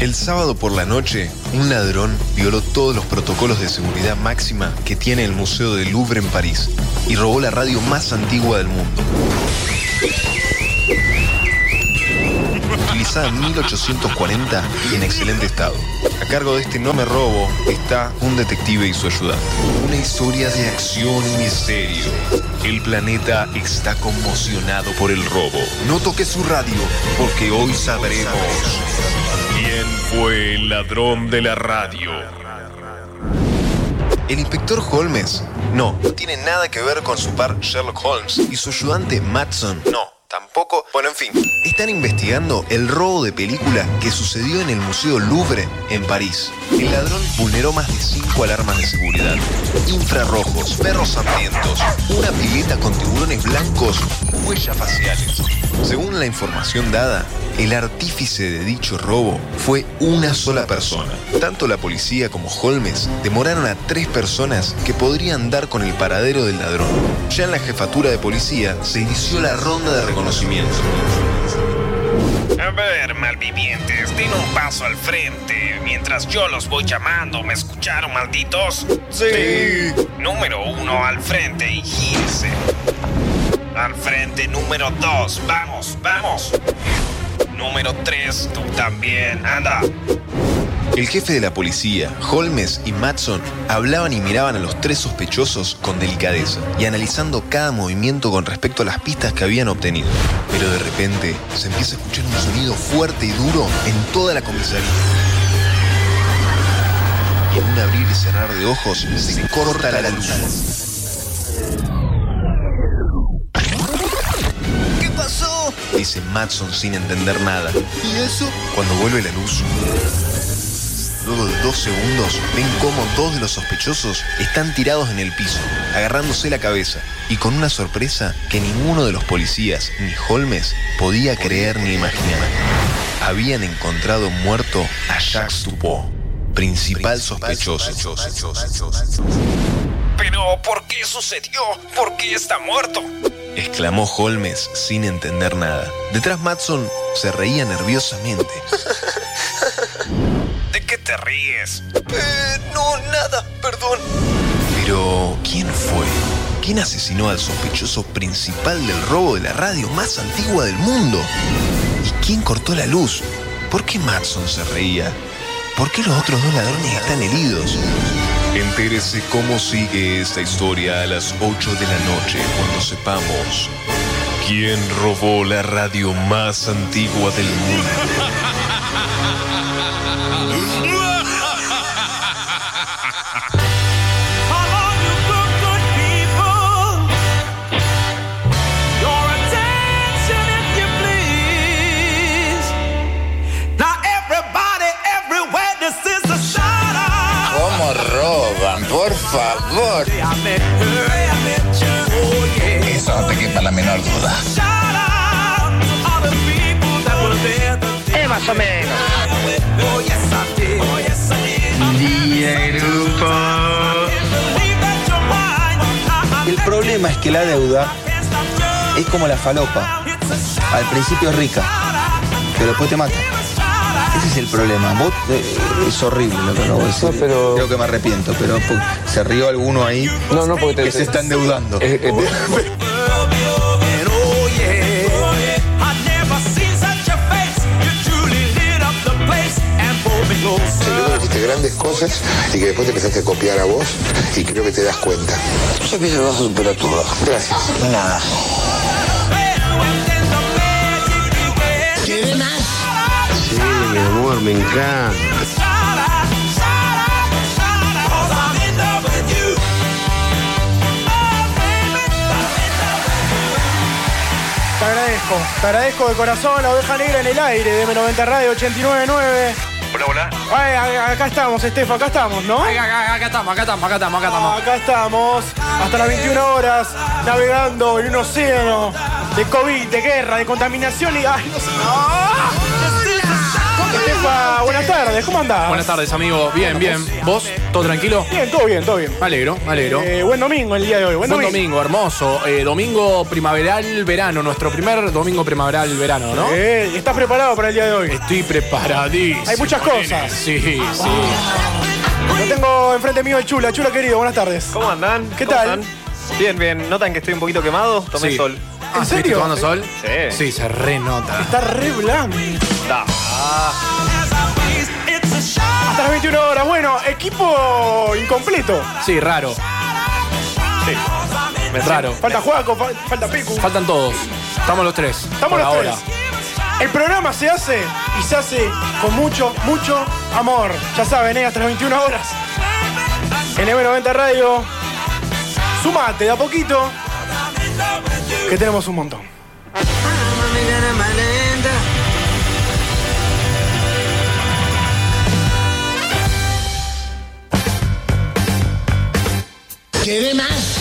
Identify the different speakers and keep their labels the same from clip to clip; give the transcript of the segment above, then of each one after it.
Speaker 1: El sábado por la noche, un ladrón violó todos los protocolos de seguridad máxima que tiene el Museo del Louvre en París y robó la radio más antigua del mundo. Utilizada en 1840 y en excelente estado. A cargo de este enorme robo está un detective y su ayudante. Una historia de acción y misterio. El planeta está conmocionado por el robo. No toque su radio, porque hoy sabremos quién fue el ladrón de la radio. El inspector Holmes, no, no tiene nada que ver con su par Sherlock Holmes y su ayudante Matson, no, tampoco. Bueno, en fin, están investigando el robo de película que sucedió en el Museo Louvre en París. El ladrón vulneró más de cinco alarmas de seguridad, infrarrojos, perros hambrientos, una pileta con tiburones blancos, huellas faciales. Según la información dada, el artífice de dicho robo fue una sola persona. Tanto la policía como Holmes demoraron a tres personas que podrían dar con el paradero del ladrón. Ya en la jefatura de policía se inició la ronda de reconocimiento.
Speaker 2: A ver, malvivientes, den un paso al frente. Mientras yo los voy llamando, ¿me escucharon, malditos?
Speaker 1: Sí.
Speaker 2: Número uno, al frente y gírese. Al frente, número dos, vamos, vamos. Número tres, tú también, anda.
Speaker 1: El jefe de la policía, Holmes y Matson, hablaban y miraban a los tres sospechosos con delicadeza y analizando cada movimiento con respecto a las pistas que habían obtenido. Pero de repente se empieza a escuchar un sonido fuerte y duro en toda la comisaría. Y en un abrir y cerrar de ojos se corta la luz.
Speaker 3: ¿Qué pasó?
Speaker 1: Dice Matson sin entender nada.
Speaker 3: ¿Y eso?
Speaker 1: Cuando vuelve la luz, Luego de dos segundos, ven cómo dos de los sospechosos están tirados en el piso, agarrándose la cabeza, y con una sorpresa que ninguno de los policías, ni Holmes, podía creer ni imaginar. Habían encontrado muerto a Jacques Dupont, principal sospechoso.
Speaker 2: Pero, ¿por qué sucedió? ¿Por qué está muerto?
Speaker 1: exclamó Holmes sin entender nada. Detrás Matson se reía nerviosamente.
Speaker 2: ¿De qué te ríes?
Speaker 3: Eh, no, nada, perdón.
Speaker 1: Pero, ¿quién fue? ¿Quién asesinó al sospechoso principal del robo de la radio más antigua del mundo? ¿Y quién cortó la luz? ¿Por qué Matson se reía? ¿Por qué los otros dos ladrones están heridos? Entérese cómo sigue esta historia a las 8 de la noche cuando sepamos quién robó la radio más antigua del mundo.
Speaker 4: ¿Cómo roban? Por favor. Eso no te quepa la menor duda.
Speaker 5: Eh, más o menos.
Speaker 6: El problema es que la deuda es como la falopa. Al principio es rica, pero después te mata. Ese es el problema. Vos, eh, es horrible lo que acabo de decir.
Speaker 7: No, pero-
Speaker 6: Creo que me arrepiento, pero po- se rió alguno ahí
Speaker 7: No, no, porque te-
Speaker 6: que se está endeudando.
Speaker 7: Eh, eh,
Speaker 8: Yo creo que hiciste grandes cosas y que después te empezaste a copiar a vos y creo que te das cuenta.
Speaker 4: Yo pienso que vas a superar todo.
Speaker 8: Gracias.
Speaker 4: Nada.
Speaker 9: Sí, mi amor, me encanta.
Speaker 10: Te agradezco, te agradezco de corazón la oveja negra en el aire de M90 Radio 899.
Speaker 2: Hola, hola.
Speaker 10: Ay, a- acá estamos, Estefa, acá estamos, ¿no?
Speaker 11: Acá, acá, acá estamos, acá estamos, acá estamos, acá estamos.
Speaker 10: Acá estamos, hasta las 21 horas, navegando en un océano de COVID, de guerra, de contaminación y. ¡Ay, no sé! ¡Ah! Estefa, buenas tardes. tardes, ¿cómo andás?
Speaker 11: Buenas tardes, amigo. Bien, bien. ¿Vos? ¿Todo tranquilo?
Speaker 10: Bien, todo bien, todo bien.
Speaker 11: Me alegro, me alegro.
Speaker 10: Eh, buen domingo el día de hoy. Buen,
Speaker 11: Buen domingo, hermoso. Eh, domingo primaveral, verano. Nuestro primer domingo primaveral, verano, ¿no?
Speaker 10: Eh, ¿Estás preparado para el día de hoy?
Speaker 11: Estoy preparadísimo.
Speaker 10: Hay muchas
Speaker 11: nene.
Speaker 10: cosas.
Speaker 11: Sí, sí.
Speaker 10: Yo tengo enfrente mío el Chula. Chula, querido, buenas tardes.
Speaker 7: ¿Cómo andan?
Speaker 10: ¿Qué
Speaker 7: ¿Cómo
Speaker 10: tal?
Speaker 7: están? Bien, bien. ¿Notan que estoy un poquito quemado? Tomé
Speaker 11: Sí.
Speaker 7: sol.
Speaker 11: Ah, ¿estuviste
Speaker 10: serio?
Speaker 11: tomando sol?
Speaker 7: Sí.
Speaker 11: Sí, se renota.
Speaker 10: Está re blanco.
Speaker 7: Da.
Speaker 10: Hasta las 21 horas. Bueno, equipo incompleto.
Speaker 11: Sí, raro.
Speaker 7: Me
Speaker 11: Raro.
Speaker 10: Falta Juaco, fal- falta Picu.
Speaker 11: Faltan todos. Estamos los tres.
Speaker 10: Estamos
Speaker 11: por
Speaker 10: los
Speaker 11: ahora.
Speaker 10: tres. El programa se hace y se hace con mucho, mucho amor. Ya saben, ¿eh? hasta las 21 horas. En M90 Radio. Sumate de a poquito. Que tenemos un montón.
Speaker 12: ¿Querés más?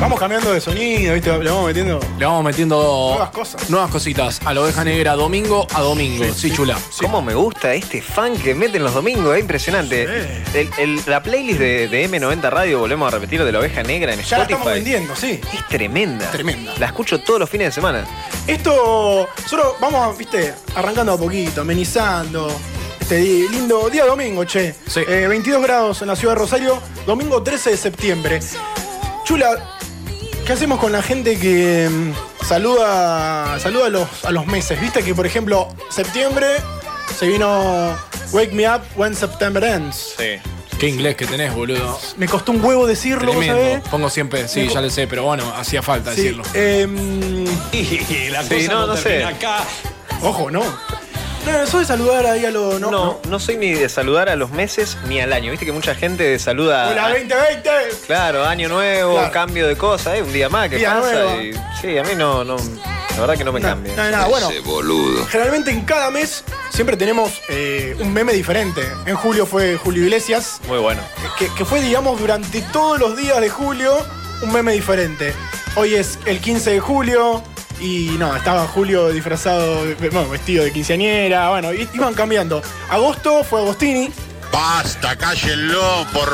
Speaker 10: Vamos cambiando de sonido, ¿viste? Le vamos metiendo.
Speaker 11: Le vamos metiendo
Speaker 10: Nuevas cosas.
Speaker 11: nuevas cositas a la oveja negra domingo a domingo. Sí, chula.
Speaker 7: ¿Cómo me gusta este fan que meten los domingos? Es impresionante. El- el- la playlist de, de M90 Radio, volvemos a repetir, de la oveja negra en
Speaker 10: Ya la estamos
Speaker 7: Spotify.
Speaker 10: vendiendo, sí.
Speaker 7: Es tremenda.
Speaker 11: Tremenda.
Speaker 7: La escucho todos los fines de semana.
Speaker 10: Esto, nosotros vamos, viste, arrancando a poquito, amenizando. Este di- lindo día domingo, che.
Speaker 11: Sí.
Speaker 10: Eh, 22 grados en la ciudad de Rosario, domingo 13 de septiembre. Chula, ¿qué hacemos con la gente que mm, saluda, saluda a, los, a los meses? Viste que, por ejemplo, septiembre se vino Wake Me Up When September Ends.
Speaker 7: Sí.
Speaker 11: Qué inglés que tenés, boludo.
Speaker 10: Me costó un huevo decirlo, ¿vos sabés?
Speaker 11: Tremendo. Pongo siempre, sí, ya lo sé, pero bueno, hacía falta
Speaker 10: Sí,
Speaker 11: decirlo.
Speaker 10: em,
Speaker 11: la
Speaker 7: Sí, no, no sé.
Speaker 10: ojo, no. No, eso de saludar ahí a los... No,
Speaker 7: No, no soy ni de saludar a los meses ni al año. Viste que mucha gente saluda.
Speaker 10: ¡Hola, 2020!
Speaker 7: Claro, año nuevo,
Speaker 10: Claro.
Speaker 7: cambio de cosas, ¿eh? un día más que
Speaker 10: Día
Speaker 7: pasa.
Speaker 10: nuevo.
Speaker 7: y- sí, a mí no, no, la verdad que no me cambia.
Speaker 10: Nada, nada, bueno.
Speaker 4: boludo.
Speaker 10: Generalmente en cada mes siempre tenemos eh, un meme diferente. En julio fue Julio Iglesias,
Speaker 7: Muy bueno.
Speaker 10: que, que fue, digamos, durante todos los días de julio un meme diferente. Hoy es el 15 de julio y no, estaba Julio disfrazado, de- bueno, vestido de quinceañera, bueno, i- iban cambiando. Agosto fue Agostini.
Speaker 9: Basta, cállenlo, por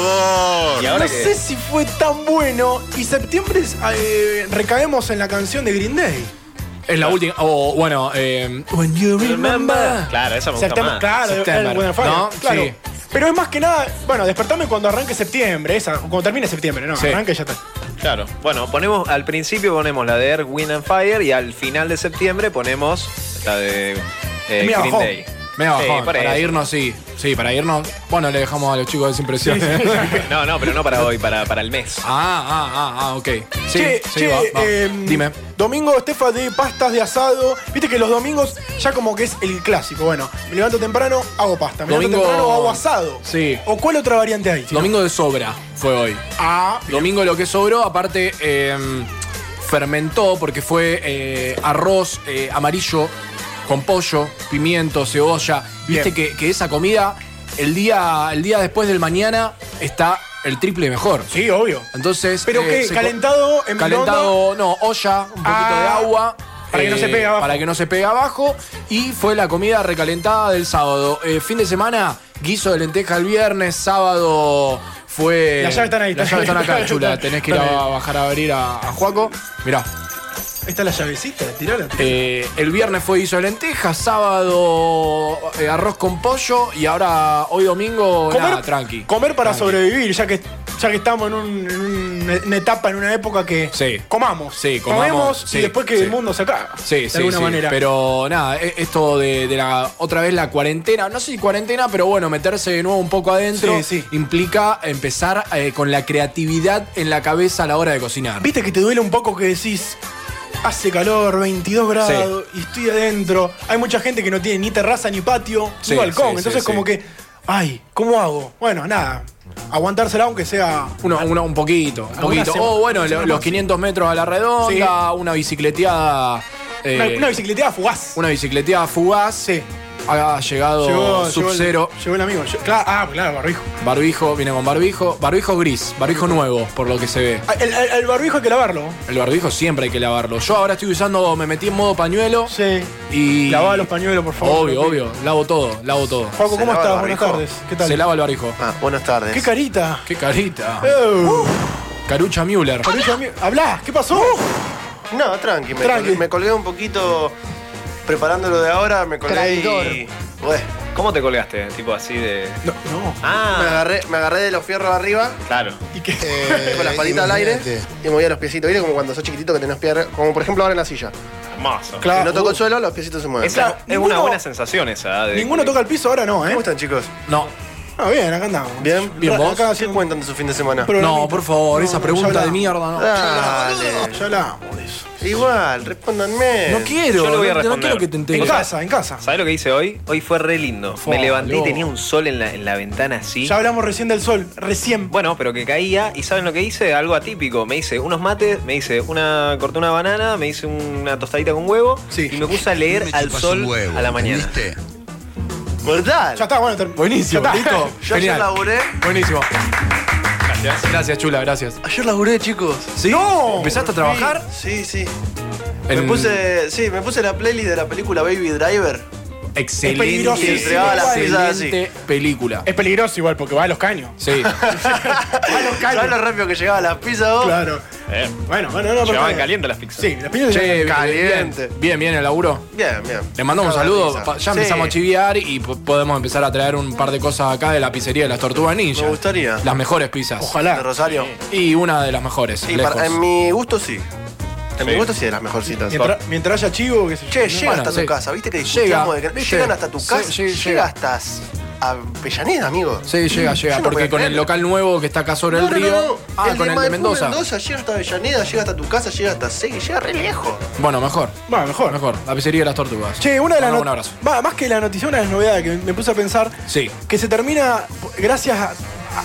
Speaker 9: favor.
Speaker 7: Y ahora
Speaker 10: no
Speaker 7: que-
Speaker 10: sé si fue tan bueno y septiembre eh, recaemos en la canción de Green Day.
Speaker 11: Es la última. O bueno, eh, When You Remember.
Speaker 7: Claro, esa me gusta
Speaker 10: Septiembre,
Speaker 7: más.
Speaker 10: claro,
Speaker 11: September,
Speaker 10: el Winter Fire,
Speaker 11: ¿no?
Speaker 10: claro.
Speaker 11: Sí.
Speaker 10: Pero es más que nada, bueno, despertame cuando arranque septiembre, esa, o cuando termine septiembre, no,
Speaker 11: Sí.
Speaker 10: arranque ya está.
Speaker 7: Claro. Bueno, ponemos al principio ponemos la de Air, Wind and Fire y al final de septiembre ponemos la de eh,
Speaker 10: Mira,
Speaker 7: Green
Speaker 10: bajón.
Speaker 7: Day.
Speaker 11: Me
Speaker 7: Sí,
Speaker 11: bajón.
Speaker 7: por
Speaker 11: para
Speaker 7: eso.
Speaker 11: irnos, sí. Sí, para irnos. Bueno, le dejamos a los chicos desimpresiones.
Speaker 7: No, no, pero no para hoy, para, para el mes.
Speaker 11: ah, ah, ah, ah, ok. Sí,
Speaker 10: Che,
Speaker 11: sí,
Speaker 10: che,
Speaker 11: va, va.
Speaker 10: em,
Speaker 11: Dime.
Speaker 10: Domingo, Estefa, de pastas de asado. Viste que los domingos ya como que es el clásico. Bueno, me levanto temprano, hago pasta. Me levanto
Speaker 11: Domingo-
Speaker 10: temprano, hago asado.
Speaker 11: Sí.
Speaker 10: ¿O cuál otra variante hay? Chino?
Speaker 11: Domingo de sobra fue hoy.
Speaker 10: Ah,
Speaker 11: Domingo lo que sobró, aparte eh, fermentó porque fue eh, arroz eh, amarillo con pollo, pimiento, cebolla. Viste que, que esa comida, el día, el día después del mañana, está el triple mejor.
Speaker 10: sí, obvio.
Speaker 11: Entonces. eh,
Speaker 10: ¿Pero qué?
Speaker 11: se co-
Speaker 10: ¿Calentado en
Speaker 11: Calentado, no, olla, un poquito
Speaker 10: Ah,
Speaker 11: de agua. eh,
Speaker 10: para que no se pegue abajo.
Speaker 11: Para que no se pegue abajo. Y fue la comida recalentada del sábado. Eh, fin de semana, guiso de lenteja el viernes, sábado fue.
Speaker 10: Las llaves están ahí,
Speaker 11: Las
Speaker 10: están
Speaker 11: llaves están
Speaker 10: ahí.
Speaker 11: acá, chula. Tenés que ir
Speaker 10: Están
Speaker 11: a
Speaker 10: ahí.
Speaker 11: bajar a abrir a, a Juaco. Mirá.
Speaker 10: Esta es la llavecita, tirala.
Speaker 11: eh, el viernes fue guiso de lenteja, sábado eh, arroz con pollo y ahora hoy domingo nada, tranqui.
Speaker 10: comer para
Speaker 11: Tranqui.
Speaker 10: sobrevivir, ya que, ya que estamos en, un- en un- en una etapa, en una época que
Speaker 11: Sí.
Speaker 10: comamos.
Speaker 11: Sí, comamos,
Speaker 10: Comemos
Speaker 11: sí,
Speaker 10: y después que
Speaker 11: sí.
Speaker 10: el mundo se acaba.
Speaker 11: Sí,
Speaker 10: de
Speaker 11: sí,
Speaker 10: alguna
Speaker 11: sí.
Speaker 10: manera.
Speaker 11: Pero nada, e- esto de, de la otra vez la cuarentena, no sé si cuarentena, pero bueno, meterse de nuevo un poco adentro
Speaker 10: Sí, sí.
Speaker 11: implica empezar eh, con la creatividad en la cabeza a la hora de cocinar.
Speaker 10: Viste que te duele un poco que decís, hace calor, 22 grados, y estoy adentro. Hay mucha gente que no tiene ni terraza, ni patio,
Speaker 11: Sí,
Speaker 10: ni balcón.
Speaker 11: sí, sí,
Speaker 10: Entonces
Speaker 11: sí.
Speaker 10: como que, ay, ¿cómo hago? Bueno, nada, aguantársela aunque sea...
Speaker 11: Uno, uno- un poquito, un poquito.
Speaker 10: semana-
Speaker 11: O bueno,
Speaker 10: una
Speaker 11: lo-
Speaker 10: semana
Speaker 11: los
Speaker 10: más.
Speaker 11: 500 metros a la redonda, una bicicleteada. eh,
Speaker 10: Una, una bicicleteada fugaz.
Speaker 11: una bicicleteada fugaz.
Speaker 10: Sí.
Speaker 11: ha llegado
Speaker 10: Llegó-
Speaker 11: Sub-Zero.
Speaker 10: Llegó el amigo. Lle- Claro, ah, claro, barbijo.
Speaker 11: Barbijo, viene con barbijo. Barbijo gris, barbijo nuevo, por lo que se ve.
Speaker 10: Ah, El, el- el barbijo hay que lavarlo.
Speaker 11: El barbijo siempre hay que lavarlo. Yo ahora estoy usando, me metí en modo pañuelo.
Speaker 10: Sí.
Speaker 11: Y.
Speaker 10: Lavá los pañuelos, por favor.
Speaker 11: Obvio,
Speaker 10: Pepe.
Speaker 11: obvio. Lavo todo, lavo todo.
Speaker 10: Juaco, ¿cómo estás? Buenas tardes. ¿Qué tal?
Speaker 11: Se lava el barbijo.
Speaker 13: buenas tardes.
Speaker 10: Qué carita.
Speaker 11: Qué carita.
Speaker 13: Uh.
Speaker 10: Oh.
Speaker 11: Carucha Müller.
Speaker 10: Carucha Müller. Hablá, ¿qué pasó?
Speaker 13: Uh. No, tranqui, me,
Speaker 10: Tranqui.
Speaker 13: colgué- me colgué un poquito preparándolo de ahora, me colgué y. Bueno,
Speaker 7: ¿Cómo te colgaste? Tipo así de. ah.
Speaker 10: No, no.
Speaker 13: me, agarré, me agarré de los fierros arriba,
Speaker 7: Claro.
Speaker 10: Eh,
Speaker 13: con las palitas al aire y movía los piecitos. ¿Viste? Como cuando sos chiquitito que tenés piernas. Como por ejemplo ahora en la silla.
Speaker 7: Hermoso.
Speaker 13: Si no toco el suelo, los piecitos se mueven.
Speaker 7: Esa es una buena sensación esa. ¿eh? De,
Speaker 10: Ninguno toca el piso ahora, no, ¿eh?
Speaker 13: ¿Cómo están, chicos?
Speaker 11: No.
Speaker 10: Ah, bien, acá andamos.
Speaker 13: ¿Bien?
Speaker 10: Bien, vos.
Speaker 13: Acá ¿Qué cuentan de su fin de semana? Ah,
Speaker 10: Programita.
Speaker 11: No, por favor, esa pregunta
Speaker 10: ya
Speaker 11: de
Speaker 10: hablamos.
Speaker 11: mierda no.
Speaker 13: Dale.
Speaker 10: "Ah, Ya hablamos.
Speaker 13: Igual, respóndanme.
Speaker 11: No quiero,
Speaker 7: Yo lo voy a
Speaker 11: no- no
Speaker 7: responder.
Speaker 11: quiero que te enteres.
Speaker 10: En casa, en casa.
Speaker 7: ¿Sabes lo que hice hoy? Hoy fue re lindo.
Speaker 10: Fua,
Speaker 7: Me levanté
Speaker 10: loco.
Speaker 7: y tenía un sol en la, en la ventana así.
Speaker 10: Ya hablamos recién del sol, recién.
Speaker 7: Bueno, pero que caía y ¿saben lo que hice? Algo atípico. Me hice unos mates, me hice una corté una banana, me hice una tostadita con huevo y me puse a leer
Speaker 13: No me
Speaker 7: al
Speaker 13: chupas
Speaker 7: sol
Speaker 13: un huevo,
Speaker 7: a la mañana.
Speaker 13: ¿Verdad?
Speaker 10: Ya está, bueno, term-
Speaker 11: Buenísimo,
Speaker 10: Ya está.
Speaker 11: listo.
Speaker 13: Yo ayer
Speaker 11: Genial.
Speaker 13: laburé.
Speaker 11: Buenísimo. Gracias. Gracias, chula, gracias.
Speaker 13: Ayer laburé, chicos.
Speaker 11: ¿Sí? ¿Empezaste a trabajar?
Speaker 13: Sí, sí.
Speaker 11: En-
Speaker 13: Me puse, sí, me puse la playlist de la película Baby Driver.
Speaker 11: Excelente.
Speaker 13: Es peligroso, sí, sí, igual.
Speaker 11: excelente película.
Speaker 10: Es peligroso igual porque va a los caños.
Speaker 11: Sí.
Speaker 10: Va a los
Speaker 13: ¿Sabes lo
Speaker 10: caños.
Speaker 13: rápido que llegaba la pizza vos?
Speaker 10: Claro.
Speaker 7: Eh,
Speaker 10: Bueno, bueno, no, pero.
Speaker 7: llevaban caliente las pizzas.
Speaker 10: Sí, las piñas
Speaker 11: Che,
Speaker 10: llegan-
Speaker 13: Caliente.
Speaker 11: Bien, bien, bien el laburo.
Speaker 13: Bien, bien.
Speaker 11: Le mandamos un
Speaker 13: Cada
Speaker 11: saludo.
Speaker 13: pizza.
Speaker 11: Pa- Ya
Speaker 13: Sí,
Speaker 11: empezamos a chiviar y po- podemos empezar a traer un par de cosas acá de la pizzería de las tortugas ninja.
Speaker 13: Me gustaría.
Speaker 11: Las mejores pizzas.
Speaker 13: De
Speaker 10: Ojalá.
Speaker 13: Rosario.
Speaker 11: Y una de las mejores.
Speaker 13: Sí,
Speaker 11: lejos.
Speaker 13: para- en mi gusto sí. En mi
Speaker 11: Sí.
Speaker 13: gusto sí de las mejorcitas.
Speaker 10: Mientras, mientras haya chivo, que se
Speaker 13: Che, llega
Speaker 11: Bueno,
Speaker 13: hasta
Speaker 11: sí.
Speaker 13: tu casa. ¿Viste que
Speaker 11: Llega,
Speaker 13: discutíamos de que
Speaker 11: sí.
Speaker 13: llegan hasta tu
Speaker 11: Sí,
Speaker 13: casa?
Speaker 11: sí,
Speaker 13: llega,
Speaker 11: llega.
Speaker 13: hasta s- Avellaneda, amigo.
Speaker 11: Sí, llega, llega.
Speaker 13: Yo no
Speaker 11: porque
Speaker 13: podía
Speaker 11: con el
Speaker 13: creerlo.
Speaker 11: local nuevo que está acá sobre
Speaker 13: No,
Speaker 11: el
Speaker 13: no,
Speaker 11: río.
Speaker 13: no, no.
Speaker 11: Ah,
Speaker 13: El
Speaker 11: con el de
Speaker 13: Maipú
Speaker 11: Mendoza.
Speaker 13: Mendoza llega hasta Avellaneda, llega hasta tu casa, llega hasta Segui, llega re lejos.
Speaker 11: Bueno, mejor.
Speaker 10: Va, mejor.
Speaker 11: Mejor. La pizzería de las tortugas.
Speaker 10: Che, una de las
Speaker 11: Bueno,
Speaker 10: no-
Speaker 11: un abrazo.
Speaker 10: Va, más que la noticia, una de las novedades que me puse a pensar,
Speaker 11: Sí.
Speaker 10: que se termina, gracias a,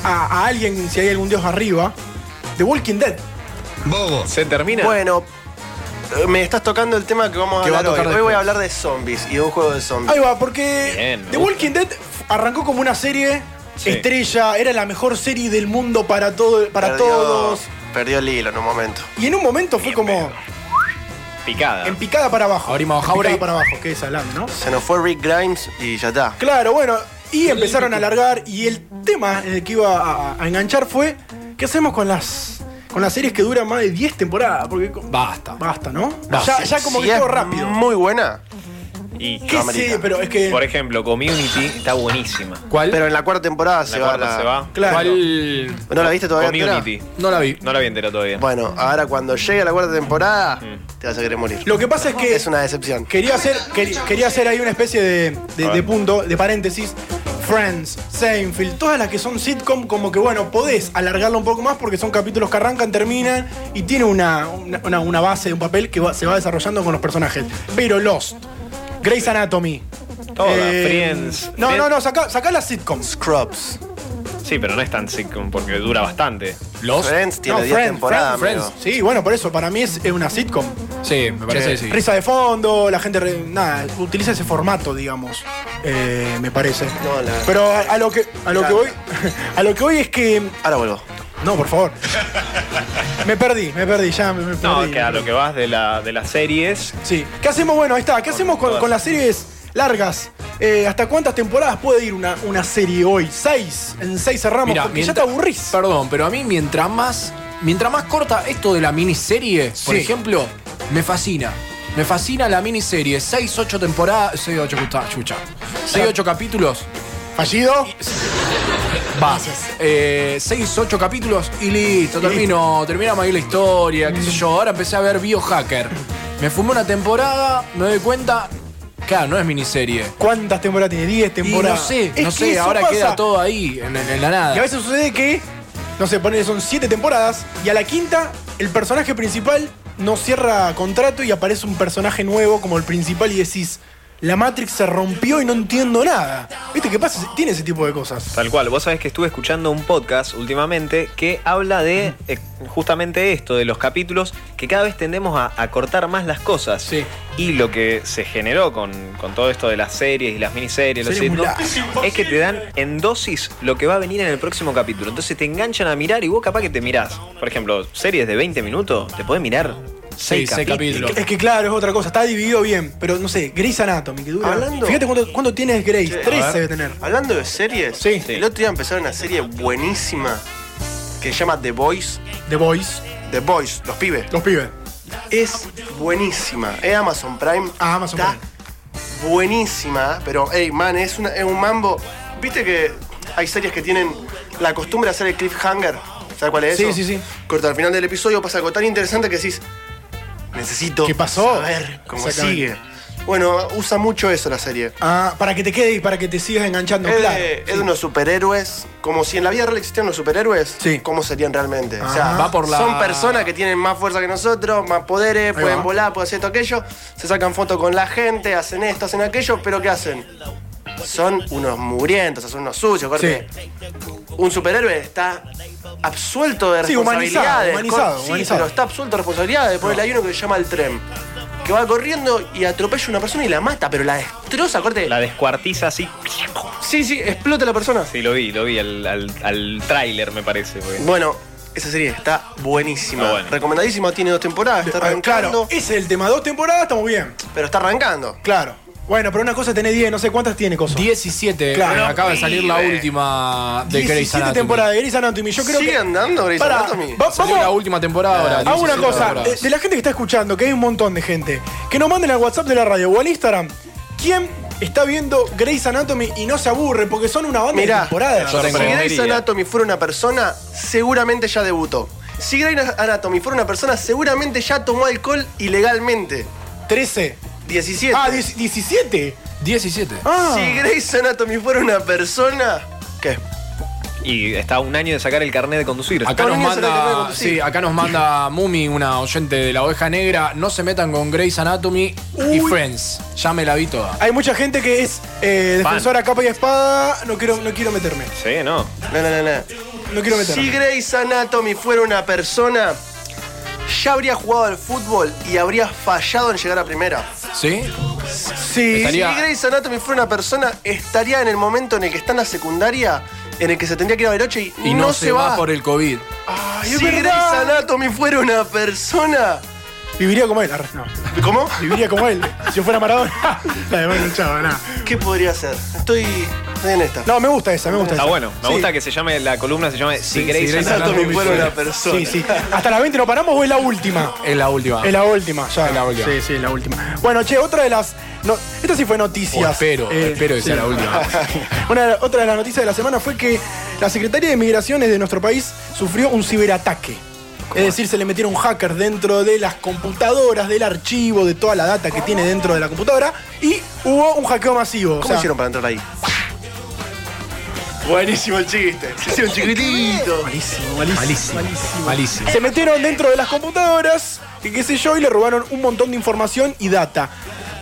Speaker 10: a- a alguien, si hay algún dios arriba, The Walking Dead.
Speaker 13: Bobo.
Speaker 7: ¿Se termina?
Speaker 13: Bueno, eh, me estás tocando el tema que vamos a
Speaker 11: Que va a
Speaker 13: hablar hoy.
Speaker 11: tocar
Speaker 13: Hoy voy
Speaker 11: después.
Speaker 13: a hablar de zombies y de un juego de zombies.
Speaker 10: Ahí va, porque
Speaker 7: Bien, me
Speaker 10: The
Speaker 7: gusta.
Speaker 10: Walking Dead f- arrancó como una serie
Speaker 7: Sí.
Speaker 10: estrella, era la mejor serie del mundo para, todo, para
Speaker 13: Perdió-
Speaker 10: todos.
Speaker 13: Perdió el hilo en un momento.
Speaker 10: Y en un momento fue como
Speaker 7: Picada.
Speaker 10: en picada para abajo.
Speaker 11: Abrimos
Speaker 10: En
Speaker 11: Jauregui.
Speaker 10: picada para abajo, que es Alam, ¿no?
Speaker 13: Se nos fue Rick Grimes y ya está.
Speaker 10: Claro, bueno, y empezaron a alargar y el tema en el que iba a, a enganchar fue, ¿qué hacemos con las, con las series que duran más de 10 temporadas? Porque con-
Speaker 11: Basta.
Speaker 10: basta, ¿no?
Speaker 11: Basta.
Speaker 10: Ya, ya como
Speaker 13: Si
Speaker 10: que
Speaker 13: es
Speaker 10: todo rápido.
Speaker 13: Muy buena.
Speaker 11: ¿Eh?
Speaker 7: Y
Speaker 10: ¿Qué
Speaker 13: no amerita.
Speaker 10: sé? Pero es que...
Speaker 7: por ejemplo, Community está buenísima.
Speaker 11: ¿Cuál?
Speaker 13: Pero en la cuarta temporada
Speaker 7: La
Speaker 13: se va.
Speaker 7: cuarta
Speaker 13: la-
Speaker 7: se va.
Speaker 10: Claro.
Speaker 11: ¿Cuál?
Speaker 13: ¿No la viste todavía? entera?
Speaker 7: Community.
Speaker 11: No la vi.
Speaker 7: No la vi entera todavía.
Speaker 13: Bueno, ahora cuando llegue la cuarta temporada, te vas a querer morir.
Speaker 10: Lo que pasa es que
Speaker 13: Es una decepción.
Speaker 10: quería, hacer, quer- quería hacer ahí una especie de, de-
Speaker 7: A ver.
Speaker 10: de punto, de paréntesis. Friends, Seinfeld, todas las que son sitcom, como que bueno, podés alargarla un poco más porque son capítulos que arrancan, terminan y tiene una, una, una- una base, un papel que va- se va desarrollando con los personajes. Pero Lost, Grey's Anatomy.
Speaker 7: Todas,
Speaker 10: eh,
Speaker 7: Friends.
Speaker 10: No,
Speaker 7: Friends-
Speaker 10: no, no, sacá, sacá las sitcoms.
Speaker 13: Scrubs.
Speaker 7: Sí, pero no es tan sitcom porque dura bastante.
Speaker 11: ¿Los?
Speaker 13: Friends tiene
Speaker 10: No,
Speaker 13: 10
Speaker 10: Friends,
Speaker 13: temporadas,
Speaker 11: Friends,
Speaker 13: amigo.
Speaker 10: Sí, bueno, por eso, para mí es, es una sitcom.
Speaker 11: Sí, me parece que sí.
Speaker 10: Risa de fondo, la gente, re- nada, utiliza ese formato, digamos, eh, me parece.
Speaker 13: No, la-
Speaker 10: Pero a, a lo que a lo que voy a lo que voy es que
Speaker 13: Ahora vuelvo.
Speaker 10: no, por favor. Me perdí, me perdí, ya me, me perdí.
Speaker 7: No, que a lo que vas de, la, de las series.
Speaker 10: Sí. ¿Qué hacemos? Bueno, ahí está. ¿Qué hacemos con,
Speaker 7: todas.
Speaker 10: con las series largas? Eh, ¿Hasta cuántas temporadas puede ir una, una serie hoy? ¿Seis? En seis cerramos.
Speaker 11: Mirá,
Speaker 10: porque ya
Speaker 11: mientras-
Speaker 10: te aburrís.
Speaker 11: Perdón, pero a mí mientras más, mientras más corta esto de la miniserie, por
Speaker 10: Sí.
Speaker 11: ejemplo, me fascina. Me fascina la miniserie. 6, 8 temporadas. 6, 8 chucha. 6, 8 capítulos.
Speaker 10: ¿Fallido?
Speaker 11: Va. 6, 8 capítulos y listo. Termino. Terminamos ahí la historia. Qué sé yo. Ahora empecé a ver Biohacker. Me fumé una temporada. Me doy cuenta. Claro, no es miniserie.
Speaker 10: ¿Cuántas temporadas tiene? ¿Diez
Speaker 11: Y
Speaker 10: temporadas?
Speaker 11: no sé,
Speaker 10: Es
Speaker 11: no
Speaker 10: que
Speaker 11: sé.
Speaker 10: eso
Speaker 11: Ahora
Speaker 10: pasa.
Speaker 11: queda todo ahí, en, en- en
Speaker 10: Y
Speaker 11: la
Speaker 10: a
Speaker 11: nada.
Speaker 10: veces sucede que, no sé, ponele, son siete temporadas y a la quinta el personaje principal no cierra contrato y aparece un personaje nuevo como el principal y decís, la Matrix se rompió y no entiendo nada. ¿Viste qué pasa? Tiene ese tipo de cosas.
Speaker 7: Tal cual, vos sabés que estuve escuchando un podcast últimamente que habla de eh, justamente esto, de los capítulos, que cada vez tendemos a, a cortar más las cosas. Y lo que se generó con, con todo esto de las series y las miniseries, los
Speaker 10: Series muy
Speaker 7: sitcoms, es que te dan en dosis lo que va a venir en el próximo capítulo. Entonces te enganchan a mirar y vos capaz que te mirás. Por ejemplo, series de 20 minutos, te podés mirar 6 capítulos.
Speaker 10: Es que, es que claro, es otra cosa. Está dividido bien, pero no sé, Grey's Anatomy, que dura.
Speaker 7: Hablando-
Speaker 10: Fíjate cuánto, cuánto tienes Grey's.
Speaker 7: Che, a
Speaker 10: 13
Speaker 7: ver.
Speaker 10: debe tener.
Speaker 13: Hablando de series, el otro día empezó una serie buenísima que se llama The Boys.
Speaker 10: The Boys.
Speaker 13: The Boys, los pibes.
Speaker 10: Los pibes.
Speaker 13: Es buenísima. Es Amazon Prime. Ah, Amazon Está buenísima, pero hey, man, es, una- es un mambo. ¿Viste que hay series que tienen la costumbre de hacer el cliffhanger? ¿Sabes cuál es
Speaker 10: Sí,
Speaker 13: eso?
Speaker 10: sí, sí.
Speaker 13: Corta al final del episodio pasa algo tan interesante que decís, necesito
Speaker 10: ¿Qué pasó?
Speaker 13: saber cómo
Speaker 10: Exactamente.
Speaker 13: sigue. Bueno, usa mucho eso la serie.
Speaker 10: Ah, para que te quede y para que te sigas enganchando,
Speaker 13: es, de-
Speaker 10: claro.
Speaker 13: es de unos superhéroes. Como si en la vida real existieran los superhéroes, ¿cómo serían realmente? O sea,
Speaker 11: Ah. Va por la-
Speaker 13: son personas que tienen más fuerza que nosotros, más poderes,
Speaker 11: Ahí
Speaker 13: pueden
Speaker 11: va.
Speaker 13: volar, pueden hacer esto, aquello. Se sacan fotos con la gente, hacen esto, hacen aquello, pero ¿qué hacen? Son unos mugrientos, o sea, son unos sucios, corte. Un superhéroe está absuelto de
Speaker 10: Sí, humanizado,
Speaker 13: responsabilidades.
Speaker 10: humanizado,
Speaker 13: cor- sí,
Speaker 10: humanizado.
Speaker 13: pero está absuelto de responsabilidades. Después hay uno que se llama el tren. Que va corriendo y atropella a una persona y la mata, pero la destroza, corte.
Speaker 7: La descuartiza así.
Speaker 13: Sí, sí, explota la persona.
Speaker 7: Sí, lo vi, lo vi al, al, al tráiler, me parece. porque-
Speaker 13: Bueno, esa serie está buenísima.
Speaker 7: Ah, bueno.
Speaker 13: Recomendadísima, tiene dos temporadas, está
Speaker 10: Ah,
Speaker 13: arrancando.
Speaker 10: claro, ese es el tema. Dos temporadas, estamos bien.
Speaker 13: Pero está arrancando.
Speaker 10: Claro. Bueno, pero una cosa tenés 10, no sé cuántas tiene cosa.
Speaker 11: 17,
Speaker 10: Claro.
Speaker 11: eh, acaba de salir la
Speaker 10: Pibe.
Speaker 11: última de Grey's
Speaker 10: 17
Speaker 11: Anatomy.
Speaker 10: temporadas de Grey's Anatomy. Yo creo
Speaker 13: ¿Sigue
Speaker 10: que.
Speaker 13: andando Grey's
Speaker 10: Pará,
Speaker 13: Anatomy?
Speaker 10: va-
Speaker 11: Salió
Speaker 10: vamos-
Speaker 11: la última temporada ahora.
Speaker 10: Hago una
Speaker 11: 17
Speaker 10: cosa. eh,
Speaker 11: temporadas.
Speaker 10: De, de la gente que está escuchando, que hay un montón de gente, que nos manden al WhatsApp de la radio o al Instagram. ¿Quién está viendo Grey's Anatomy y no se aburre? Porque son una banda de
Speaker 13: Mirá,
Speaker 10: temporadas.
Speaker 13: si Grey's Anatomy fuera una persona, seguramente ya debutó. Si Grey's Anatomy fuera una persona, seguramente ya tomó alcohol ilegalmente.
Speaker 10: 13.
Speaker 13: 17.
Speaker 10: Ah, 10 17.
Speaker 11: 17.
Speaker 10: Ah,
Speaker 13: Si Grey's Anatomy fuera una persona, ¿qué?
Speaker 7: Y está a un año de sacar el carnet de conducir.
Speaker 11: Acá nos, manda, sí, acá nos manda Mumi, una oyente de La Oveja Negra. No se metan con Grey's Anatomy y
Speaker 10: Uy.
Speaker 11: Friends. Ya me la vi toda.
Speaker 10: Hay mucha gente que es eh,
Speaker 11: Fan.
Speaker 10: defensora capa y espada. No quiero, no quiero meterme.
Speaker 7: Sí, no.
Speaker 13: No, no, no, no.
Speaker 10: No quiero meterme.
Speaker 13: Si Grey's Anatomy fuera una persona, ya habría jugado al fútbol y habría fallado en llegar a primera.
Speaker 11: ¿Sí?
Speaker 10: Sí.
Speaker 13: Si Grey's Anatomy fuera una persona, estaría en el momento en el que está en la secundaria, en el que se tendría que ir a Bariloche y,
Speaker 11: Y no, se, va. por el COVID.
Speaker 13: si Grey's Anatomy fuera una persona,
Speaker 10: Viviría como él. arre, no.
Speaker 13: ¿Cómo?
Speaker 10: Viviría como él. Si yo fuera Maradona. la de Michael Chava, nada.
Speaker 13: ¿qué podría hacer? Estoy, estoy en esta.
Speaker 10: No, me gusta esa, me gusta
Speaker 7: Está
Speaker 10: esa.
Speaker 7: bueno. Me
Speaker 10: Sí.
Speaker 7: gusta que se llame, la columna se llame Si Grey's Anatomy fuera una persona.
Speaker 10: Sí, sí. ¿Hasta las 20 no paramos o es la última?
Speaker 11: Es la última.
Speaker 10: Es la última, ya.
Speaker 11: Es la última.
Speaker 10: Sí, sí, es la última. Bueno, che, otra de las. no- esta sí fue noticias.
Speaker 11: O Oh, espero, espero que sea la última.
Speaker 10: Una de la- otra de las noticias de la semana fue que la secretaria de Migraciones de nuestro país sufrió un ciberataque. Es decir, se le metieron hackers dentro de las computadoras, del archivo, de toda la data que tiene dentro de la computadora y hubo un hackeo masivo.
Speaker 13: ¿Cómo hicieron para entrar ahí? Buenísimo el chiste. Se hicieron chiquitito.
Speaker 10: Malísimo, malísimo. Malísimo.
Speaker 11: Malísimo.
Speaker 10: Se metieron dentro de las computadoras y qué sé yo y le robaron un montón de información y data.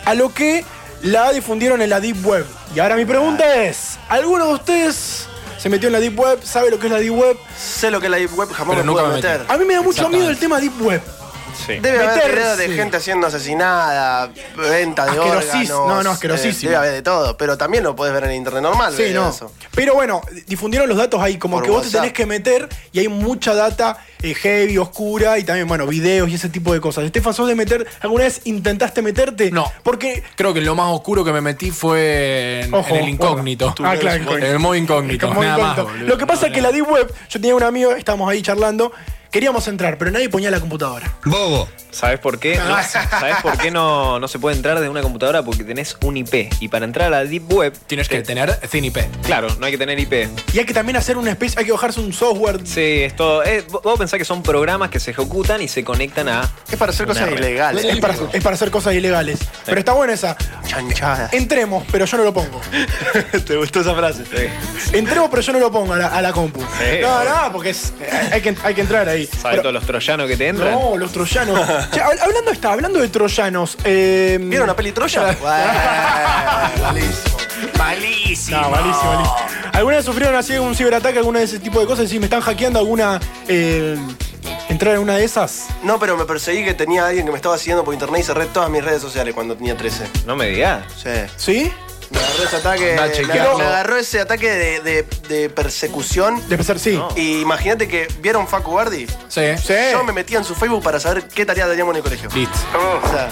Speaker 10: A lo que la difundieron en la Deep Web. Y ahora mi pregunta es, ¿alguno de ustedes se metió en la Deep Web? ¿Sabe lo que es la Deep Web?
Speaker 13: Sé lo que es la Deep Web, jamás
Speaker 11: Pero
Speaker 13: me
Speaker 11: nunca
Speaker 13: pude
Speaker 11: me metí.
Speaker 13: meter.
Speaker 10: A mí me da mucho miedo el tema Deep Web.
Speaker 13: Debe haber videos de
Speaker 10: Meterse.
Speaker 13: gente siendo asesinada, venta de órganos.
Speaker 10: Asquerosis- no, no, asquerosísimo.
Speaker 13: eh, Debe haber de todo, pero también lo puedes ver en internet normal.
Speaker 10: Sí,
Speaker 13: video
Speaker 10: no.
Speaker 13: de eso.
Speaker 10: Pero bueno, difundieron los datos ahí, como
Speaker 13: Por
Speaker 10: que vos te
Speaker 13: WhatsApp.
Speaker 10: tenés que meter y hay mucha data eh, heavy, oscura y también, bueno, videos y ese tipo de cosas. Estefan, ¿sos de meter? ¿Alguna vez intentaste meterte? No. Porque
Speaker 11: Creo que lo más oscuro que me metí fue en,
Speaker 10: Ojo,
Speaker 11: en el incógnito.
Speaker 10: bueno. Ah, claro,
Speaker 11: En el modo incógnito.
Speaker 10: Como
Speaker 11: nada
Speaker 10: incógnito.
Speaker 11: más, boludo.
Speaker 10: Lo que pasa es que la Deep Web, yo tenía un amigo, estábamos ahí charlando, queríamos entrar, pero nadie ponía la computadora.
Speaker 7: Bobo. ¿Sabes por qué? No, ¿Sabes por qué no, no se puede entrar desde una computadora? Porque tenés un IP. Y para entrar a la Deep Web. eh,
Speaker 11: Tienes que tener Thin IP.
Speaker 7: Claro, no hay que tener IP.
Speaker 10: Y hay que también hacer una especie, hay que bajarse un software.
Speaker 7: Sí, esto. Es, eh, vos- vos pensás que son programas que se ejecutan y se conectan a.
Speaker 13: Es para hacer cosas ilegales.
Speaker 10: Es para, es para hacer cosas ilegales. Pero está buena esa.
Speaker 13: Chanchadas.
Speaker 10: Entremos, pero yo no lo pongo.
Speaker 13: ¿Te gustó esa frase?
Speaker 10: Entremos, pero yo no lo pongo a la, a la compu. no, no, porque es- hay, que, hay que entrar ahí. ahí.
Speaker 7: ¿Sabes todos los troyanos que te entran?
Speaker 10: No, los troyanos. Che, hab- hablando está, hablando de troyanos. eh,
Speaker 13: ¿Vieron la peli Troya?
Speaker 10: No, malísimo, malísimo. ¿Alguna vez sufrieron así un ciberataque, alguna de ese tipo de cosas? Y si me están hackeando alguna. eh, entrar en una de esas.
Speaker 13: No, pero me perseguí que tenía alguien que me estaba siguiendo por internet y cerré todas mis redes sociales cuando tenía 13.
Speaker 7: No me digas.
Speaker 13: Sí.
Speaker 10: ¿Sí?
Speaker 13: Me agarró ese ataque.
Speaker 7: Andá a
Speaker 13: Me
Speaker 7: chequearlo.
Speaker 13: agarró, me agarró ese ataque de, de- de persecución.
Speaker 10: De pesar, sí.
Speaker 13: Y imagínate que vieron Facu Bardi.
Speaker 11: Sí.
Speaker 13: Yo me metía en su Facebook para saber qué tarea teníamos en el colegio.
Speaker 11: Listo.
Speaker 13: O sea,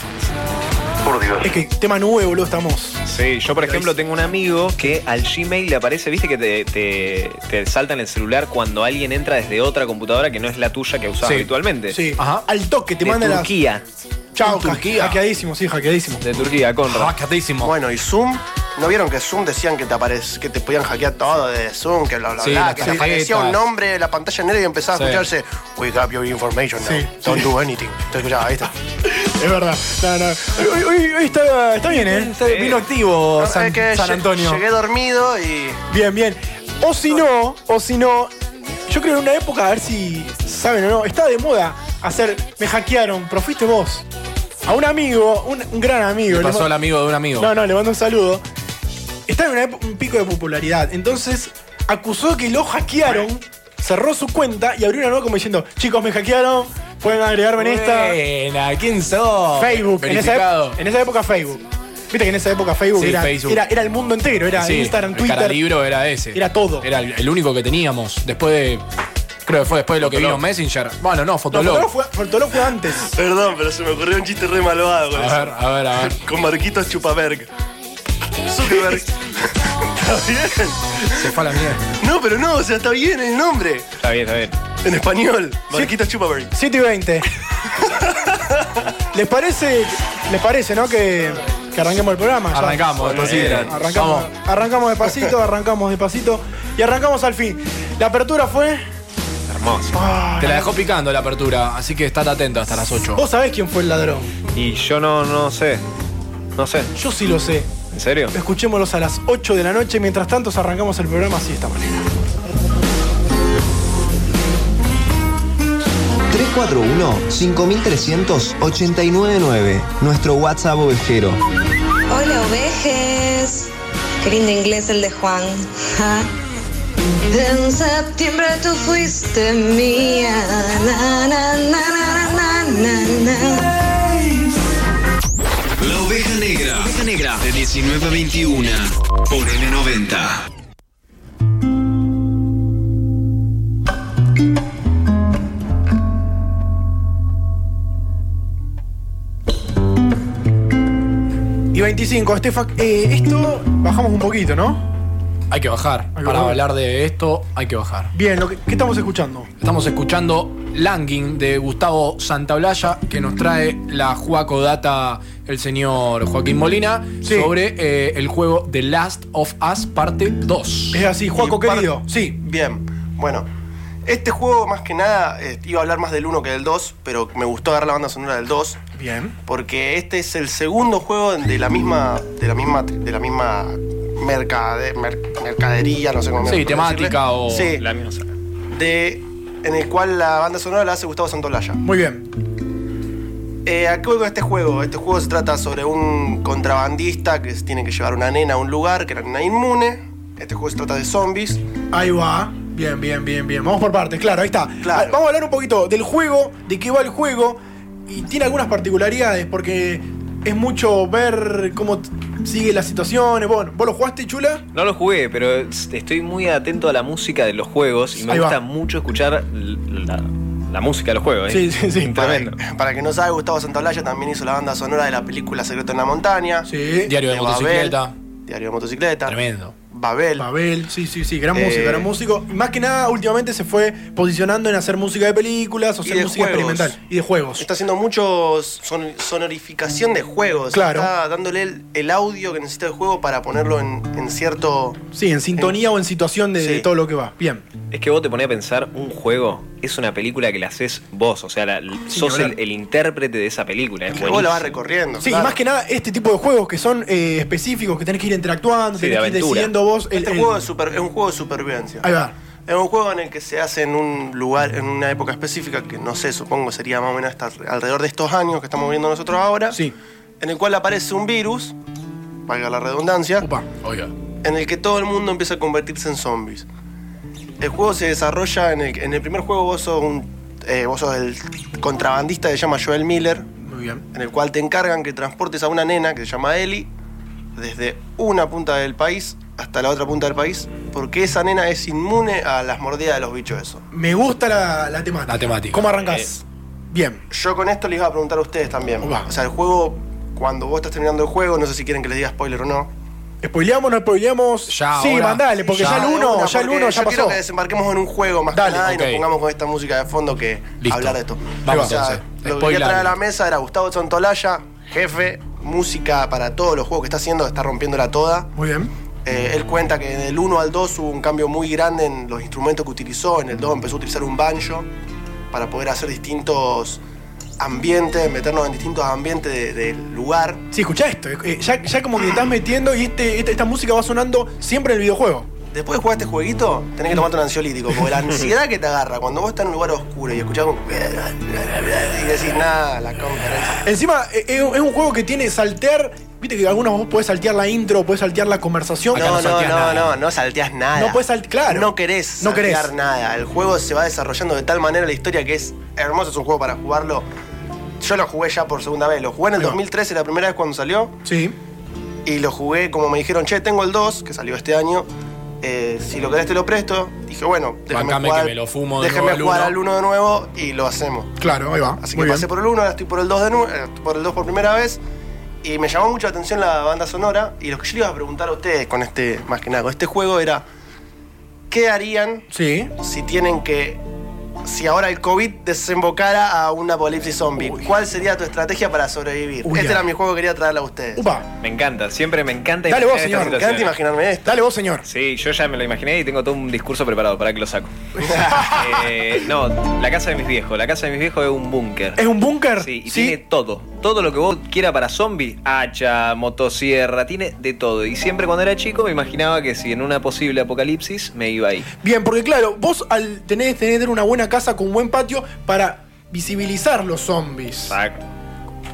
Speaker 7: Por Dios.
Speaker 10: Es que tema nube, boludo, estamos.
Speaker 7: Sí, yo por ejemplo tengo un amigo que al Gmail le aparece, viste que te, te, te salta en el celular cuando alguien entra desde otra computadora que no es la tuya que usas
Speaker 10: Sí.
Speaker 7: habitualmente.
Speaker 10: Sí. Al toque te
Speaker 7: De
Speaker 10: mandan las-
Speaker 7: Turquía.
Speaker 10: Chao, Turquía. hackeadísimo, sí, hackeadísimo.
Speaker 7: De Turquía, Conra.
Speaker 10: Ah.
Speaker 13: Bueno, y Zoom. ¿No vieron que Zoom decían que te aparec- que te podían hackear todo de Zoom, que bla bla
Speaker 11: Sí,
Speaker 13: bla?
Speaker 11: las
Speaker 13: Que te aparecía
Speaker 11: tarjetas.
Speaker 13: un nombre en la pantalla negra y empezaba
Speaker 11: Sí.
Speaker 13: a escucharse We got your information now. Don't do anything. Te escuchaba, ahí está.
Speaker 10: Es verdad. No, no. Hoy, hoy- hoy está, está bien, ¿eh? Está- Vino activo
Speaker 13: No,
Speaker 10: San,
Speaker 13: Eh, es que
Speaker 10: San
Speaker 13: lle-
Speaker 10: Antonio.
Speaker 13: Llegué dormido y.
Speaker 10: Bien, bien. O si no, o si no, yo creo en una época, a ver si saben o no, está de moda hacer, me hackearon, pero fuiste vos. A un amigo, un, un gran amigo.
Speaker 11: Le
Speaker 10: le
Speaker 11: pasó
Speaker 10: ma-
Speaker 11: al amigo de un amigo.
Speaker 10: No, no, le mando un saludo. Está en una epo- un pico de popularidad. Entonces, acusó que lo hackearon, cerró su cuenta y abrió una nueva como diciendo, chicos, me hackearon, pueden agregarme en esta.
Speaker 11: Buena, ¿quién sos?
Speaker 10: Facebook, en esa,
Speaker 11: Verificado.
Speaker 10: ep- en esa época Facebook. Viste que en esa época Facebook,
Speaker 11: Sí,
Speaker 10: era,
Speaker 11: Facebook.
Speaker 10: Era, era el mundo entero, era
Speaker 11: Sí,
Speaker 10: Instagram,
Speaker 11: El
Speaker 10: Twitter.
Speaker 11: caralibro era ese.
Speaker 10: Era todo.
Speaker 11: Era el el único que teníamos. Después de. Creo que fue después de lo que vino Messenger. Bueno, no,
Speaker 10: No,
Speaker 11: Fotolog.
Speaker 10: Fotolog fue, Fotolog fue antes.
Speaker 13: Perdón, pero se me ocurrió un chiste re malvado con
Speaker 11: A ver, a ver, a ver.
Speaker 13: Con Marquitos Chupaberg. Zuckerberg. ¿Está bien?
Speaker 11: Se fue a la mierda.
Speaker 13: No, pero no, o sea, está bien el nombre.
Speaker 7: Está bien, está bien.
Speaker 13: En español. Marquitos Chupaberg.
Speaker 10: 7 y 20. ¿Les parece, les parece no? Que, que arranquemos el programa. ya?
Speaker 11: Arrancamos, despacito.
Speaker 10: eh, arrancamos, arrancamos despacito, arrancamos despacito y arrancamos al fin. La apertura fue.
Speaker 7: Hermoso.
Speaker 11: Te la dejó picando la apertura, así que estate atento hasta las 8.
Speaker 10: Vos sabés quién fue el ladrón.
Speaker 7: Y yo no, no sé. No sé.
Speaker 10: Yo sí lo sé.
Speaker 7: ¿En serio?
Speaker 10: Escuchémoslos a las 8 de la noche. Mientras tanto, arrancamos el programa así de esta manera.
Speaker 14: 341-5300-899, nuestro WhatsApp ovejero.
Speaker 15: Hola, ovejes. Qué lindo inglés el de Juan. Ja. En septiembre tú fuiste mía. Na, na, na, na, na, na, na.
Speaker 16: La oveja negra. La oveja negra. De 19 a 21. Por N90.
Speaker 10: Y 25, Estefac. eh, esto bajamos un poquito, ¿no?
Speaker 11: Hay que bajar. Para
Speaker 10: bajar.
Speaker 11: hablar de esto, hay que bajar.
Speaker 10: Bien, lo que, ¿qué estamos escuchando?
Speaker 11: Estamos escuchando Langing de Gustavo Santaolalla, que nos trae la Juaco Data el señor Joaquín Molina sobre eh, el juego The Last of Us parte 2.
Speaker 10: Es así, Juaco querido. Sí.
Speaker 13: Bien, bueno. Este juego, más que nada, eh, iba a hablar más del 1 que del 2, pero me gustó agarrar la banda sonora del 2.
Speaker 10: Bien.
Speaker 13: Porque este es el segundo juego de la misma. de la misma. de la misma. mercade- mer- mercadería, no sé cómo
Speaker 11: Sí,
Speaker 13: cómo
Speaker 11: temática o
Speaker 13: decirle. Sí,
Speaker 11: la misma.
Speaker 13: de, en el cual la banda sonora la hace Gustavo Santolaya.
Speaker 10: Muy bien.
Speaker 13: Eh, ¿A qué voy con este juego? Este juego se trata sobre un contrabandista que tiene que llevar una nena a un lugar, que la nena es inmune. Este juego se trata de zombies.
Speaker 10: Ahí va. Bien, bien, bien, bien. Vamos por partes, claro, ahí está. Ah, Vamos a hablar un poquito del juego, de qué va el juego. Y tiene algunas particularidades, porque es mucho ver cómo t- sigue las situaciones. Bueno, ¿vos lo jugaste, chula?
Speaker 7: No lo jugué, pero es- estoy muy atento a la música de los juegos y me
Speaker 10: Ahí va.
Speaker 7: gusta mucho escuchar l- la, la música de los juegos. ¿eh? Tremendo.
Speaker 13: Para, para que no sabe, Gustavo Santaolalla también hizo la banda sonora de la película Secreto en la Montaña.
Speaker 10: Sí.
Speaker 11: Diario de motocicleta.
Speaker 13: Diario de motocicleta.
Speaker 11: Tremendo.
Speaker 13: Babel.
Speaker 10: Babel, sí, sí, sí, gran
Speaker 13: Eh,
Speaker 10: músico, gran músico. Y más que nada, últimamente se fue posicionando en hacer música de películas o
Speaker 13: Y
Speaker 10: hacer
Speaker 13: de
Speaker 10: música
Speaker 13: juegos.
Speaker 10: experimental. Y de juegos.
Speaker 13: Está haciendo mucho son- sonorificación de juegos.
Speaker 10: Claro.
Speaker 13: Está dándole el, el audio que necesita el juego para ponerlo en, en cierto.
Speaker 10: Sí, en sintonía o en situación de, de todo lo que va. Bien.
Speaker 7: Es que vos te ponés a pensar, un juego es una película que la haces vos, o sea, la- l-
Speaker 10: Sí,
Speaker 7: sos
Speaker 10: ni
Speaker 7: el,
Speaker 10: hablar.
Speaker 7: el intérprete de esa película. Es
Speaker 13: vos la vas
Speaker 7: buenísimo.
Speaker 13: recorriendo.
Speaker 10: Sí, y más que nada, este tipo de juegos que son eh, específicos, que tenés que ir interactuando,
Speaker 13: Sí, de
Speaker 10: tenés que ir
Speaker 13: aventura.
Speaker 10: decidiendo vos el.
Speaker 13: Este
Speaker 10: el-
Speaker 13: juego es, super- es un juego de supervivencia.
Speaker 10: Ahí va.
Speaker 13: Es un juego en el que se hace en un lugar, en una época específica, que no sé, supongo sería más o menos hasta alrededor de estos años que estamos viendo nosotros ahora. Sí. En el cual aparece un virus, valga la redundancia. En el que todo el mundo empieza a convertirse en zombies. El juego se desarrolla en el, en el primer juego vos sos un. eh, vos sos el contrabandista que se llama Joel Miller.
Speaker 11: Muy bien.
Speaker 13: En el cual te encargan que transportes a una nena que se llama Ellie desde una punta del país hasta la otra punta del país, porque esa nena es inmune a las mordidas de los bichos esos.
Speaker 10: Me gusta la, la temática.
Speaker 11: La temática.
Speaker 10: ¿Cómo
Speaker 13: Eh.
Speaker 10: arrancás? Bien.
Speaker 13: Yo con esto les iba a preguntar a ustedes también. O sea, el juego, cuando vos estás terminando el juego, no sé si quieren que les diga spoiler o no.
Speaker 10: ¿Spoileamos no spoileamos?
Speaker 13: Ya,
Speaker 10: sí,
Speaker 13: ahora.
Speaker 10: mandale, porque ya, el
Speaker 13: Ahora,
Speaker 10: 1 ya, el
Speaker 13: porque
Speaker 10: uno ya
Speaker 13: yo quiero
Speaker 10: pasó.
Speaker 13: que desembarquemos en un juego más
Speaker 10: Dale,
Speaker 13: que nada
Speaker 10: ok.
Speaker 13: y nos pongamos con esta música de fondo que
Speaker 11: Listo.
Speaker 13: hablar de esto.
Speaker 11: Vamos,
Speaker 13: O sea,
Speaker 11: entonces.
Speaker 13: Lo que quería traer a la
Speaker 11: Spoiler.
Speaker 13: mesa era Gustavo Santolaya, jefe, música para todos los juegos que está haciendo, está rompiéndola toda.
Speaker 10: Muy bien.
Speaker 13: Eh, él cuenta que del 1 al 2 hubo un cambio muy grande en los instrumentos que utilizó. En el 2 empezó a utilizar un banjo para poder hacer distintos ambientes, meternos en distintos ambientes de- del lugar.
Speaker 10: Sí, escuchá esto. eh, ya, ya como que te estás metiendo y este, esta, esta música va sonando siempre en el videojuego.
Speaker 13: Después de jugar este jueguito, tenés que tomarte un ansiolítico, porque la ansiedad que te agarra cuando vos estás en un lugar oscuro y escuchás como... y decís, nada, la conferencia.
Speaker 10: Encima, eh, eh, es un juego que tiene saltear. Viste que algunos vos podés saltear la intro, podés saltear la conversación.
Speaker 13: No, no, no, no, no salteás nada.
Speaker 10: No podés saltear, claro.
Speaker 13: No querés
Speaker 10: No querés.
Speaker 13: saltear nada. El juego se va desarrollando de tal manera la historia que es hermoso. Es un juego para jugarlo. Yo lo jugué ya por segunda vez. Lo jugué en el 2013, la primera vez cuando salió.
Speaker 10: Sí.
Speaker 13: Y lo jugué como me dijeron, che, tengo el 2, que salió este año. eh, si lo querés te lo presto. Dije, bueno, déjame
Speaker 11: Bancame
Speaker 13: jugar,
Speaker 11: que me lo fumo de
Speaker 13: déjame
Speaker 11: nuevo al
Speaker 13: jugar
Speaker 11: uno.
Speaker 13: al 1 de nuevo y lo hacemos.
Speaker 10: Claro, ahí va.
Speaker 13: Así
Speaker 10: Muy
Speaker 13: que
Speaker 10: bien.
Speaker 13: pasé por el 1, ahora estoy por el 2 de nuevo, eh, por el 2 por primera vez. Y me llamó mucho la atención la banda sonora. Y lo que yo le iba a preguntar a ustedes con este, más que nada, con este juego era. ¿Qué harían
Speaker 10: Sí.
Speaker 13: si tienen que. Si ahora el COVID desembocara a un apocalipsis zombie? ¿Cuál sería tu estrategia para sobrevivir?
Speaker 7: Uy,
Speaker 13: este
Speaker 7: ya.
Speaker 10: ah.
Speaker 13: era mi juego que quería traerle a ustedes.
Speaker 7: Me encanta, siempre me encanta
Speaker 13: Dale vos,
Speaker 7: imaginar
Speaker 13: señor. Me
Speaker 7: estas
Speaker 13: encanta
Speaker 7: situaciones.
Speaker 13: imaginarme esto.
Speaker 10: Dale vos, señor.
Speaker 7: Sí, yo ya me lo imaginé y tengo todo un discurso preparado para que lo saco. Eh, no, la casa de mis viejos. La casa de mis viejos es un búnker.
Speaker 10: ¿Es un búnker?
Speaker 7: Sí, y tiene todo. Todo lo que vos quieras para zombie, hacha, motosierra, tiene de todo. Y siempre cuando era chico me imaginaba que si en una posible apocalipsis me iba ahí.
Speaker 10: Bien, porque claro, vos al tener, tener una buena casa con buen patio para visibilizar los zombies.
Speaker 7: Exacto.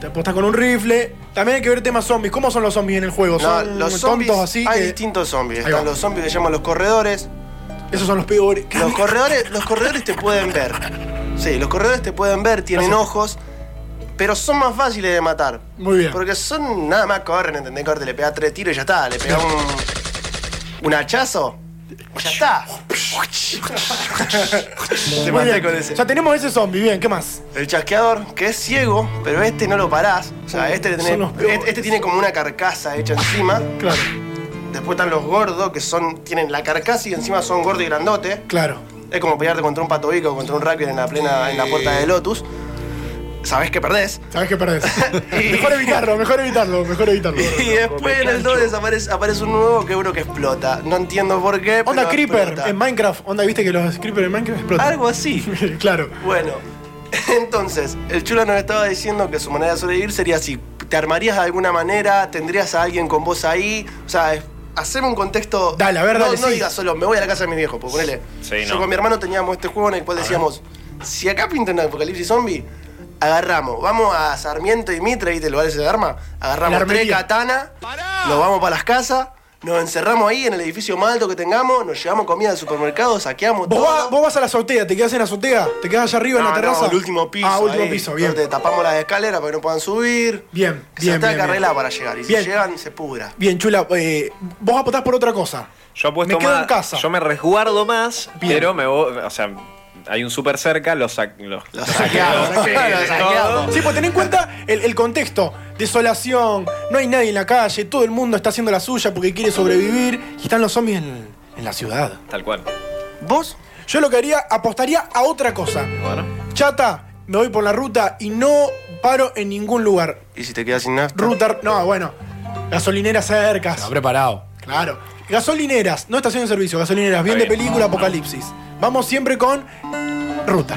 Speaker 10: Te apostás con un rifle. También hay que ver temas zombies. ¿Cómo son los zombies en el juego?
Speaker 13: No,
Speaker 10: ¿Son
Speaker 13: los
Speaker 10: tontos
Speaker 13: zombies.
Speaker 10: así?
Speaker 13: hay
Speaker 10: que-
Speaker 13: distintos zombies.
Speaker 10: Ahí
Speaker 13: Están
Speaker 10: va.
Speaker 13: los zombies que llaman los corredores.
Speaker 10: Esos son los peores.
Speaker 13: Los corredores, los corredores te pueden ver. Sí, los corredores te pueden ver, tienen ojos, pero son más fáciles de matar.
Speaker 10: Muy bien.
Speaker 13: Porque son nada más corren, ¿entendés? Corte, le pegás tres tiros y ya está. Le pegás un, un hachazo. Ya está. Te
Speaker 10: Muy
Speaker 13: maté
Speaker 10: bien.
Speaker 13: con ese.
Speaker 10: Ya tenemos ese zombie, bien, ¿qué más?
Speaker 13: El chasqueador, que es ciego, pero este no lo parás. O sea, este, le tenés-
Speaker 10: Son los peores.
Speaker 13: este- este tiene como una carcasa hecha encima.
Speaker 10: Claro.
Speaker 13: Después están los gordos, que son tienen la carcasa y encima son gordos y grandotes.
Speaker 10: Claro.
Speaker 13: Es como pelearte contra un patobico o contra un racket en la plena en la puerta de Lotus. Sabés que perdés.
Speaker 10: Sabés que perdés. Mejor evitarlo, mejor evitarlo, mejor evitarlo.
Speaker 13: Y después en el 2 aparece, aparece un nuevo que es uno que explota. No entiendo por qué.
Speaker 10: Onda
Speaker 13: pero
Speaker 10: Creeper
Speaker 13: explota.
Speaker 10: en Minecraft. Onda, viste que los Creeper en Minecraft explotan.
Speaker 13: Algo así.
Speaker 10: claro.
Speaker 13: Bueno, entonces, el chulo nos estaba diciendo que su manera de sobrevivir sería así. ¿Te armarías de alguna manera? ¿Tendrías a alguien con vos ahí? O sea, es- haceme un contexto.
Speaker 10: Dale, a ver,
Speaker 13: no,
Speaker 10: dale,
Speaker 13: No
Speaker 10: sí.
Speaker 13: digas solo, me voy a la casa de mi viejo, porque ponele.
Speaker 7: Sí,
Speaker 13: Yo
Speaker 7: no.
Speaker 13: con mi hermano teníamos este juego en el cual decíamos, si acá pinta un apocalipsis zombie, agarramos, vamos a Sarmiento y Mitre, ¿viste? Lugares de arma,
Speaker 10: La
Speaker 13: agarramos tres
Speaker 10: armería.
Speaker 13: katana, nos vamos para las casas. Nos encerramos ahí en el edificio más alto que tengamos, nos llevamos comida del supermercado, saqueamos
Speaker 10: ¿Vos,
Speaker 13: todo.
Speaker 10: va- vos vas a la azotea, te quedas en la azotea, te quedas allá arriba en la
Speaker 13: No, no,
Speaker 10: terraza.
Speaker 13: el último piso.
Speaker 10: Ah, último
Speaker 13: ahí.
Speaker 10: piso, bien.
Speaker 13: Corte, tapamos las escaleras para que no puedan subir.
Speaker 10: Bien,
Speaker 13: Que
Speaker 10: bien,
Speaker 13: se tenga
Speaker 10: bien,
Speaker 13: que arreglar
Speaker 10: bien.
Speaker 13: para llegar. Y
Speaker 10: Bien.
Speaker 13: si llegan, se pudra.
Speaker 10: Bien, chula, eh, vos apostás por otra cosa.
Speaker 7: Yo apuesto
Speaker 10: Me quedo
Speaker 7: más-
Speaker 10: en casa.
Speaker 7: Yo me resguardo más, pero me voy. O sea, hay un súper cerca, los sac- los-
Speaker 10: Claro,
Speaker 7: Sí,
Speaker 10: claro,
Speaker 7: de
Speaker 10: saqueado. Sí, pues ten en cuenta el, el contexto. Desolación, no hay nadie en la calle, todo el mundo está haciendo la suya porque quiere sobrevivir y están los zombies en, en la ciudad.
Speaker 7: todo, Tal cual.
Speaker 10: ¿Vos? Yo lo que haría, apostaría a otra cosa. Chata, me voy por la ruta y no paro en ningún lugar.
Speaker 13: ¿Y si te quedas sin nafta?
Speaker 10: Ruta, no, bueno, gasolineras cercas.
Speaker 11: Está preparado.
Speaker 10: Claro. Gasolineras, no estación de servicio, gasolineras, bien,
Speaker 7: Está
Speaker 10: de
Speaker 7: bien.
Speaker 10: película, apocalipsis. Vamos siempre con ruta.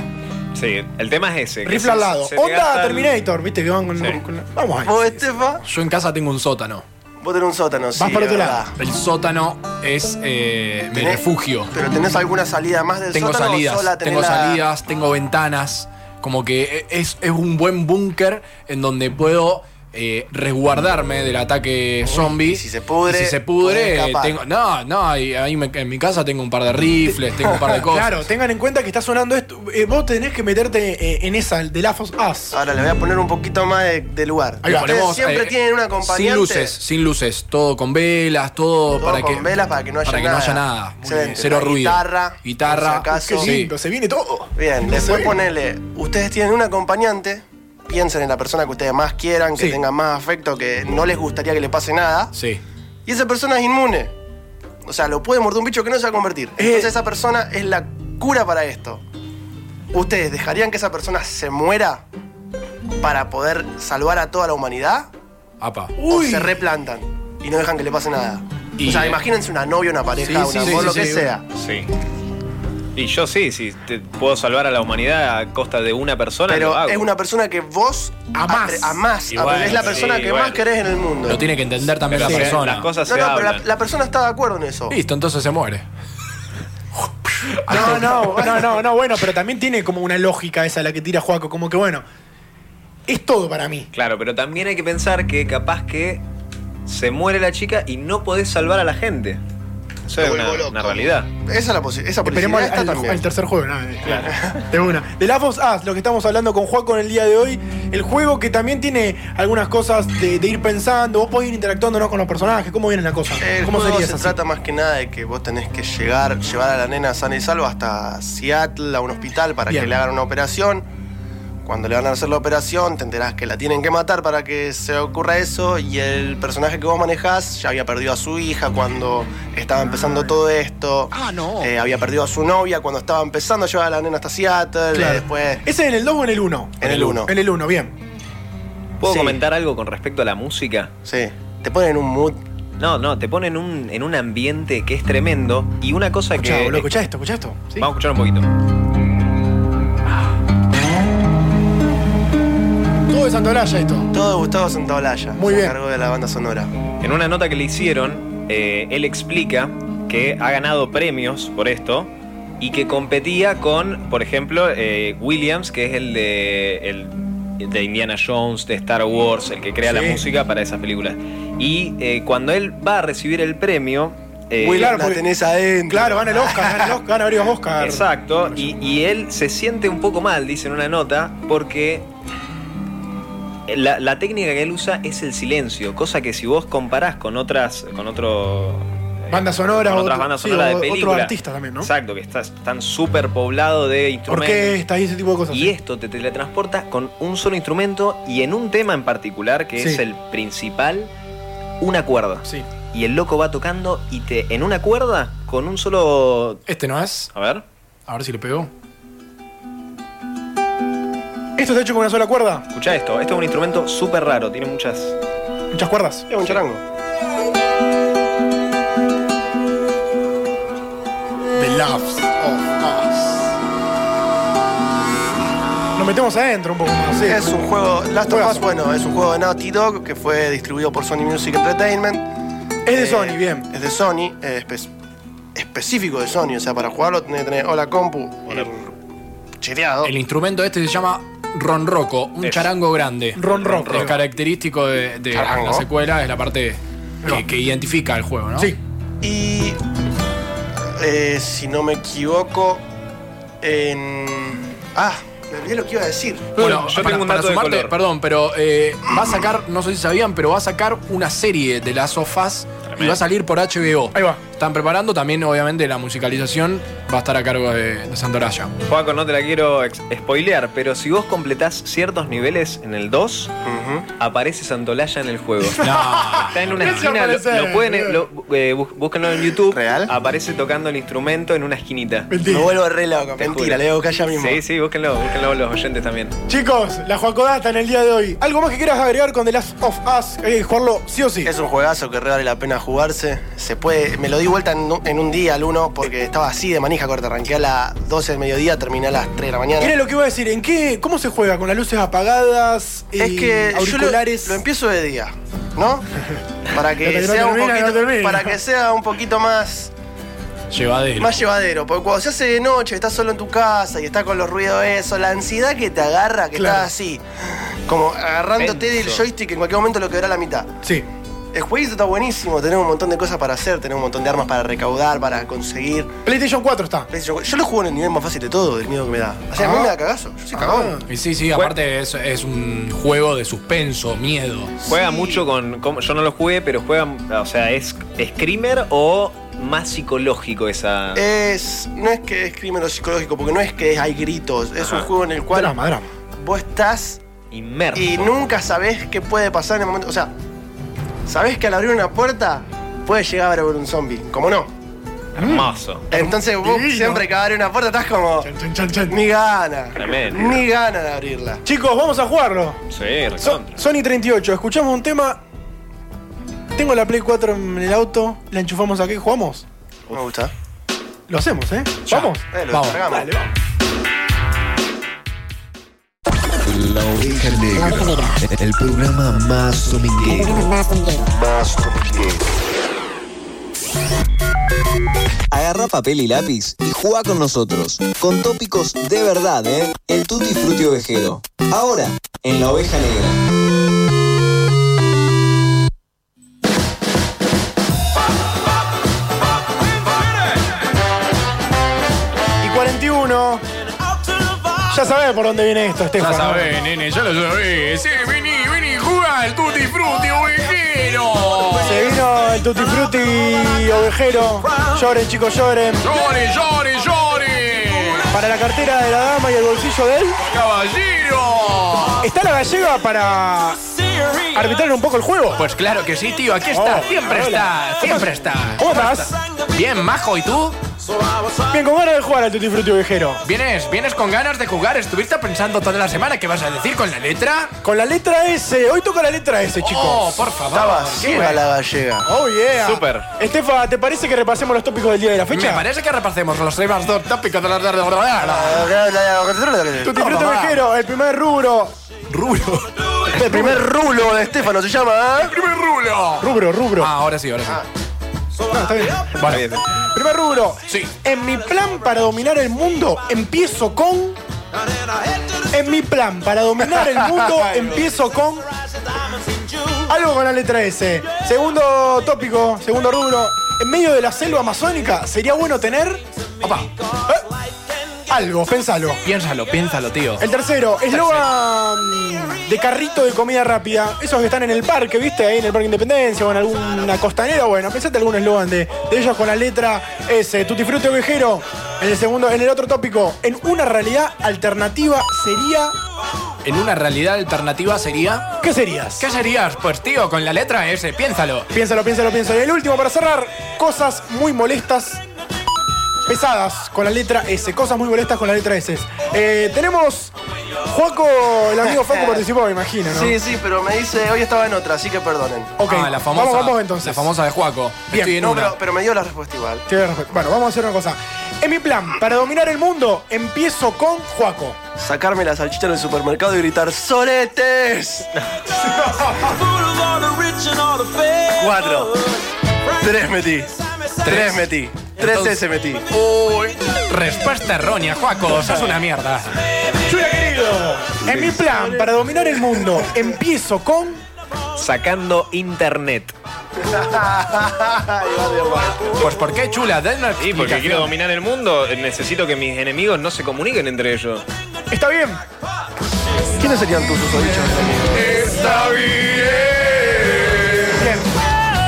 Speaker 7: Sí, el tema es ese. que
Speaker 10: Rifle al
Speaker 7: se-
Speaker 10: lado.
Speaker 7: se te
Speaker 10: Onda
Speaker 7: gasta el-
Speaker 10: Terminator, viste que van con.
Speaker 7: Sí.
Speaker 10: con la- Vamos ahí.
Speaker 13: ¿Vos, Estefa?
Speaker 11: Yo en casa tengo un sótano.
Speaker 13: Vos tenés un sótano, sí.
Speaker 11: Vas por otro lado. El sótano es eh, mi
Speaker 13: ¿Tenés-
Speaker 11: refugio.
Speaker 13: ¿Pero tenés alguna salida más del
Speaker 11: Tengo
Speaker 13: sótano o
Speaker 11: salidas,
Speaker 13: sola tenés
Speaker 11: tengo
Speaker 13: la- Ah.
Speaker 11: salidas, tengo ventanas. Como que e-, es, es un buen búnker en donde puedo eh, resguardarme del ataque zombie. si se
Speaker 13: pudre,
Speaker 11: Si se pudre,
Speaker 10: podés escapar.
Speaker 11: tengo. No, no, ahí, ahí me- en mi casa tengo un par de rifles, tengo un par de cosas.
Speaker 10: Claro, tengan en cuenta que está sonando esto. Eh, vos tenés que meterte eh, en esa, el de Last of Us.
Speaker 11: Ah,
Speaker 13: Ahora le voy a poner un poquito más de, de lugar.
Speaker 11: Ahí
Speaker 13: Ustedes
Speaker 11: ponemos,
Speaker 13: siempre
Speaker 11: eh,
Speaker 13: tienen una
Speaker 11: Sin
Speaker 13: acompañante.
Speaker 11: luces, sin luces, todo con velas, todo,
Speaker 13: Todo
Speaker 11: para
Speaker 13: con
Speaker 11: que
Speaker 13: velas para que no haya
Speaker 11: para
Speaker 13: nada.
Speaker 11: Que no haya nada. Muy
Speaker 13: Excelente.
Speaker 11: bien. Cero
Speaker 13: La
Speaker 11: ruido.
Speaker 13: guitarra,
Speaker 11: Guitarra.
Speaker 13: por si acaso.
Speaker 11: Sí.
Speaker 10: se viene todo.
Speaker 13: Bien,
Speaker 11: No
Speaker 13: después
Speaker 11: sé.
Speaker 13: ponele. Ustedes tienen un acompañante. Piensen en la persona que ustedes más quieran, que
Speaker 11: Sí.
Speaker 13: tengan más afecto, que no les gustaría que le pase nada.
Speaker 11: Sí.
Speaker 13: Y esa persona es inmune. O sea, lo puede morder un bicho que no se va a
Speaker 7: Eh.
Speaker 13: convertir. Entonces esa persona es la cura para esto. ¿Ustedes dejarían que esa persona se muera para poder salvar a toda la humanidad?
Speaker 11: Apa.
Speaker 13: O se replantan y no dejan que le pase nada.
Speaker 7: Y- eh.
Speaker 13: o sea, imagínense una novia, una pareja, un amor, lo que sea.
Speaker 7: Sí. Y yo sí, si te puedo salvar a la humanidad a costa de una persona, lo
Speaker 13: Pero
Speaker 7: hago.
Speaker 13: es una persona que vos
Speaker 11: Amás.
Speaker 13: atre- amás.
Speaker 7: Y bueno,
Speaker 13: es la
Speaker 7: sí,
Speaker 13: persona que
Speaker 7: bueno.
Speaker 13: más querés en el mundo.
Speaker 11: Lo tiene que entender también
Speaker 7: Pero
Speaker 11: la
Speaker 7: se-
Speaker 11: persona.
Speaker 7: las cosas
Speaker 13: no, no, pero la, la persona está de acuerdo en eso.
Speaker 11: Listo, entonces se muere.
Speaker 10: No, no, no, no, no, bueno, pero también tiene como una lógica esa la que tira Juaco, como que bueno, es todo para mí.
Speaker 7: Claro, pero también hay que pensar que capaz que se muere la chica y no podés salvar a la gente. Eso es una, una realidad.
Speaker 13: Esa es la posibilidad. Esa posibilidad
Speaker 10: Esperemos al,
Speaker 13: está
Speaker 10: al-
Speaker 13: también.
Speaker 10: al tercer juego, nada, eh, claro. De una. De Last of Us, lo que estamos hablando con Juaco en el día de hoy, el juego que también tiene algunas cosas de, de ir pensando, vos podés ir interactuando ¿no? con los personajes, ¿cómo viene la cosa?
Speaker 13: El
Speaker 10: ¿Cómo
Speaker 13: juego
Speaker 10: sería
Speaker 13: se
Speaker 10: eso?
Speaker 13: trata más que nada de que vos tenés que llegar, llevar a la nena sana y salva hasta Seattle, a un hospital, para
Speaker 10: Bien.
Speaker 13: que le hagan una operación. Cuando le van a hacer la operación, te enterás que la tienen que matar para que se ocurra eso. Y el personaje que vos manejás ya había perdido a su hija cuando estaba empezando todo esto. Ah, no. había perdido a su novia cuando estaba empezando a llevar a la nena hasta Seattle.
Speaker 10: Claro.
Speaker 13: Y después.
Speaker 10: ¿Ese en el 2 o en el 1?
Speaker 13: En el uno.
Speaker 10: En el 1, bien.
Speaker 7: ¿Puedo
Speaker 13: Sí.
Speaker 7: comentar algo con respecto a la música?
Speaker 13: Sí. Te ponen en un mood.
Speaker 7: No, no, te ponen en un, en un ambiente que es tremendo. Y una cosa
Speaker 10: Escuchá,
Speaker 7: que.
Speaker 10: boludo, escuchá esto, escuchá esto. ¿sí?
Speaker 7: Vamos a escuchar un poquito.
Speaker 10: Todo de Santolaya esto.
Speaker 13: Todo de Gustavo Santaolalla.
Speaker 10: Muy
Speaker 13: se
Speaker 10: bien.
Speaker 13: cargo de la banda sonora.
Speaker 7: En una nota que le hicieron, eh, él explica que ha ganado premios por esto y que competía con, por ejemplo, eh, Williams, que es el de, el de Indiana Jones, de Star Wars, el que crea la
Speaker 10: Sí.
Speaker 7: música para esas películas. Y eh, cuando él va a recibir el premio... eh,
Speaker 10: Claro, porque- Claro, gana el Oscar, gana el Oscar, gana varios Oscar.
Speaker 7: Exacto, y, y él se siente un poco mal, dice en una nota, porque la, la técnica que él usa es el silencio, cosa que si vos comparás con otras, con otro, eh,
Speaker 10: Bandas sonoras,
Speaker 7: con otras
Speaker 10: otro-
Speaker 7: bandas
Speaker 10: sí,
Speaker 7: sonoras
Speaker 10: o-
Speaker 7: de película,
Speaker 10: Otro artista también, ¿no?
Speaker 7: exacto, que estás tan súper poblado de instrumentos.
Speaker 10: Orquestas y ese tipo de cosas.
Speaker 7: Y esto te teletransporta con un solo instrumento y en un tema en particular, que
Speaker 10: Sí.
Speaker 7: es el principal, una cuerda.
Speaker 10: Sí.
Speaker 7: Y el loco va tocando y te. en una cuerda, con un solo.
Speaker 11: Este no es.
Speaker 7: A ver.
Speaker 11: A ver si le pego.
Speaker 10: ¿Esto está hecho con una sola cuerda?
Speaker 7: Escucha esto, esto es un instrumento súper raro, tiene muchas.
Speaker 10: Muchas cuerdas.
Speaker 13: Es un charango.
Speaker 10: The Loves Nos metemos adentro un poco más. sí.
Speaker 13: Es un juego, Last of Us, bueno, es un juego de Naughty Dog que fue distribuido por Sony Music Entertainment.
Speaker 10: Es de
Speaker 13: Eh,
Speaker 10: Sony, bien.
Speaker 13: Es de Sony, eh, espe- específico de Sony, o sea, para jugarlo tenés que tener hola compu, cheteado.
Speaker 11: El instrumento este se llama ronroco, un charango grande.
Speaker 10: Ronroco.
Speaker 11: Es característico de, de
Speaker 13: Charango.
Speaker 11: la secuela, es la parte que, que identifica el juego, ¿no?
Speaker 10: Sí.
Speaker 13: Y eh, si no me equivoco, en... Ah, me olvidé lo que iba a decir.
Speaker 11: Bueno, yo tengo un dato
Speaker 7: de color.
Speaker 11: perdón, pero eh, va a sacar, no sé si sabían, pero va a sacar una serie de las sofás y va a salir por HBO.
Speaker 10: Ahí va.
Speaker 11: Están preparando también, obviamente, la musicalización va a estar a cargo de, de Santoraya.
Speaker 7: Juaco, no te la quiero ex- spoilear, pero si vos completás ciertos niveles en el 2, aparece Santolaya en el juego. Está en una
Speaker 11: No se
Speaker 7: esquina, lo,
Speaker 11: aparece,
Speaker 7: lo pueden, lo- eh, bú- búsquenlo en YouTube.
Speaker 13: ¿Real?
Speaker 7: Aparece tocando el instrumento en una esquinita.
Speaker 10: Mentira.
Speaker 13: Me vuelvo re loco,
Speaker 7: Te
Speaker 13: mentira,
Speaker 7: juro.
Speaker 13: le digo que allá mismo.
Speaker 7: Sí, sí, búsquenlo, búsquenlo los oyentes también.
Speaker 10: Chicos, la Juacodata en el día de hoy. ¿Algo más que quieras agregar con The Last of Us? Hay que jugarlo sí o sí.
Speaker 13: Es un juegazo que re vale la pena jugarse. Se puede, me lo di vuelta en, un- en un día al uno porque estaba así de manija corta. Arranqué a las 12 del mediodía, terminé a las 3 de la mañana.
Speaker 10: Era lo que iba a decir, ¿en qué? ¿Cómo se juega? ¿Con las luces apagadas?
Speaker 13: Es
Speaker 10: eh,
Speaker 13: que yo lo,
Speaker 10: auriculares.
Speaker 13: lo empiezo de día. ¿no? Para
Speaker 11: No
Speaker 13: que,
Speaker 11: te- no
Speaker 13: sea, un
Speaker 11: termina, no
Speaker 13: poquito,
Speaker 11: termina.
Speaker 13: para que sea un poquito más,
Speaker 11: Llevadero.
Speaker 13: más llevadero. Porque cuando se hace de noche, estás solo en tu casa y estás con los ruidos de eso, la ansiedad que te agarra, que
Speaker 10: Claro.
Speaker 13: estás así, como agarrándote del
Speaker 10: Tenso.
Speaker 13: joystick que en cualquier momento lo quebrá a la mitad.
Speaker 10: Sí.
Speaker 13: El jueguito está buenísimo, tenemos un montón de cosas para hacer, tenemos un montón de armas para recaudar, para conseguir.
Speaker 10: PlayStation 4 está.
Speaker 13: Yo lo juego en el nivel más fácil de todo, del miedo que me da. O sea, a mí
Speaker 10: Ah.
Speaker 13: me da cagazo. Yo soy cagón.
Speaker 11: Y sí, sí, aparte es, es un juego de suspenso, miedo.
Speaker 7: Juega mucho con, con- Yo no lo jugué, pero juega. O sea, ¿es screamer o más psicológico esa.
Speaker 13: Eh, Es, no es que es crimen o psicológico, porque no es que hay gritos. Es
Speaker 7: Ajá.
Speaker 13: un juego en el cual
Speaker 10: Drama, drama.
Speaker 13: vos estás
Speaker 7: inmerso.
Speaker 13: y nunca sabés qué puede pasar en el momento. O sea, sabés que al abrir una puerta puede llegar a haber un zombie. Como no.
Speaker 7: Hermoso.
Speaker 13: Entonces vos
Speaker 10: Divino.
Speaker 13: siempre que abres una puerta estás como. Ni gana.
Speaker 7: Tremendo.
Speaker 13: Ni gana de abrirla.
Speaker 10: Chicos, vamos a jugarlo.
Speaker 7: Sí,
Speaker 10: So- Sony 38, escuchamos un tema. Tengo la Play 4 en el auto, la enchufamos aquí, jugamos.
Speaker 13: Me gusta.
Speaker 10: Lo hacemos, ¿eh? Vamos.
Speaker 13: Eh, lo
Speaker 10: Vamos.
Speaker 13: descargamos.
Speaker 10: Dale, vamos.
Speaker 1: La Oveja Negra. El programa más dominguero. Más dominguero.
Speaker 14: Agarra papel y lápiz y juega con nosotros, con tópicos de verdad, ¿eh? El tutti frutti ovejero. Ahora, en La Oveja Negra.
Speaker 10: Y 41. Ya sabés por dónde viene esto, Estefan.
Speaker 11: Ya sabés, Eh, nene, ya lo sabés. Eh, vení, vení, jugá al Tutti Frutti, ovejero.
Speaker 10: Se vino el Tutti Frutti ovejero. Lloren, chicos, lloren.
Speaker 11: Llore, llore, llore.
Speaker 10: Para la cartera de la dama y el bolsillo de él.
Speaker 11: Caballero.
Speaker 10: ¿Está la gallega para arbitrar un poco el juego?
Speaker 11: Pues claro que sí, tío, aquí está,
Speaker 10: Oh,
Speaker 11: siempre
Speaker 10: hola.
Speaker 11: está, siempre está.
Speaker 10: ¿Cómo estás?
Speaker 11: Bien, majo, ¿y tú?
Speaker 10: Bien, con ganas de jugar al Tutti Frutti ovejero.
Speaker 11: ¿Vienes, vienes con ganas de jugar? ¿Estuviste pensando toda la semana qué vas a decir con la letra?
Speaker 10: Con la letra S, hoy toca la letra S, chicos.
Speaker 11: Oh, por favor.
Speaker 13: Estaba
Speaker 11: qué
Speaker 13: ciega la gallega.
Speaker 10: Oh yeah.
Speaker 11: Súper.
Speaker 10: Estefa, ¿te parece que repasemos los tópicos del día de la
Speaker 11: Me
Speaker 10: fecha?
Speaker 11: parece que repasemos los temas dos tópicos de la tarde.
Speaker 10: Tutti Frutti ovejero, el primer rubro.
Speaker 11: Rulo.
Speaker 13: El primer rulo de Estefano se llama. ¿eh?
Speaker 11: Primer rulo.
Speaker 10: Rubro, rubro.
Speaker 11: Ah, ahora sí, ahora sí.
Speaker 10: No, está bien.
Speaker 11: Vale.
Speaker 10: Primer rubro.
Speaker 11: Sí.
Speaker 10: En mi plan para dominar el mundo, empiezo con. En mi plan para dominar el mundo, empiezo con. Algo con la letra S. Segundo tópico, segundo rubro. En medio de la selva amazónica, sería bueno tener.
Speaker 11: Papá,
Speaker 10: ¿eh? Algo, pensalo.
Speaker 11: piénsalo, piénsalo, tío.
Speaker 10: El tercero, eslogan de carrito de comida rápida. Esos que están en el parque, ¿viste? Ahí en el Parque Independencia o en alguna costanera. Bueno, pensate algún eslogan de, de ellos con la letra S. Tutti frutti ovejero. En el segundo, en el otro tópico, en una realidad alternativa sería.
Speaker 11: En una realidad alternativa sería.
Speaker 10: ¿Qué serías?
Speaker 11: ¿Qué serías? Pues tío, con la letra S, piénsalo.
Speaker 10: Piénsalo, piénsalo, piénsalo. Y el último, para cerrar, cosas muy molestas. Pesadas con la letra S, cosas muy molestas con la letra S. Eh, tenemos. Juaco, el amigo Facu participó, me imagino, ¿no?
Speaker 13: Sí, sí, pero me dice, hoy estaba en otra, así que perdonen.
Speaker 10: Ok,
Speaker 11: Ah, la famosa.
Speaker 10: vamos, vamos entonces.
Speaker 11: La famosa de Juaco.
Speaker 10: Bien,
Speaker 11: Estoy en
Speaker 13: No,
Speaker 11: una.
Speaker 13: pero, pero me dio la respuesta igual.
Speaker 10: Te voy a respetar. Bueno, vamos a hacer una cosa. En mi plan, para dominar el mundo, empiezo con Juaco.
Speaker 13: Sacarme la salchicha en el supermercado y gritar ¡Soletes! Cuatro. Tres metí. Tres metí. Tres
Speaker 11: Entonces-
Speaker 13: S metí.
Speaker 11: Uy, respuesta errónea, Juaco. Sos una mierda.
Speaker 10: Chula querido. En mi plan, para dominar el mundo, empiezo con.
Speaker 7: Sacando internet.
Speaker 11: Pues ¿por qué chula? Da una
Speaker 7: Sí, porque
Speaker 11: explicación.
Speaker 7: quiero dominar el mundo, eh, necesito que mis enemigos no se comuniquen entre ellos.
Speaker 10: Está bien.
Speaker 13: ¿Quiénes serían tus susodichos?
Speaker 10: Bien.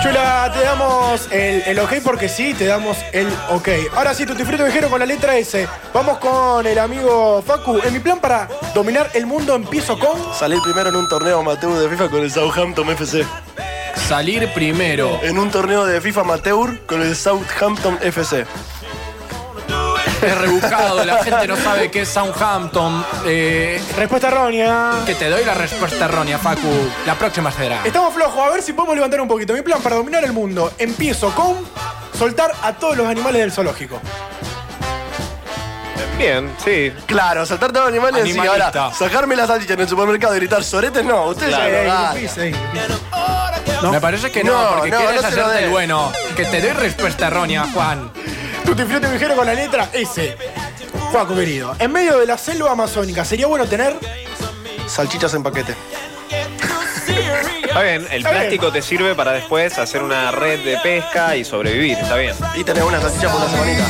Speaker 10: Chula, te damos el, el ok porque sí, te damos el ok. Ahora sí, Tutti Frutti Viajero con la letra S. Vamos con el amigo Facu. En mi plan para dominar el mundo empiezo con.
Speaker 13: Salir primero en un torneo amateur de FIFA con el Southampton FC.
Speaker 11: Salir primero.
Speaker 13: En un torneo de FIFA amateur con el Southampton FC.
Speaker 11: Es rebuscado, la gente no sabe qué es Southampton. Eh,
Speaker 10: Respuesta errónea.
Speaker 11: que te doy la respuesta errónea, Facu. La próxima será.
Speaker 10: Estamos flojos, a ver si podemos levantar un poquito. Mi plan para dominar el mundo empiezo con soltar a todos los animales del zoológico.
Speaker 7: Bien, sí.
Speaker 13: Claro, saltar todos los animales y
Speaker 11: Animalista.
Speaker 13: Ah, ahora sacarme la salchicha en el supermercado y gritar soretes, no. Ustedes
Speaker 10: Ey,
Speaker 13: ya
Speaker 10: difícil, ey.
Speaker 11: Me parece que no, porque quieres
Speaker 10: se lo
Speaker 11: hacerte el
Speaker 10: des.
Speaker 11: bueno. Que te doy respuesta errónea, Juan.
Speaker 10: Tutti Frutti Vigero con la letra S. Juaco querido, en medio de la selva amazónica sería bueno tener
Speaker 13: Salchichas en paquete.
Speaker 7: Está bien, el
Speaker 10: Está bien.
Speaker 7: plástico te sirve para después hacer una red de pesca y sobrevivir, está bien.
Speaker 13: Y tener una salchicha por la semanita.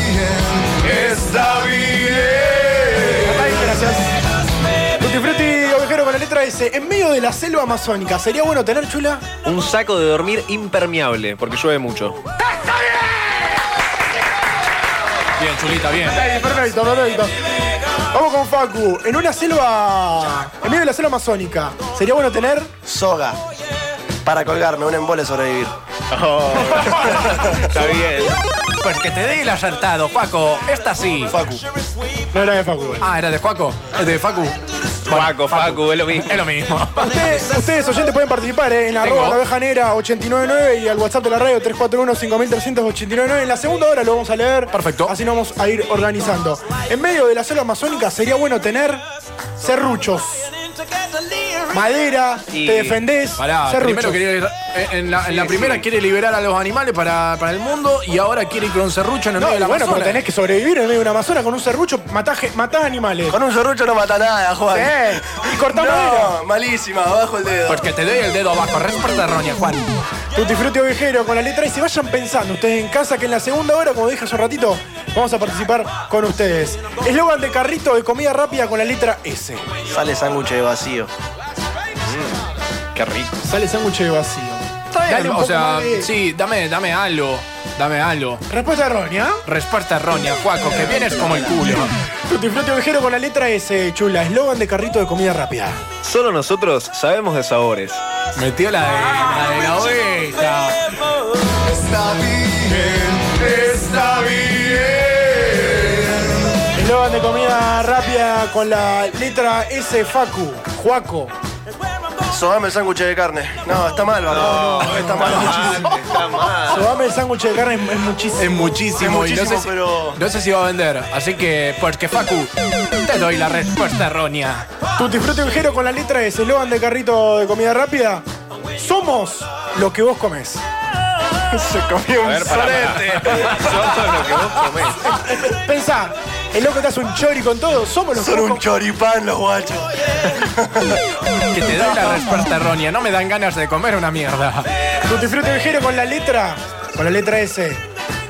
Speaker 10: Está bien, gracias. Tutti Frutti Ovejero con la letra S. En medio de la selva amazónica, ¿sería bueno tener chula?
Speaker 7: Un saco de dormir impermeable, porque llueve mucho.
Speaker 11: Bien, chulita, bien.
Speaker 10: Está bien, perfecto, perfecto. Vamos con Facu. En una selva. En medio de la selva amazónica, ¿sería bueno tener?
Speaker 13: Soga. Para colgarme, un embole sobrevivir.
Speaker 7: Está bien.
Speaker 11: Pues que te dé el acertado, Paco. Esta sí.
Speaker 13: Facu.
Speaker 10: No era de Facu.
Speaker 11: Ah, era de Juaco. Es de Facu.
Speaker 7: Facu, Facu, es lo mismo.
Speaker 11: Es lo mismo.
Speaker 10: Ustedes, ustedes, oyentes pueden participar ¿eh? en arroba la oveja negra 899 y al WhatsApp de la radio 341-5389. En la segunda hora lo vamos a leer. Perfecto. Así nos vamos a ir organizando. En medio de la selva amazónica sería bueno tener serruchos. Madera, te defendés.
Speaker 11: Pará, primero
Speaker 10: serruchos.
Speaker 11: quería ir- en- en la, en la
Speaker 10: Sí,
Speaker 11: primera
Speaker 10: sí.
Speaker 11: quiere liberar a los animales para, para el mundo y ahora quiere ir con serrucho en el
Speaker 10: No,
Speaker 11: medio de la
Speaker 10: bueno, pero
Speaker 11: Amazonas.
Speaker 10: tenés que sobrevivir en medio de una Amazonas con un serrucho, matás, ge- matás animales.
Speaker 13: Con un serrucho no mata nada, Juan.
Speaker 10: Sí, y cortá madera.
Speaker 13: No, malísima, bajo el dedo.
Speaker 11: Porque Pues te doy el dedo abajo, respuesta errónea, Juan.
Speaker 10: Tutti Frutti Ovejero con la letra y se vayan pensando ustedes en casa que en la segunda hora, como dije hace un ratito, vamos a participar con ustedes. Eslogan de carrito de comida rápida con la letra S.
Speaker 13: Sale sándwich de vacío.
Speaker 7: Qué rico.
Speaker 10: Sale sándwich de vacío. Dale
Speaker 11: Dale,
Speaker 10: un
Speaker 11: o
Speaker 10: poco
Speaker 11: sea,
Speaker 10: más de-
Speaker 11: sí, dame, dame algo. Dame algo.
Speaker 10: Respuesta errónea.
Speaker 11: Respuesta errónea, Juaco, que vienes como el culo.
Speaker 10: Tutti Frutti Ovejero con la letra S, chula. Eslogan de carrito de comida rápida.
Speaker 7: Solo nosotros sabemos de sabores.
Speaker 11: Metió la de la, de
Speaker 13: Ah,
Speaker 11: la oveja.
Speaker 5: Está bien, está bien.
Speaker 10: Eslogan de comida rápida con la letra S, Facu, Juaco.
Speaker 13: Sobame el sándwich de carne. No, está mal, Baco. está mal. muchísimo.
Speaker 10: Sobame el sándwich de carne, es, es muchísimo.
Speaker 11: Es muchísimo,
Speaker 13: Es
Speaker 11: y no sé,
Speaker 13: muchísimo,
Speaker 11: si,
Speaker 13: pero-
Speaker 11: no sé si va a vender. Así que, pues que Facu, te doy la respuesta errónea.
Speaker 10: Tutti Frutti Ovejero con la letra S, eslogan de carrito de comida rápida. Somos lo que vos comés.
Speaker 13: Se comió un solete.
Speaker 7: Somos lo que vos comés.
Speaker 10: Ah, Pensá, el loco te hace un chori con todo, somos los
Speaker 13: Son
Speaker 10: locos.
Speaker 13: un choripán los guachos.
Speaker 11: Que te doy la respuesta errónea. No me dan ganas de comer una mierda.
Speaker 10: Tutti Frutti Ovejero con la letra, con la letra S.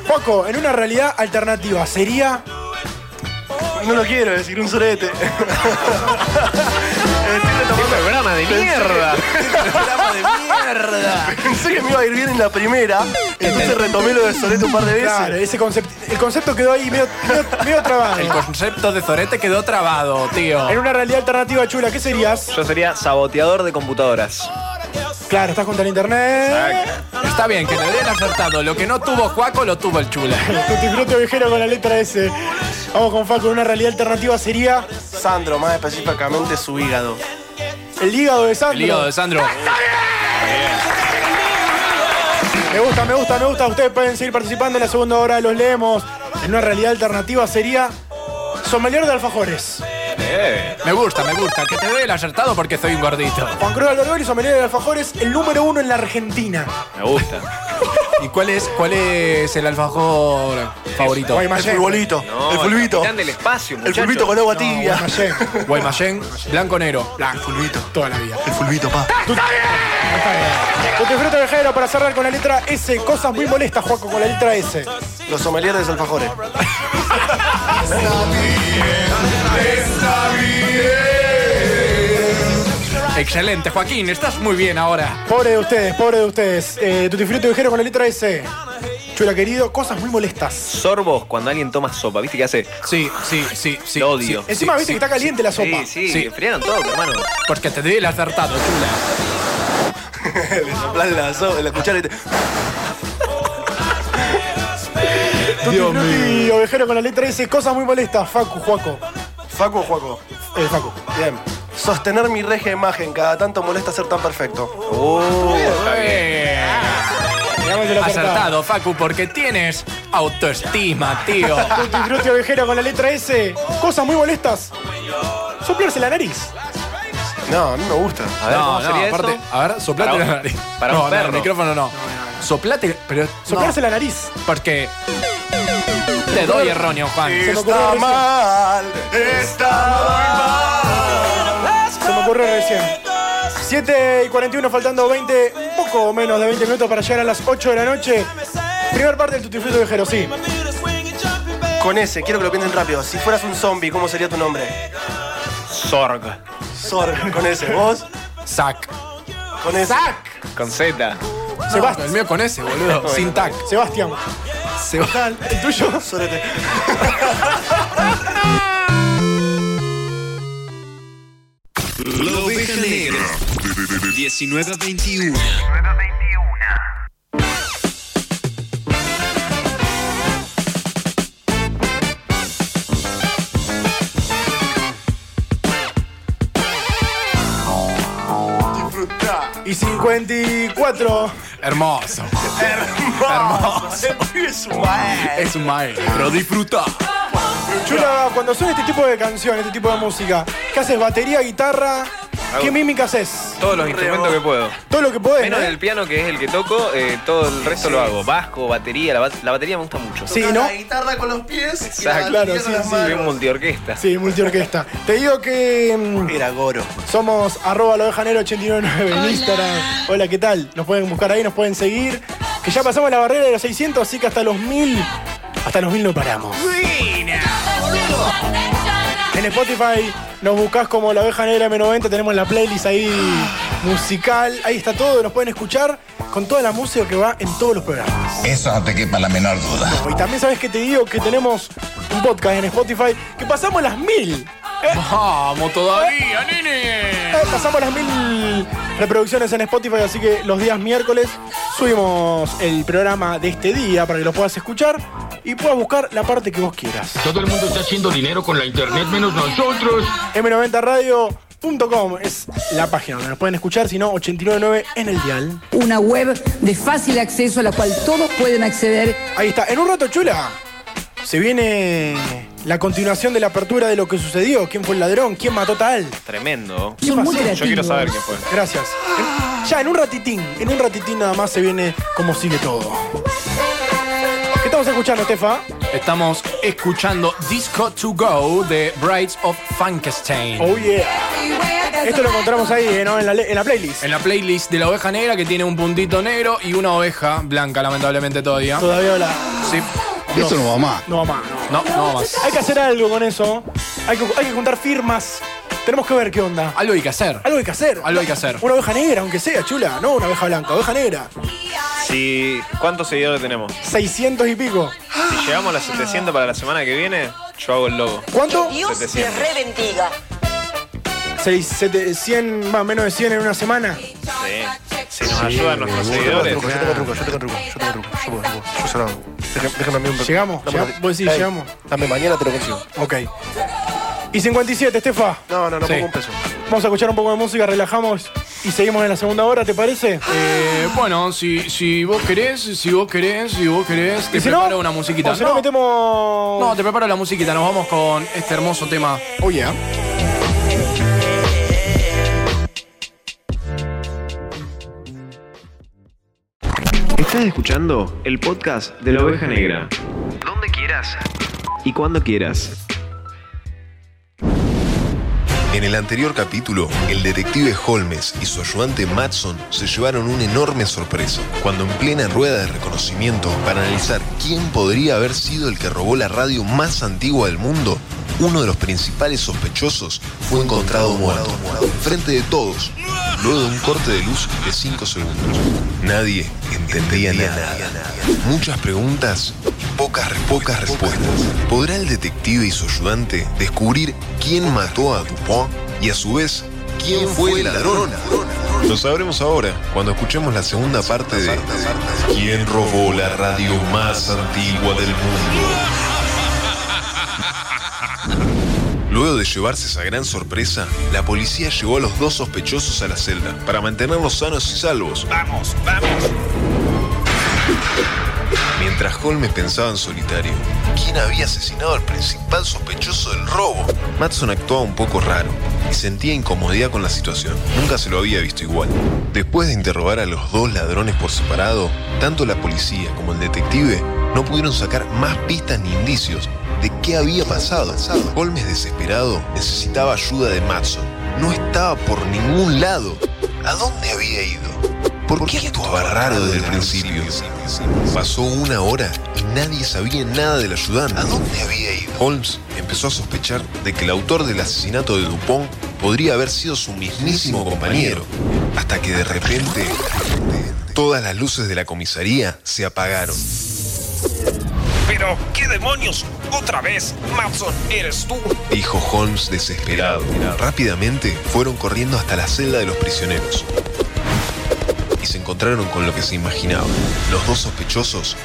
Speaker 10: Poco, en una realidad alternativa, sería...
Speaker 13: No lo quiero decir, un solete.
Speaker 7: ¡Qué programa de mierda!
Speaker 13: programa de mierda. Pensé que me iba a ir bien en la primera, entonces retomé lo de solete un par de veces.
Speaker 10: Claro, ese concepto, el concepto quedó ahí medio, medio, medio trabado.
Speaker 11: El concepto de Zorete quedó trabado, tío.
Speaker 10: En una realidad alternativa chula, ¿qué serías?
Speaker 7: Yo sería saboteador de computadoras.
Speaker 10: Claro, estás contra el internet.
Speaker 11: Está bien, que te den acertado. Lo que no tuvo Juaco lo tuvo el chula.
Speaker 10: Tutti Frutti Ovejero con la letra S. Vamos con Facu, en una realidad alternativa sería...
Speaker 13: Sandro, más específicamente su hígado.
Speaker 10: El hígado de Sandro.
Speaker 11: El hígado de Sandro.
Speaker 10: Me gusta, me gusta, me gusta. Ustedes pueden seguir participando en la segunda hora, los leemos. En una realidad alternativa sería sommelier de alfajores.
Speaker 11: Me gusta, me gusta. Que te doy el acertado porque soy un gordito.
Speaker 10: Juan Cruz Albergol y sommelier de alfajores, el número uno en la Argentina.
Speaker 7: Me gusta.
Speaker 11: ¿Y cuál es, cuál es el alfajor favorito?
Speaker 10: Guaymallén.
Speaker 13: Fulbolito,
Speaker 7: No,
Speaker 13: el fulbito.
Speaker 7: capitán del espacio,
Speaker 13: El
Speaker 7: muchacho.
Speaker 13: fulbito con agua
Speaker 10: No,
Speaker 13: tibia.
Speaker 10: Guaymallén.
Speaker 11: Guaymallén, blanco negro.
Speaker 13: el fulbito.
Speaker 10: Toda la vida.
Speaker 13: El fulbito, pa.
Speaker 10: Tutti Frutti Ovejero para cerrar con la letra S. Cosas muy molestas, Juaco, con la letra S.
Speaker 13: Los sommeliers de alfajores.
Speaker 11: Excelente, Joaquín, estás muy bien ahora.
Speaker 10: Pobre de ustedes, pobre de ustedes. Eh, Tutti Frutti Ovejero con la letra S. Chula querido, cosas muy molestas.
Speaker 7: Sorbos cuando alguien toma sopa, ¿viste qué hace?
Speaker 11: Sí, sí, sí, sí.
Speaker 7: Lo odio.
Speaker 11: sí,
Speaker 10: Encima,
Speaker 11: sí,
Speaker 10: viste
Speaker 11: sí.
Speaker 10: que está caliente la sopa.
Speaker 7: Sí, sí,
Speaker 11: Sí.
Speaker 7: enfriaron todo, hermano.
Speaker 11: Porque te doy el acertado, chula.
Speaker 13: Le soplan la, so- la cuchara y te-
Speaker 10: Tutti Frutti Ovejero con la letra S. Cosas muy molestas, Facu, Juaco.
Speaker 13: Facu o Juaco.
Speaker 10: Eh, Facu.
Speaker 13: Bien. Sostener mi regia imagen, cada tanto molesta ser tan perfecto.
Speaker 10: Llegamos al acertado.
Speaker 11: Eh, Acertado, Facu, porque tienes autoestima, tío.
Speaker 10: Tutti Frutti Ovejero con la letra S. Cosas muy molestas. Soplarse la nariz.
Speaker 13: No, a mí me gusta.
Speaker 11: A ver, ¿cómo sería eso? A ver, soplate
Speaker 13: Para
Speaker 11: la
Speaker 13: un-
Speaker 11: nariz.
Speaker 13: para
Speaker 11: no,
Speaker 13: un
Speaker 11: no,
Speaker 13: perro.
Speaker 11: el micrófono no. Soplate, pero.
Speaker 10: Soplarse
Speaker 11: la nariz. Porque. Te doy erróneo, Juan.
Speaker 5: Está mal, está
Speaker 10: Se me ocurrió recién. 7 y 41, faltando 20, un poco menos de 20 minutos para llegar a las 8 de la noche. Primer parte del Tutti Frutti Viajero, sí.
Speaker 13: Con ese, quiero que lo piensen rápido. Si fueras un zombie, ¿cómo sería tu nombre?
Speaker 7: Sorg.
Speaker 13: Zorg, con ese. ¿Vos?
Speaker 11: Zack.
Speaker 13: Con ese.
Speaker 7: Con Z.
Speaker 11: Sebastián. El mío con ese, boludo.
Speaker 7: Bueno.
Speaker 11: Sin tac.
Speaker 10: Sebastián.
Speaker 11: Sebastián.
Speaker 10: ¿El tuyo?
Speaker 13: Sorete.
Speaker 16: La oveja negra. 19 a 21.
Speaker 10: Y 54.
Speaker 11: Hermoso.
Speaker 5: Hermoso.
Speaker 13: Es un maestro.
Speaker 11: Es un maestro. Disfruta.
Speaker 10: Chula, cuando son este tipo de canciones, este tipo de música, ¿qué haces? ¿Batería, guitarra? ¿Qué mímica haces?
Speaker 7: Todos los instrumentos que puedo.
Speaker 10: Todo lo que podés.
Speaker 7: Menos
Speaker 10: ¿no?
Speaker 7: el piano, que es el que toco, eh, todo el resto lo hago. Vasco, batería, la, ba- la batería me gusta mucho.
Speaker 13: La guitarra con los pies. y la
Speaker 7: Exacto.
Speaker 13: batería con las manos.
Speaker 7: Soy un multiorquesta.
Speaker 10: Sí, multiorquesta. Te digo que. mm,
Speaker 13: Era Goro.
Speaker 10: Somos arroba la oveja negra 899 en Instagram. Hola, ¿qué tal? Nos pueden buscar ahí, nos pueden seguir. Que ya pasamos la barrera de los 600, así que hasta los 1000. Hasta los 1000 no paramos. En Spotify nos buscás como La Oveja Negra M90, tenemos la playlist ahí musical, ahí está todo, nos pueden escuchar con toda la música que va en todos los programas.
Speaker 4: Eso no te quepa la menor duda.
Speaker 10: Y también sabes que te digo que tenemos un podcast en Spotify que pasamos las mil. ¿Eh?
Speaker 11: Vamos todavía, nene.
Speaker 10: pasamos las mil reproducciones en Spotify, así que los días miércoles subimos el programa de este día para que lo puedas escuchar y puedas buscar la parte que vos quieras.
Speaker 17: Todo el mundo está haciendo dinero con la internet menos nosotros.
Speaker 10: M90radio.com es la página donde nos pueden escuchar, si no, 899 en el dial.
Speaker 18: Una web de fácil acceso a la cual todos pueden acceder.
Speaker 10: Ahí está, en un rato chula. Se viene la continuación de la apertura de lo que sucedió, quién fue el ladrón, quién mató tal.
Speaker 7: Tremendo.
Speaker 10: ¿Qué pasó?
Speaker 7: Yo quiero saber quién fue.
Speaker 10: Gracias. En- Ya, en un ratitín, en un ratitín nada más se viene cómo sigue todo. ¿Qué estamos escuchando, Estefa?
Speaker 11: Estamos escuchando Disco to Go de Brides of Frankenstein.
Speaker 10: Oh yeah. Esto lo encontramos ahí, eh, ¿no? En la, le- en la playlist.
Speaker 11: En la playlist de la oveja negra que tiene un puntito negro y una oveja blanca, lamentablemente todavía.
Speaker 10: Todavía la.
Speaker 11: Sí.
Speaker 10: Eso no va
Speaker 11: más.
Speaker 10: No va más.
Speaker 11: No, no va más.
Speaker 10: Hay que hacer algo con eso. Hay que, hay que juntar firmas. Tenemos que ver qué onda.
Speaker 11: Algo hay que hacer.
Speaker 10: Algo hay que hacer.
Speaker 11: Algo hay que hacer.
Speaker 10: Una oveja negra, aunque sea, chula. No una oveja blanca, oveja negra.
Speaker 7: Si, ¿Cuántos seguidores tenemos?
Speaker 10: 600 y pico.
Speaker 7: Si llegamos a las 700 para la semana que viene, yo hago el logo.
Speaker 10: ¿Cuánto?
Speaker 7: 700.
Speaker 10: rebendiga. 100, más menos de 100 en una semana.
Speaker 7: Si nos ayudan nuestros
Speaker 13: Yo tengo
Speaker 10: eh.
Speaker 7: seguidores.
Speaker 13: truco, Yo tengo truco, yo tengo truco, yo tengo truco, yo tengo truco, yo se lo hago. Déjame- Déjame a mí un poco.
Speaker 10: Llegamos,
Speaker 13: Dame una
Speaker 10: llegamos.
Speaker 13: mano.
Speaker 10: Vos decís,
Speaker 13: Ey,
Speaker 10: llegamos.
Speaker 13: Dame mañana te lo consigo.
Speaker 10: Ok. Y 57, Estefa.
Speaker 13: No, no, no
Speaker 10: Sí.
Speaker 13: pongo un peso.
Speaker 10: Vamos a escuchar un poco de música, relajamos y seguimos en la segunda hora, ¿te parece?
Speaker 11: Eh, bueno, si, si vos querés, si vos querés, si vos querés, te
Speaker 10: ¿Y si no?
Speaker 11: preparo una musiquita.
Speaker 10: O si no, metemos.
Speaker 11: No, te preparo la musiquita, nos vamos con este hermoso tema.
Speaker 10: Oh yeah.
Speaker 7: Estás escuchando el podcast de la oveja negra. Donde quieras y cuando quieras.
Speaker 1: En el anterior capítulo, el detective Holmes y su ayudante Matson se llevaron una enorme sorpresa cuando en plena rueda de reconocimiento para analizar quién podría haber sido el que robó la radio más antigua del mundo, uno de los principales sospechosos fue encontrado muerto, frente de todos, luego de un corte de luz de 5 segundos. Nadie entendía nada. Muchas preguntas y pocas, re- pocas respuestas. ¿Podrá el detective y su ayudante descubrir quién mató a Dupont y a su vez quién fue el ladrón? Lo sabremos ahora cuando escuchemos la segunda parte de ¿Quién robó la radio más antigua del mundo? Luego de llevarse esa gran sorpresa, la policía llevó a los dos sospechosos a la celda para mantenerlos sanos y salvos.
Speaker 2: Vamos, vamos.
Speaker 1: Mientras Holmes pensaba en solitario, ¿quién había asesinado al principal sospechoso del robo? Matson actuaba un poco raro. y sentía incomodidad con la situación. Nunca se lo había visto igual. Después de interrogar a los dos ladrones por separado, tanto la policía como el detective no pudieron sacar más pistas ni indicios de qué había pasado. Holmes desesperado necesitaba ayuda de Matson. No estaba por ningún lado. ¿A dónde había ido? ¿Por qué actuaba raro desde el principio? Pasó una hora y nadie sabía nada del ayudante. ¿A dónde había ido? Holmes empezó a sospechar de que el autor del asesinato de Dupont podría haber sido su mismísimo compañero. Hasta que de repente todas las luces de la comisaría se apagaron.
Speaker 2: Pero, ¿qué demonios? Otra vez, Matson, eres tú.
Speaker 1: Dijo Holmes desesperado. Rápidamente fueron corriendo hasta la celda de los prisioneros y se encontraron con lo que se imaginaban. Los dos sospechosos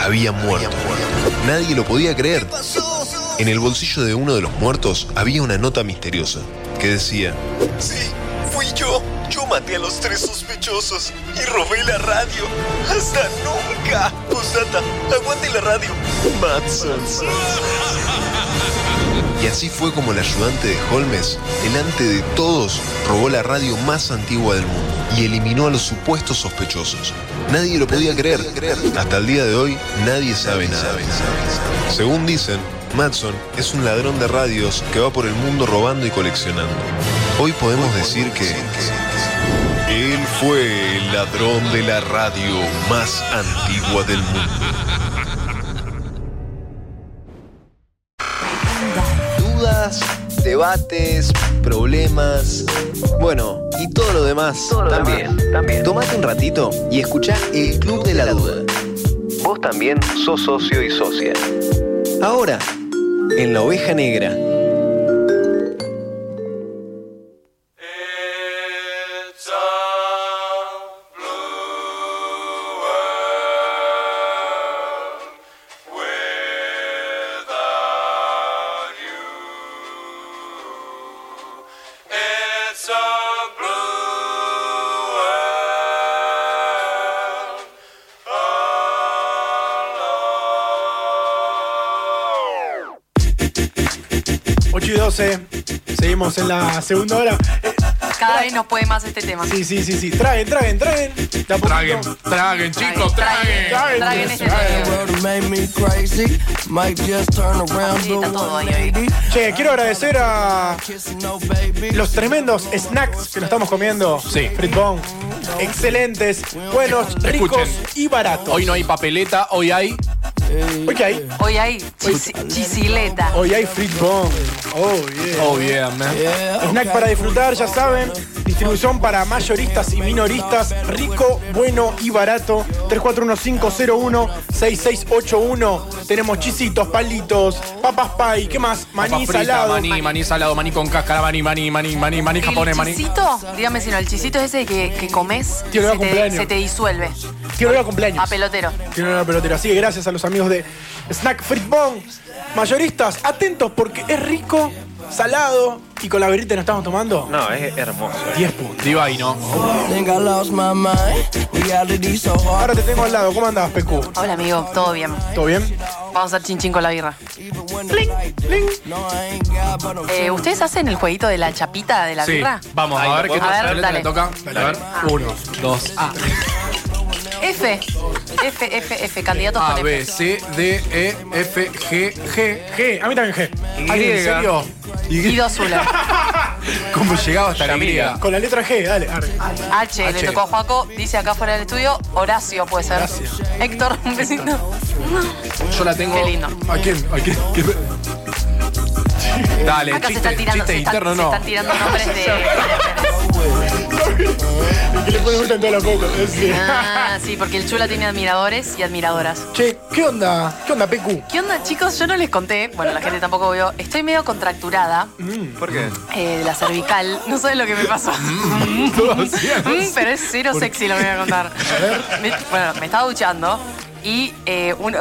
Speaker 1: habían muerto. Nadie lo podía creer. En el bolsillo de uno de los muertos había una nota misteriosa que decía,
Speaker 3: Sí, fui yo. Yo maté a los tres sospechosos y robé la radio. ¡Hasta nunca! Postdata, aguante la radio. Matson.
Speaker 1: y así fue como el ayudante de Holmes, delante de todos, robó la radio más antigua del mundo y eliminó a los supuestos sospechosos. Nadie lo podía creer. Hasta el día de hoy, nadie sabe nada. Según dicen, Matson es un ladrón de radios que va por el mundo robando y coleccionando. Hoy podemos decir que... Él fue el ladrón de la radio más antigua del mundo.
Speaker 7: Dudas, debates, problemas, bueno, y todo lo demás también. también. Tomate un ratito y escuchá El Club de la Duda. Vos también sos socio y socia. Ahora, en La Oveja Negra.
Speaker 5: It's a blue world alone.
Speaker 10: 8 y 12. Seguimos en la segunda hora.
Speaker 19: Cada vez nos puede más este tema.
Speaker 10: Sí, sí, sí, sí. Traguen, traguen, traguen. Traguen,
Speaker 11: traguen, chicos, traguen.
Speaker 19: Traguen este tema.
Speaker 10: Che, quiero agradecer a los tremendos snacks que nos estamos comiendo.
Speaker 11: Sí.
Speaker 10: Fritbone. Excelentes, buenos, ricos y baratos.
Speaker 11: Hoy no hay papeleta, hoy hay.
Speaker 10: Hoy qué hay.
Speaker 19: Hoy hay chis- chisileta.
Speaker 10: Hoy hay Fritbone. Oh, yeah.
Speaker 11: Oh, yeah, man.
Speaker 10: Eh, Snack para disfrutar, ya saben. Distribución para mayoristas y minoristas. Rico, bueno y barato. 341501-6681. Tenemos chisitos, palitos, papas pie. ¿Qué más? Maní
Speaker 11: Papas fritas,
Speaker 10: salado.
Speaker 11: Maní, maní salado, maní con cáscara, maní, maní, maní, maní, maní japonés,
Speaker 19: El
Speaker 11: maní.
Speaker 19: chisito, dígame si no, el chisito es ese que, que comes
Speaker 10: Tiene
Speaker 19: se te,
Speaker 10: olor a cumpleaños.
Speaker 19: se te disuelve.
Speaker 10: Quiero ver a cumpleaños.
Speaker 19: A pelotero.
Speaker 10: Tiene una pelotera. Así que gracias a los amigos de Snack Fritbone. Mayoristas, atentos porque es rico, salado y con la verita nos estamos tomando.
Speaker 7: No, es hermoso.
Speaker 10: 10 puntos.
Speaker 11: Divino.
Speaker 10: Ahora te tengo al lado. ¿Cómo andabas, PQ?
Speaker 19: Hola, amigo, todo bien.
Speaker 10: ¿Todo bien?
Speaker 19: Vamos a hacer chinchín con la birra. Eh, ¿Ustedes hacen el jueguito de la chapita de la
Speaker 11: Sí,
Speaker 19: birra?
Speaker 11: vamos a ver qué
Speaker 19: A ver,
Speaker 11: papeleta
Speaker 19: dale. Ah.
Speaker 11: le toca. A ver, uno, dos, A.
Speaker 19: F, F, F, F, candidatos
Speaker 11: A,
Speaker 19: con F.
Speaker 11: B, C, D, E, F, G, G.
Speaker 10: G, a mí también G.
Speaker 11: Ay, ¿En serio?
Speaker 19: Y dos uno.
Speaker 11: ¿Cómo llegaba hasta la griega?
Speaker 10: Con la letra G, dale. arre.
Speaker 19: H, le
Speaker 11: H.
Speaker 19: tocó a Joaco, dice acá fuera del estudio, Horacio puede ser. Héctor, un besito.
Speaker 11: Yo la tengo.
Speaker 19: Qué lindo.
Speaker 11: ¿A quién? ¿A quién? ¿Qué- Dale,
Speaker 19: Acá se
Speaker 11: chiste,
Speaker 19: están tirando,
Speaker 11: chiste
Speaker 19: se están,
Speaker 11: interno,
Speaker 19: se
Speaker 11: no.
Speaker 19: están tirando nombres de.
Speaker 10: Que le ponen un tanto a la poco. Sí.
Speaker 19: Ah, sí, porque el chula tiene admiradores y admiradoras.
Speaker 10: Che, ¿qué onda? ¿Qué onda, PQ?
Speaker 19: ¿Qué onda, chicos? Yo no les conté, bueno, la gente tampoco vio. Estoy medio contracturada
Speaker 7: ¿Por qué?
Speaker 19: eh, de la cervical. No sabes lo que me pasó. Mm, pero es cero sexy lo que voy a contar. Me- bueno, me estaba duchando y eh, uno,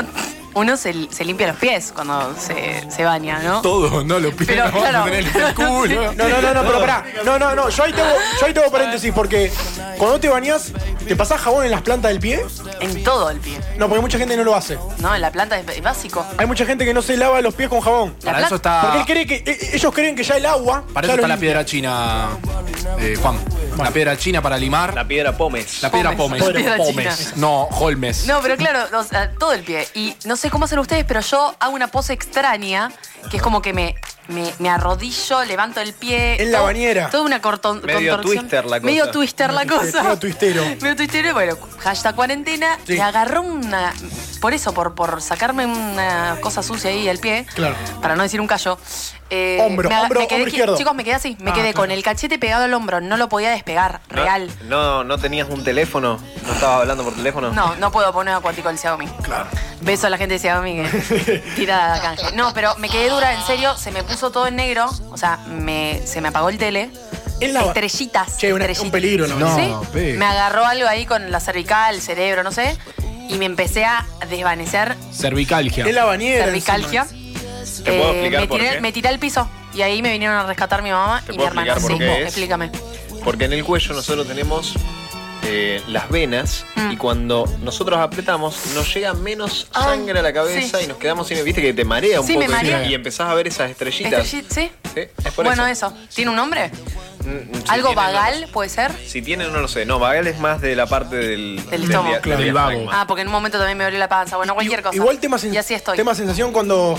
Speaker 19: uno se, se limpia los pies cuando se, se baña, ¿no?
Speaker 11: Todo, no lo pido.
Speaker 19: Pero, claro.
Speaker 11: el culo.
Speaker 10: No, no, no, no, pero pará. No, no, no. Yo ahí tengo, yo ahí tengo paréntesis porque Cuando te bañas, ¿te pasás jabón en las plantas del pie?
Speaker 19: En todo el pie.
Speaker 10: No, porque mucha gente no lo hace.
Speaker 19: No, en la planta es es básico.
Speaker 10: Hay mucha gente que no se lava los pies con jabón.
Speaker 19: La Para pla- eso está-
Speaker 10: Porque él cree que, e- ellos creen que ya el agua.
Speaker 11: Para
Speaker 10: ya
Speaker 11: eso
Speaker 10: lo
Speaker 11: está la
Speaker 10: limpia.
Speaker 11: piedra china, eh, Juan. La piedra china para limar. La
Speaker 7: piedra Pómez.
Speaker 11: La piedra
Speaker 19: Pómez.
Speaker 11: Pómez.
Speaker 19: La piedra
Speaker 11: Pómez.
Speaker 19: china.
Speaker 11: No, Holmes.
Speaker 19: No, pero claro, o sea, todo el pie. Y no sé cómo hacen ustedes, pero yo hago una pose extraña, que es como que me, me, me arrodillo, levanto el pie.
Speaker 10: En la
Speaker 19: todo-
Speaker 10: bañera.
Speaker 19: Toda una corton,
Speaker 7: Medio
Speaker 19: contorsión.
Speaker 7: twister la cosa.
Speaker 19: Medio twister la cosa.
Speaker 10: Medio twistero.
Speaker 19: Medio twistero, y bueno, hashtag cuarentena.
Speaker 10: Sí.
Speaker 19: Y agarró una... Por eso, por, por sacarme una cosa sucia ahí al pie,
Speaker 10: Claro.
Speaker 19: para no decir un callo. eh,
Speaker 10: Hombro,
Speaker 19: aga-
Speaker 10: hombro,
Speaker 19: me quedé
Speaker 10: hombro
Speaker 19: qui-
Speaker 10: izquierdo.
Speaker 19: Chicos, me quedé así. Me
Speaker 10: Ah,
Speaker 19: quedé con
Speaker 10: claro.
Speaker 19: el cachete pegado al hombro. No lo podía despegar.
Speaker 7: No-
Speaker 19: Real.
Speaker 7: No, no tenías un teléfono. No estabas hablando por teléfono.
Speaker 19: No, no puedo poner acuático el Xiaomi. Claro. Beso a la gente de Xiaomi que tira la canje. No, pero me quedé dura, en serio, se me puso todo en negro. O sea, me, se me apagó el tele.
Speaker 10: En la-
Speaker 19: Estrellitas.
Speaker 10: Che, una-
Speaker 19: estrellitas.
Speaker 10: un peligro, ¿no? No,
Speaker 19: ¿Sí?
Speaker 10: pe.
Speaker 19: Me agarró algo ahí con la cervical, el cerebro, no sé. Y me empecé a desvanecer
Speaker 11: Cervicalgia.
Speaker 10: En la bañera.
Speaker 19: cervicalgia.
Speaker 11: ¿Te puedo explicar
Speaker 19: Eh, me,
Speaker 7: por
Speaker 19: tiré,
Speaker 7: qué?
Speaker 19: me tiré al piso. Y ahí me vinieron a rescatar mi mamá y
Speaker 7: ¿Te
Speaker 19: mi
Speaker 7: puedo
Speaker 19: hermana.
Speaker 7: explicar por
Speaker 19: Sí,
Speaker 7: qué es?
Speaker 19: explícame.
Speaker 7: Porque en el cuello nosotros tenemos eh, las venas
Speaker 19: Mm.
Speaker 7: y cuando nosotros apretamos nos llega menos sangre a la cabeza
Speaker 19: sí.
Speaker 7: y nos quedamos sin... Viste que te marea un
Speaker 19: Sí,
Speaker 7: poco
Speaker 19: me
Speaker 7: y-
Speaker 19: marea.
Speaker 7: y empezás a ver esas estrellitas.
Speaker 19: Estrellit- ¿Sí?
Speaker 7: Sí, es por
Speaker 19: Bueno,
Speaker 7: eso.
Speaker 19: eso. ¿Tiene un nombre?
Speaker 7: Mm, mm, si
Speaker 19: ¿Algo
Speaker 7: tiene, no lo
Speaker 19: vagal
Speaker 7: sé.
Speaker 19: puede ser?
Speaker 7: Si tiene, no lo sé. No, vagal es más de la parte del...
Speaker 19: Del estómago.
Speaker 7: dia-
Speaker 10: Claro, del
Speaker 7: diafragma.
Speaker 19: Ah, porque en un momento también me dolió la panza. Bueno, cualquier cosa.
Speaker 10: Igual tema, sen-
Speaker 19: Y así estoy.
Speaker 10: tema sensación cuando.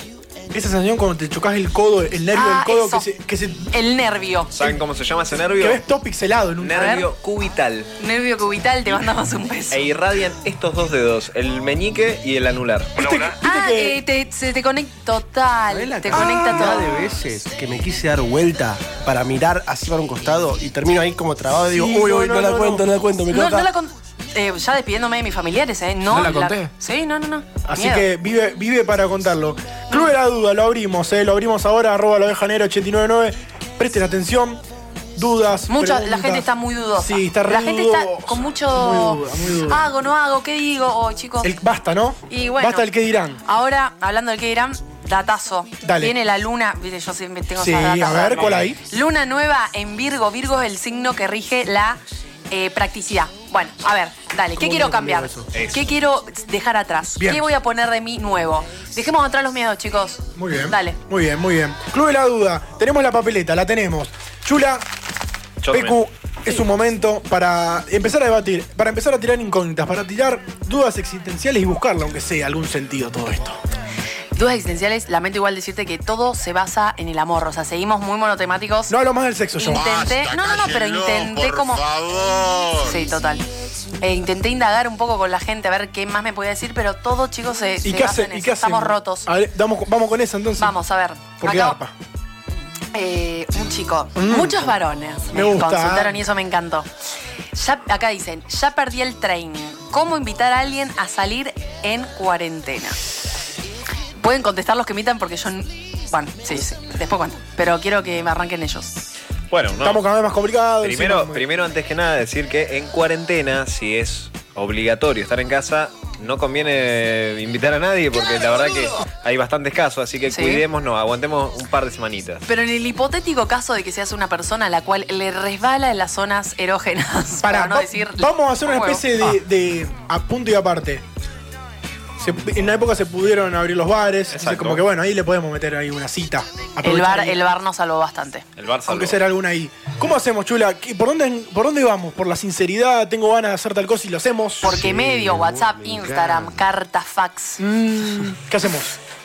Speaker 10: Esa sensación cuando te chocas el codo, el nervio
Speaker 19: Ah,
Speaker 10: del codo
Speaker 19: eso.
Speaker 10: que se, que se-
Speaker 19: El nervio.
Speaker 7: ¿Saben cómo se llama ese nervio?
Speaker 10: que ves todo pixelado en un
Speaker 7: Nervio cubital.
Speaker 19: Nervio cubital, te mandamos un beso.
Speaker 7: E irradian estos dos dedos, el meñique y el anular.
Speaker 19: Ah, eh, te, se te conecta total. Te conecta
Speaker 10: Ah,
Speaker 3: cantidad
Speaker 19: todo.
Speaker 3: de veces que me quise dar vuelta para mirar así para un costado y termino ahí como trabado y digo,
Speaker 10: Sí,
Speaker 3: uy,
Speaker 10: no,
Speaker 3: uy, no,
Speaker 10: no,
Speaker 3: la
Speaker 10: no,
Speaker 3: cuento, no la cuento, me quedo
Speaker 19: No,
Speaker 3: acá.
Speaker 19: no la con- eh, ya despidiéndome de mis familiares, ¿eh? No,
Speaker 10: ¿No la conté?
Speaker 19: Sí, no, no, no.
Speaker 10: Así
Speaker 19: Miedo.
Speaker 10: que vive, vive para contarlo. Club de la Duda, lo abrimos, ¿eh? Lo abrimos ahora, arroba la oveja negra 899. Presten atención, dudas.
Speaker 19: Mucha, la
Speaker 10: preguntas.
Speaker 19: gente está muy dudosa.
Speaker 10: Sí, está re
Speaker 19: La gente
Speaker 10: dudosa,
Speaker 19: está con mucho.
Speaker 10: muy duda, muy duda.
Speaker 19: Hago, no hago, ¿qué digo? Oh, chicos.
Speaker 10: El- basta, ¿no?
Speaker 19: Y bueno.
Speaker 10: Basta el que dirán.
Speaker 19: Ahora, hablando del que dirán, datazo.
Speaker 10: Dale.
Speaker 19: Viene la luna. Viste, yo siempre tengo
Speaker 10: Sí,
Speaker 19: esas datas.
Speaker 10: a ver, cola ahí.
Speaker 19: Luna nueva en Virgo. Virgo es el signo que rige la eh, practicidad. Bueno, a ver, dale. ¿Qué
Speaker 10: ¿Cómo
Speaker 19: quiero
Speaker 10: me
Speaker 19: cambiar?
Speaker 10: conviene
Speaker 7: eso?
Speaker 19: ¿Qué quiero dejar atrás?
Speaker 10: Bien.
Speaker 19: ¿Qué voy a poner de mí nuevo? Dejemos atrás los miedos, chicos.
Speaker 10: Muy bien.
Speaker 19: Dale.
Speaker 10: Muy bien, muy bien. Club de la Duda, tenemos la papeleta, la tenemos. Chula,
Speaker 7: Yo
Speaker 10: Pecu,
Speaker 7: también.
Speaker 10: es un momento para empezar a debatir, para empezar a tirar incógnitas, para tirar dudas existenciales y buscarle, aunque sea algún sentido todo esto.
Speaker 19: Dudas existenciales, lamento igual decirte que todo se basa en el amor. O sea, seguimos muy monotemáticos.
Speaker 10: No hablo más del sexo yo.
Speaker 19: Intenté, no, no, no, pero intenté como. Sí, total. Eh, intenté indagar un poco con la gente a ver qué más me podía decir, pero todo, chicos, se,
Speaker 10: ¿Y
Speaker 19: se
Speaker 10: qué,
Speaker 19: basa
Speaker 10: hace,
Speaker 19: en
Speaker 10: ¿Y
Speaker 19: eso.
Speaker 10: qué Ah,
Speaker 19: Estamos
Speaker 10: hacemos?
Speaker 19: rotos.
Speaker 10: A ver, damos- vamos con esa entonces.
Speaker 19: Vamos, a ver.
Speaker 10: Porque
Speaker 19: Acá,
Speaker 10: garpa.
Speaker 19: eh, un chico,
Speaker 10: Mm.
Speaker 19: muchos varones
Speaker 10: Me gusta. ¿eh?
Speaker 19: consultaron y eso me encantó. Ya, acá dicen, ya perdí el training. ¿Cómo invitar a alguien a salir en cuarentena? Pueden contestar los que invitan porque yo... n- Bueno, sí, sí, después cuento. Pero quiero que me arranquen ellos.
Speaker 7: Bueno, no.
Speaker 10: Estamos cada vez más complicados.
Speaker 7: Primero,
Speaker 10: encima.
Speaker 7: primero, antes que nada, decir que en cuarentena, si es obligatorio estar en casa, no conviene invitar a nadie porque la verdad que hay bastantes casos, así que
Speaker 19: Sí.
Speaker 7: cuidémonos, aguantemos un par de semanitas.
Speaker 19: Pero en el hipotético caso de que seas una persona a la cual le resbala en las zonas erógenas, para,
Speaker 10: Pará,
Speaker 19: no
Speaker 10: va-
Speaker 19: decir...
Speaker 10: vamos a hacer una
Speaker 19: huevo. Ah,
Speaker 10: especie de, de a punto y aparte. Se- en una época se pudieron abrir los bares, así
Speaker 7: Exacto.
Speaker 10: como que bueno, ahí le podemos meter ahí una cita.
Speaker 19: El
Speaker 10: Aprovechar
Speaker 19: bar,
Speaker 10: ahí,
Speaker 19: el bar nos salvó bastante.
Speaker 7: El Barça.
Speaker 10: Aunque será alguna ahí. ¿Cómo hacemos, Chula? ¿Qué- ¿Por dónde, ¿Por dónde vamos? ¿Por la sinceridad? ¿Tengo ganas de hacer tal cosa y lo hacemos?
Speaker 19: Porque medio, WhatsApp, Instagram, carta, fax.
Speaker 10: Mm, ¿Qué hacemos?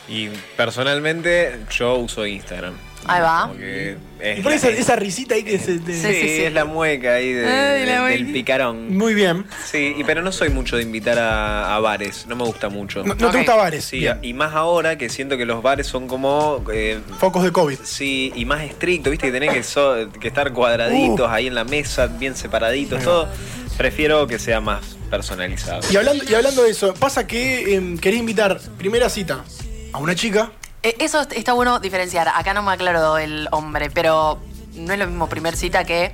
Speaker 7: Y personalmente, yo uso Instagram.
Speaker 19: Ahí va.
Speaker 7: Como que es
Speaker 10: Y por
Speaker 7: la-
Speaker 10: esa, esa risita ahí que se... te-
Speaker 7: Sí, es la mueca ahí de-
Speaker 10: Ay, la
Speaker 7: de-
Speaker 10: mueca.
Speaker 7: del picarón.
Speaker 10: Muy bien.
Speaker 7: Sí, y- pero no soy mucho de invitar a, a bares, no me gusta mucho.
Speaker 10: No, no te gusta bares.
Speaker 7: Sí,
Speaker 10: Bien.
Speaker 7: y más ahora que siento que los bares son como eh,
Speaker 10: Focos de COVID.
Speaker 7: Sí, y más estricto, viste, que tenés que, so- que estar
Speaker 10: Uh.
Speaker 7: cuadraditos ahí en la mesa, bien separaditos, todo. Prefiero que sea más personalizado.
Speaker 10: Y hablando, y hablando de eso, pasa que em, querés invitar primera cita a una chica.
Speaker 19: Eh, Eso est- está bueno diferenciar. Acá no me aclaro el hombre, pero no es lo mismo primer cita que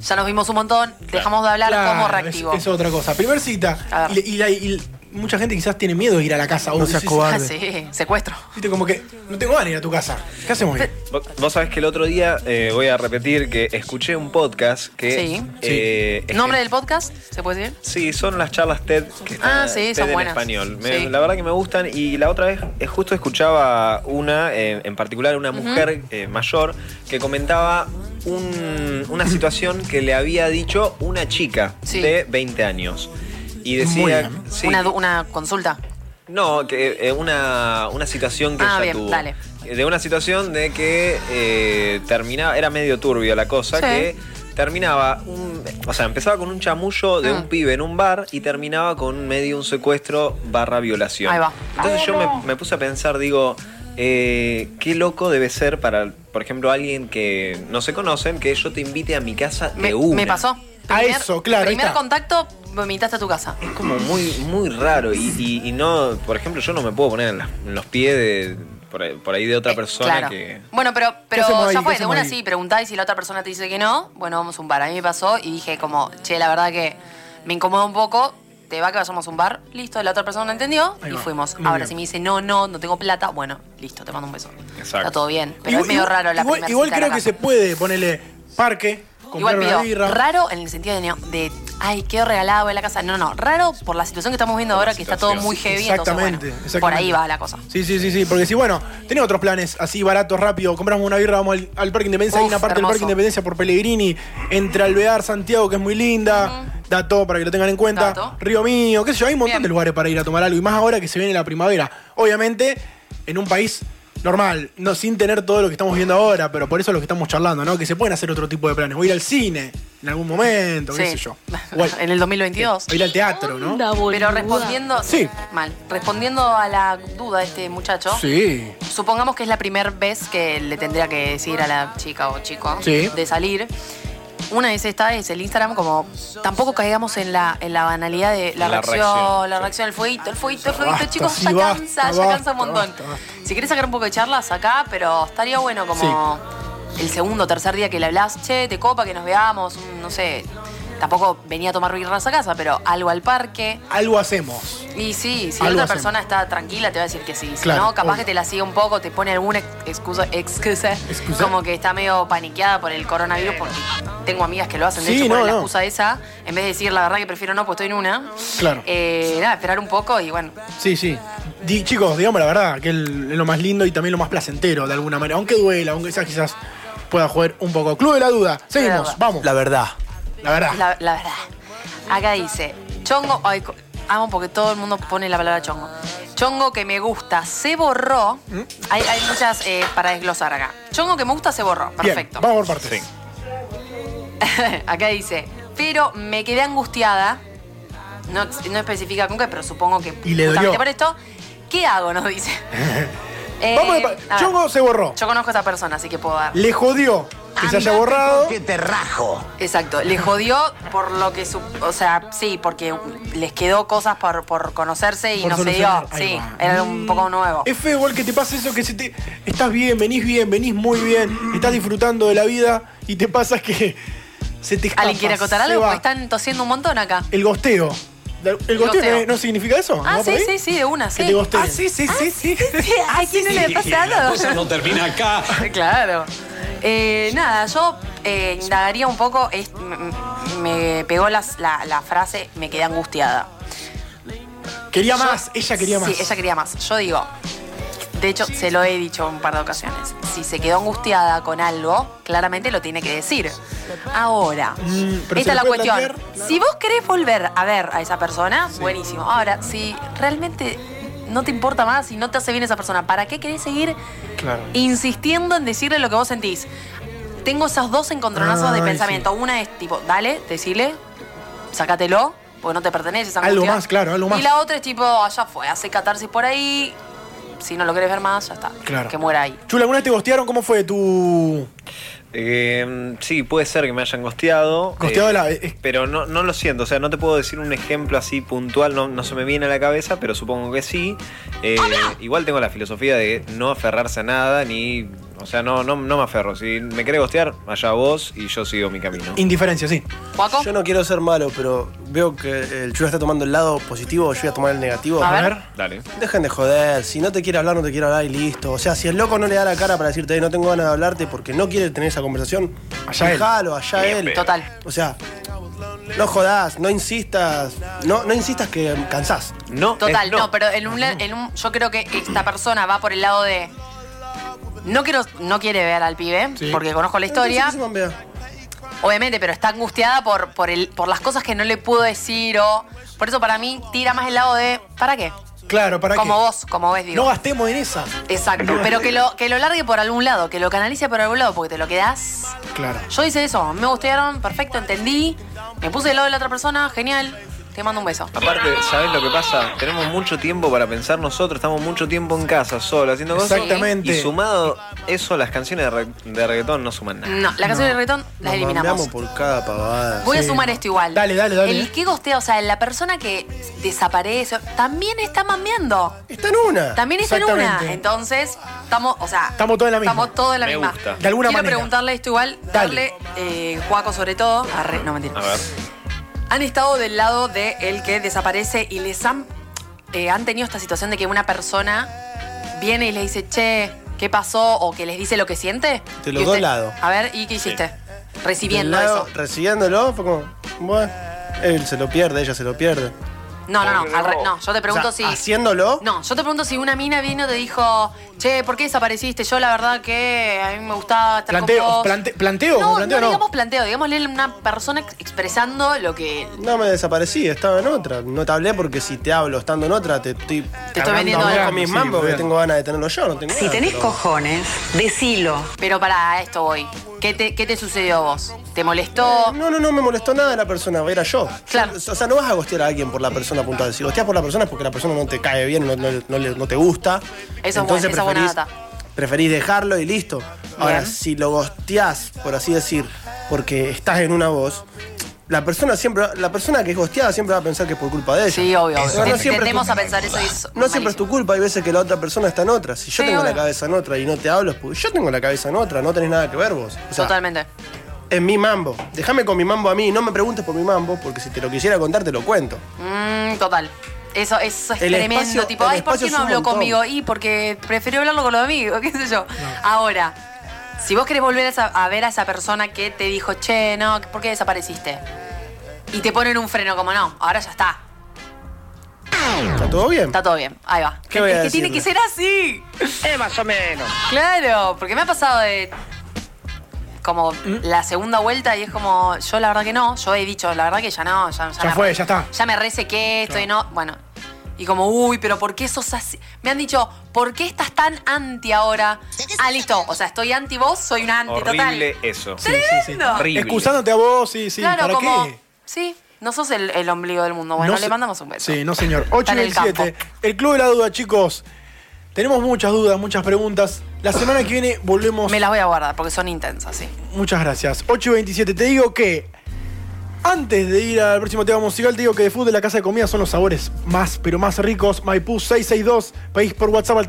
Speaker 19: ya nos vimos un montón, dejamos de hablar,
Speaker 10: Claro,
Speaker 19: como
Speaker 10: es-
Speaker 19: reactivo.
Speaker 10: Es, otra cosa. Primer
Speaker 19: A
Speaker 10: cita.
Speaker 19: ver.
Speaker 10: Y, y la- y mucha gente quizás tiene miedo de ir a la casa. o
Speaker 19: No
Speaker 10: decís,
Speaker 19: seas cobarde. Ah, sí, secuestro.
Speaker 10: Viste, como que no tengo ganas de ir a tu casa. ¿Qué hacemos hoy?
Speaker 7: Vos- Vos sabés que el otro día, eh, voy a repetir, que escuché un podcast que...
Speaker 19: Sí.
Speaker 7: eh, es
Speaker 19: ¿Nombre del podcast? ¿Se puede decir?
Speaker 7: Sí, son las charlas TED que están
Speaker 19: Ah, sí,
Speaker 7: TED
Speaker 19: son
Speaker 7: en
Speaker 19: buenas.
Speaker 7: español. Me-
Speaker 19: Sí.
Speaker 7: La verdad que me gustan. Y la otra vez eh, justo escuchaba una, eh, en particular una
Speaker 19: Ujú.
Speaker 7: mujer eh, mayor, que comentaba un- una situación que le había dicho una chica
Speaker 19: Sí.
Speaker 7: de 20 años. Y
Speaker 19: Muy
Speaker 7: decía...
Speaker 19: bien.
Speaker 7: sí,
Speaker 19: Una, du- una consulta.
Speaker 7: no, que eh, una, una situación que
Speaker 19: Ah,
Speaker 7: ella
Speaker 19: bien,
Speaker 7: tuvo. Eh,
Speaker 19: dale.
Speaker 7: De una situación de que eh, terminaba, era medio turbio la cosa,
Speaker 19: Sí.
Speaker 7: que terminaba, un- o sea, empezaba con un chamullo de
Speaker 19: Mm.
Speaker 7: un pibe en un bar y terminaba con medio un secuestro barra violación.
Speaker 19: Ahí va.
Speaker 7: Entonces yo
Speaker 19: Bueno.
Speaker 7: me, me puse a pensar, digo, eh, qué loco debe ser para, por ejemplo, alguien que no se conocen, que yo te invite a mi casa de
Speaker 19: Me,
Speaker 7: una.
Speaker 19: me pasó.
Speaker 10: A
Speaker 19: Primer-
Speaker 10: eso, claro, ahí
Speaker 19: Primer
Speaker 10: está.
Speaker 19: contacto, vomitaste a tu casa.
Speaker 7: como muy, muy raro. Y, y- y no, por ejemplo, yo no me puedo poner en, la- en los pies de. Por ahí, por ahí de otra persona
Speaker 19: Eh, claro.
Speaker 7: que.
Speaker 19: Bueno, pero,
Speaker 7: hacemos
Speaker 19: pero
Speaker 7: ahí?
Speaker 19: ya
Speaker 7: ¿Qué
Speaker 19: fue, de
Speaker 7: hacemos
Speaker 19: una
Speaker 7: ahí?
Speaker 19: sí, preguntáis si la otra persona te dice que no, bueno, vamos a un bar. A mí me pasó y dije como, che, la verdad que me incomoda un poco, te va que vayamos a un bar, listo, la otra persona no entendió
Speaker 7: Ahí
Speaker 19: y
Speaker 7: va.
Speaker 19: fuimos.
Speaker 7: Muy
Speaker 19: Ahora
Speaker 7: bien.
Speaker 19: si me dice no, no, no tengo plata, bueno, listo, te mando un beso.
Speaker 7: Exacto.
Speaker 19: Está todo bien, pero
Speaker 10: Igual-
Speaker 19: es medio raro la
Speaker 10: Igual,
Speaker 19: primera
Speaker 10: igual
Speaker 19: cita de
Speaker 10: creo
Speaker 19: la
Speaker 10: que
Speaker 19: casa.
Speaker 10: se puede ponerle parque, comprar
Speaker 19: Igual
Speaker 10: una
Speaker 19: pido,
Speaker 10: birra.
Speaker 19: raro en el sentido de, neo- de, ay, qué regalado de la casa. No, no, raro por la situación que estamos viendo ahora, que está todo muy heavy. entonces, bueno,
Speaker 10: Exactamente, exactamente.
Speaker 19: por ahí va la cosa.
Speaker 10: Sí, sí, sí, sí. Porque si, bueno, tenés otros planes así baratos, rápido, compramos una birra, vamos al, al Parque Independencia. Hay
Speaker 19: Uf,
Speaker 10: una parte
Speaker 19: hermoso.
Speaker 10: del Parque Independencia por Pellegrini, entre Alvear, Santiago, que es muy linda. Dato para que lo tengan en cuenta.
Speaker 19: Dato.
Speaker 10: Río Mío, qué sé yo. Hay un montón de lugares para ir a tomar algo. Y más ahora que se viene la primavera. Obviamente, en un país normal, no sin tener todo lo que estamos viendo ahora, pero por eso es lo que estamos charlando, ¿no? Que se pueden hacer otro tipo de planes. O ir al cine en algún momento, qué
Speaker 19: Sí.
Speaker 10: sé yo.
Speaker 19: en el 2022.
Speaker 10: O ir al teatro, ¿no?
Speaker 19: Pero respondiendo,
Speaker 10: Sí.
Speaker 19: mal, respondiendo a la duda de este muchacho,
Speaker 10: Sí.
Speaker 19: supongamos que es la primera vez que le tendría que decir a la chica o chico
Speaker 10: Sí.
Speaker 19: de salir. Una es esta, es el Instagram, como tampoco caigamos en la, en la banalidad de la,
Speaker 15: La
Speaker 19: reacción,
Speaker 15: reacción,
Speaker 19: la reacción, el fueguito, el fueguito, el fueguito,
Speaker 15: Basta,
Speaker 19: chicos,
Speaker 15: sí,
Speaker 19: ya
Speaker 15: basta,
Speaker 19: cansa, ya
Speaker 15: basta,
Speaker 19: cansa un montón. Si querés sacar un poco de charla, sacá, pero estaría bueno como el segundo o tercer día que le hablas, che, te copa que nos veamos, un- no sé, tampoco venía a tomar birras a casa, pero algo al parque.
Speaker 10: Algo hacemos.
Speaker 19: Y sí, si la
Speaker 10: Algo
Speaker 19: otra
Speaker 10: hacemos.
Speaker 19: persona está tranquila, te va a decir que sí. Si
Speaker 10: Claro,
Speaker 19: no, capaz
Speaker 10: obvio.
Speaker 19: que te la sigue un poco, te pone alguna excusa, excusa, como que está medio paniqueada por el coronavirus, porque tengo amigas que lo hacen, de
Speaker 10: Sí,
Speaker 19: hecho, ponen
Speaker 10: no,
Speaker 19: la
Speaker 10: no.
Speaker 19: excusa esa, en vez de decir la verdad que prefiero no, pues estoy en una.
Speaker 10: Claro.
Speaker 19: Eh, nada, esperar un poco y bueno.
Speaker 10: Sí, sí. Di- chicos, digamos la verdad, que el- es lo más lindo y también lo más placentero de alguna manera. Aunque duela, aunque quizás, quizás pueda jugar un poco. Club de la duda, seguimos,
Speaker 19: duda.
Speaker 10: vamos. La verdad. La verdad.
Speaker 19: La, la verdad. Acá dice, chongo, ay, co- amo porque todo el mundo pone la palabra chongo. Chongo que me gusta se borró.
Speaker 10: ¿Mm?
Speaker 19: Hay, hay muchas eh, para desglosar acá. Chongo que me gusta se borró. Perfecto.
Speaker 10: Bien, vamos por partes.
Speaker 19: acá dice, pero me quedé angustiada. No, no especifica con qué, pero supongo que
Speaker 10: Y le
Speaker 19: justamente
Speaker 10: dolió.
Speaker 19: por esto. ¿Qué hago? Nos dice.
Speaker 10: Vamos de
Speaker 19: Eh, a
Speaker 10: pa-
Speaker 19: ver,
Speaker 10: Chongo se borró.
Speaker 19: Yo conozco a esta persona, así que puedo dar.
Speaker 10: Le jodió que se haya borrado. Que te rajo.
Speaker 19: Exacto, le jodió por lo que su, o sea, sí, porque les quedó cosas por, por conocerse y
Speaker 10: Por
Speaker 19: no se dio.
Speaker 10: solucionar. Ahí
Speaker 19: Sí,
Speaker 10: va. Mm.
Speaker 19: era un poco nuevo.
Speaker 10: Es feo igual que te pase eso que si te estás bien, venís bien, venís muy bien, estás disfrutando de la vida y te pasa que se te escapa,
Speaker 19: ¿Alguien quiere acotar
Speaker 10: se
Speaker 19: algo?
Speaker 10: va.
Speaker 19: Porque están tosiendo un montón acá.
Speaker 10: El gosteo. El, gosteo,
Speaker 19: gosteo.
Speaker 10: ¿no, no significa eso?
Speaker 19: Ah,
Speaker 10: ¿No va por
Speaker 19: sí,
Speaker 10: ahí?
Speaker 19: sí, sí, de una, sí.
Speaker 10: Que te gosteen.
Speaker 19: Ah, sí, sí, sí, sí. ¿A quién no le ha
Speaker 20: La cosa
Speaker 19: pasado?
Speaker 20: no termina acá.
Speaker 19: Claro. Eh, nada, yo eh, indagaría un poco, es- me, me pegó las- la, la frase, me quedé angustiada.
Speaker 10: Quería
Speaker 19: Yo-
Speaker 10: más, ella quería más.
Speaker 19: Sí, ella quería más. Yo digo, de hecho, se lo he dicho un par de ocasiones. Si se quedó angustiada con algo, claramente lo tiene que decir. Ahora,
Speaker 15: Mm, pero se
Speaker 19: esta es
Speaker 15: lo
Speaker 19: la
Speaker 15: puede
Speaker 19: cuestión.
Speaker 15: plantear,
Speaker 19: Si vos querés volver a ver a esa persona, buenísimo. Ahora, si realmente no te importa más y no te hace bien esa persona, ¿para qué querés seguir
Speaker 10: Claro.
Speaker 19: insistiendo en decirle lo que vos sentís? Tengo esos dos encontronazos de
Speaker 10: Ay,
Speaker 19: pensamiento. Una es tipo, dale, decile, sácatelo, porque no te pertenece esa
Speaker 10: Algo
Speaker 19: angustia.
Speaker 10: más, claro, algo más.
Speaker 19: Y la otra es tipo, allá fue, hace catarsis por ahí. Si no lo querés ver más, ya está.
Speaker 10: Claro.
Speaker 19: Que muera ahí.
Speaker 10: Chula, ¿alguna vez te gostearon? ¿Cómo fue tu...?
Speaker 7: Eh, sí, puede ser que me hayan gosteado.
Speaker 10: Gosteado
Speaker 7: eh,
Speaker 10: la-
Speaker 7: Pero no, no lo siento, o sea, no te puedo decir un ejemplo así puntual, no, no se me viene a la cabeza, pero supongo que sí. Eh, igual tengo la filosofía de no aferrarse a nada, ni. O O sea, no, no, no me aferro. Si me querés gostear, allá vos y yo sigo mi camino.
Speaker 10: Indiferencia, sí.
Speaker 13: Yo no quiero ser malo, pero veo que el Chula está tomando el lado positivo, yo voy a tomar el negativo.
Speaker 7: A ver. Dale.
Speaker 13: Dejen de joder, si no te quiere hablar, no te quiere hablar y listo. O sea, si el loco no le da la cara para decirte, "Eh, no tengo ganas de hablarte porque no quiere tener esa conversación,
Speaker 10: Allá él.
Speaker 13: dejalo, allá
Speaker 10: Bien,
Speaker 13: él.
Speaker 10: pero- Total.
Speaker 13: O sea, no jodás, no insistas, no, no insistas que cansás.
Speaker 7: Eh, No,
Speaker 19: Total, no, pero en un, en un- yo creo que esta persona va por el lado de. No, quiero, no quiere ver al pibe,
Speaker 13: Sí.
Speaker 19: porque conozco la historia.
Speaker 13: Entonces, ¿qué se bombea?
Speaker 19: Obviamente, pero está angustiada por, por, el, por las cosas que no le pudo decir o. Por eso para mí tira más el lado de. ¿Para qué?
Speaker 10: Claro, para
Speaker 19: como
Speaker 10: qué?
Speaker 19: vos, como ves, digo.
Speaker 10: No gastemos en esa.
Speaker 19: Exacto, pero que lo, que lo largue por algún lado, que lo canalice por algún lado, porque te lo quedás.
Speaker 10: Claro.
Speaker 19: Yo hice eso, me gustaron, perfecto, entendí, me puse del lado de la otra persona, genial, te mando un beso.
Speaker 7: Aparte, ¿sabes lo que pasa? Tenemos mucho tiempo para pensar nosotros, estamos mucho tiempo en casa, solo, haciendo cosas.
Speaker 19: Exactamente.
Speaker 7: Y sumado eso, las canciones de, re- de reggaetón no suman nada.
Speaker 19: No, la canción de reggaetón las eliminamos.
Speaker 13: por cada pavada.
Speaker 19: Voy a sumar esto igual. Dale, dale,
Speaker 13: dale.
Speaker 19: El que gostea, o sea, la persona que desaparece, también está mameando.
Speaker 13: Está en una.
Speaker 19: También está en una.
Speaker 10: Exactamente.
Speaker 19: Entonces, estamos, o sea,
Speaker 10: Estamos todos en la misma.
Speaker 19: estamos todos en la
Speaker 10: Me
Speaker 19: misma.
Speaker 10: gusta. De alguna
Speaker 19: Quiero
Speaker 10: manera.
Speaker 19: preguntarle esto igual, darle, eh, Juaco sobre todo. Arre, no mentira.
Speaker 7: A ver.
Speaker 19: Han estado del lado de el que desaparece y les han, eh, han tenido esta situación de que una persona viene y les dice, che, ¿qué pasó? O que les dice lo que siente.
Speaker 13: De
Speaker 19: Y
Speaker 13: los dos
Speaker 19: usted-
Speaker 13: lados.
Speaker 19: A ver, ¿y qué hiciste? Recibiendo
Speaker 13: Del
Speaker 19: eso.
Speaker 13: lado, Recibiéndolo, fue como, bueno, él se lo pierde, ella se lo pierde.
Speaker 19: No, no, no. al re- no, yo te pregunto
Speaker 13: O sea,
Speaker 19: si.
Speaker 13: ¿Haciéndolo?
Speaker 19: No, yo te pregunto si una mina vino y te dijo, che, ¿por qué desapareciste? Yo la verdad que a mí me gustaba estar con
Speaker 10: Planteo,
Speaker 19: vos.
Speaker 10: plante- planteo,
Speaker 19: no,
Speaker 10: planteo
Speaker 19: no
Speaker 10: no.
Speaker 19: digamos planteo, digámosle una persona ex- expresando lo que.
Speaker 13: No me desaparecí, estaba en otra. No te hablé porque si te hablo estando en otra, te estoy. Te
Speaker 19: estoy vendiendo algo.
Speaker 13: con mis
Speaker 19: Sí,
Speaker 13: mambos,
Speaker 19: muy
Speaker 13: que
Speaker 19: bien.
Speaker 13: tengo ganas de tenerlo yo, no tengo ganas, pero-
Speaker 19: cojones, decilo. Pero para esto voy. ¿Qué te, qué te sucedió a vos? ¿Te molestó?
Speaker 13: No, no, no me molestó nada la persona, era yo.
Speaker 19: Claro.
Speaker 13: O sea, no vas a gostear a alguien por la persona puntual. Si gosteas por la persona es porque la persona no te cae bien, no, no- no le- no te gusta.
Speaker 19: Eso es buena,
Speaker 13: Entonces
Speaker 19: esa es buena
Speaker 13: preferís-
Speaker 19: data.
Speaker 13: preferís dejarlo y listo. Ahora,
Speaker 19: Bien.
Speaker 13: si lo gosteás, por así decir, porque estás en una voz, la persona siempre, la persona que es gosteada siempre va a pensar que es por culpa de ella. Sí,
Speaker 19: obvio, obvio. Te- tendemos a pensar eso y es
Speaker 13: No siempre es tu culpa, hay veces que la otra persona está en otra. Si yo
Speaker 19: Sí,
Speaker 13: tengo la
Speaker 19: obvio.
Speaker 13: cabeza en otra y no te hablo, es porque yo tengo la cabeza en otra, no tenés nada que ver vos. O sea,
Speaker 19: Totalmente.
Speaker 13: en mi mambo. Déjame con mi mambo a mí, no me preguntes por mi mambo, porque si te lo quisiera contar, te lo cuento.
Speaker 19: Mm, total. Eso, eso es
Speaker 13: El
Speaker 19: tremendo.
Speaker 13: espacio-
Speaker 19: tipo,
Speaker 13: el
Speaker 19: ay, ¿por
Speaker 13: espacio es
Speaker 19: qué no
Speaker 13: un
Speaker 19: habló
Speaker 13: montón".
Speaker 19: conmigo? Y porque prefirió hablarlo con los amigos, qué sé yo. Ahora, si vos querés volver a, esa- a ver a esa persona que te dijo, che, no, ¿por qué desapareciste? Y te ponen un freno, como no, ahora ya está.
Speaker 13: ¿Está todo bien?
Speaker 19: Está todo bien, ahí va.
Speaker 13: ¿Qué voy
Speaker 19: es
Speaker 13: a
Speaker 19: que tiene que ser
Speaker 13: decirle?
Speaker 19: así. Es más o menos. Claro, porque me ha pasado de. Como
Speaker 13: ¿Mm?
Speaker 19: la segunda vuelta y es como, yo la verdad que no, yo he dicho, la verdad que ya no, ya, ya
Speaker 10: Ya
Speaker 19: me
Speaker 10: fue, ya está.
Speaker 19: ya me resequé, estoy no. Bueno. Y como, uy, pero ¿por qué sos así? Me han dicho, ¿por qué estás tan anti ahora? Ah, listo. O sea, estoy anti vos, soy una anti
Speaker 7: Horrible
Speaker 19: total.
Speaker 7: eso.
Speaker 19: Sí, sí, sí. Tremendo. Horrible.
Speaker 10: Excusándote a vos, sí, sí.
Speaker 19: claro,
Speaker 10: ¿Para
Speaker 19: como.
Speaker 10: qué?
Speaker 19: Sí, no sos el, el ombligo del mundo. Bueno,
Speaker 10: No
Speaker 19: le
Speaker 10: sé-
Speaker 19: mandamos un beso.
Speaker 10: Sí, no señor. 8 y
Speaker 19: Está en el campo.
Speaker 10: 7. El Club de la Duda, chicos. Tenemos muchas dudas, muchas preguntas. La semana que viene volvemos. Me
Speaker 19: las voy a guardar porque son intensas, sí.
Speaker 10: Muchas gracias. 8 y 27. Te digo que. Antes de ir al próximo tema musical, te digo que de food de la casa de comida son los sabores más, pero más ricos. Maipú 662, país por WhatsApp al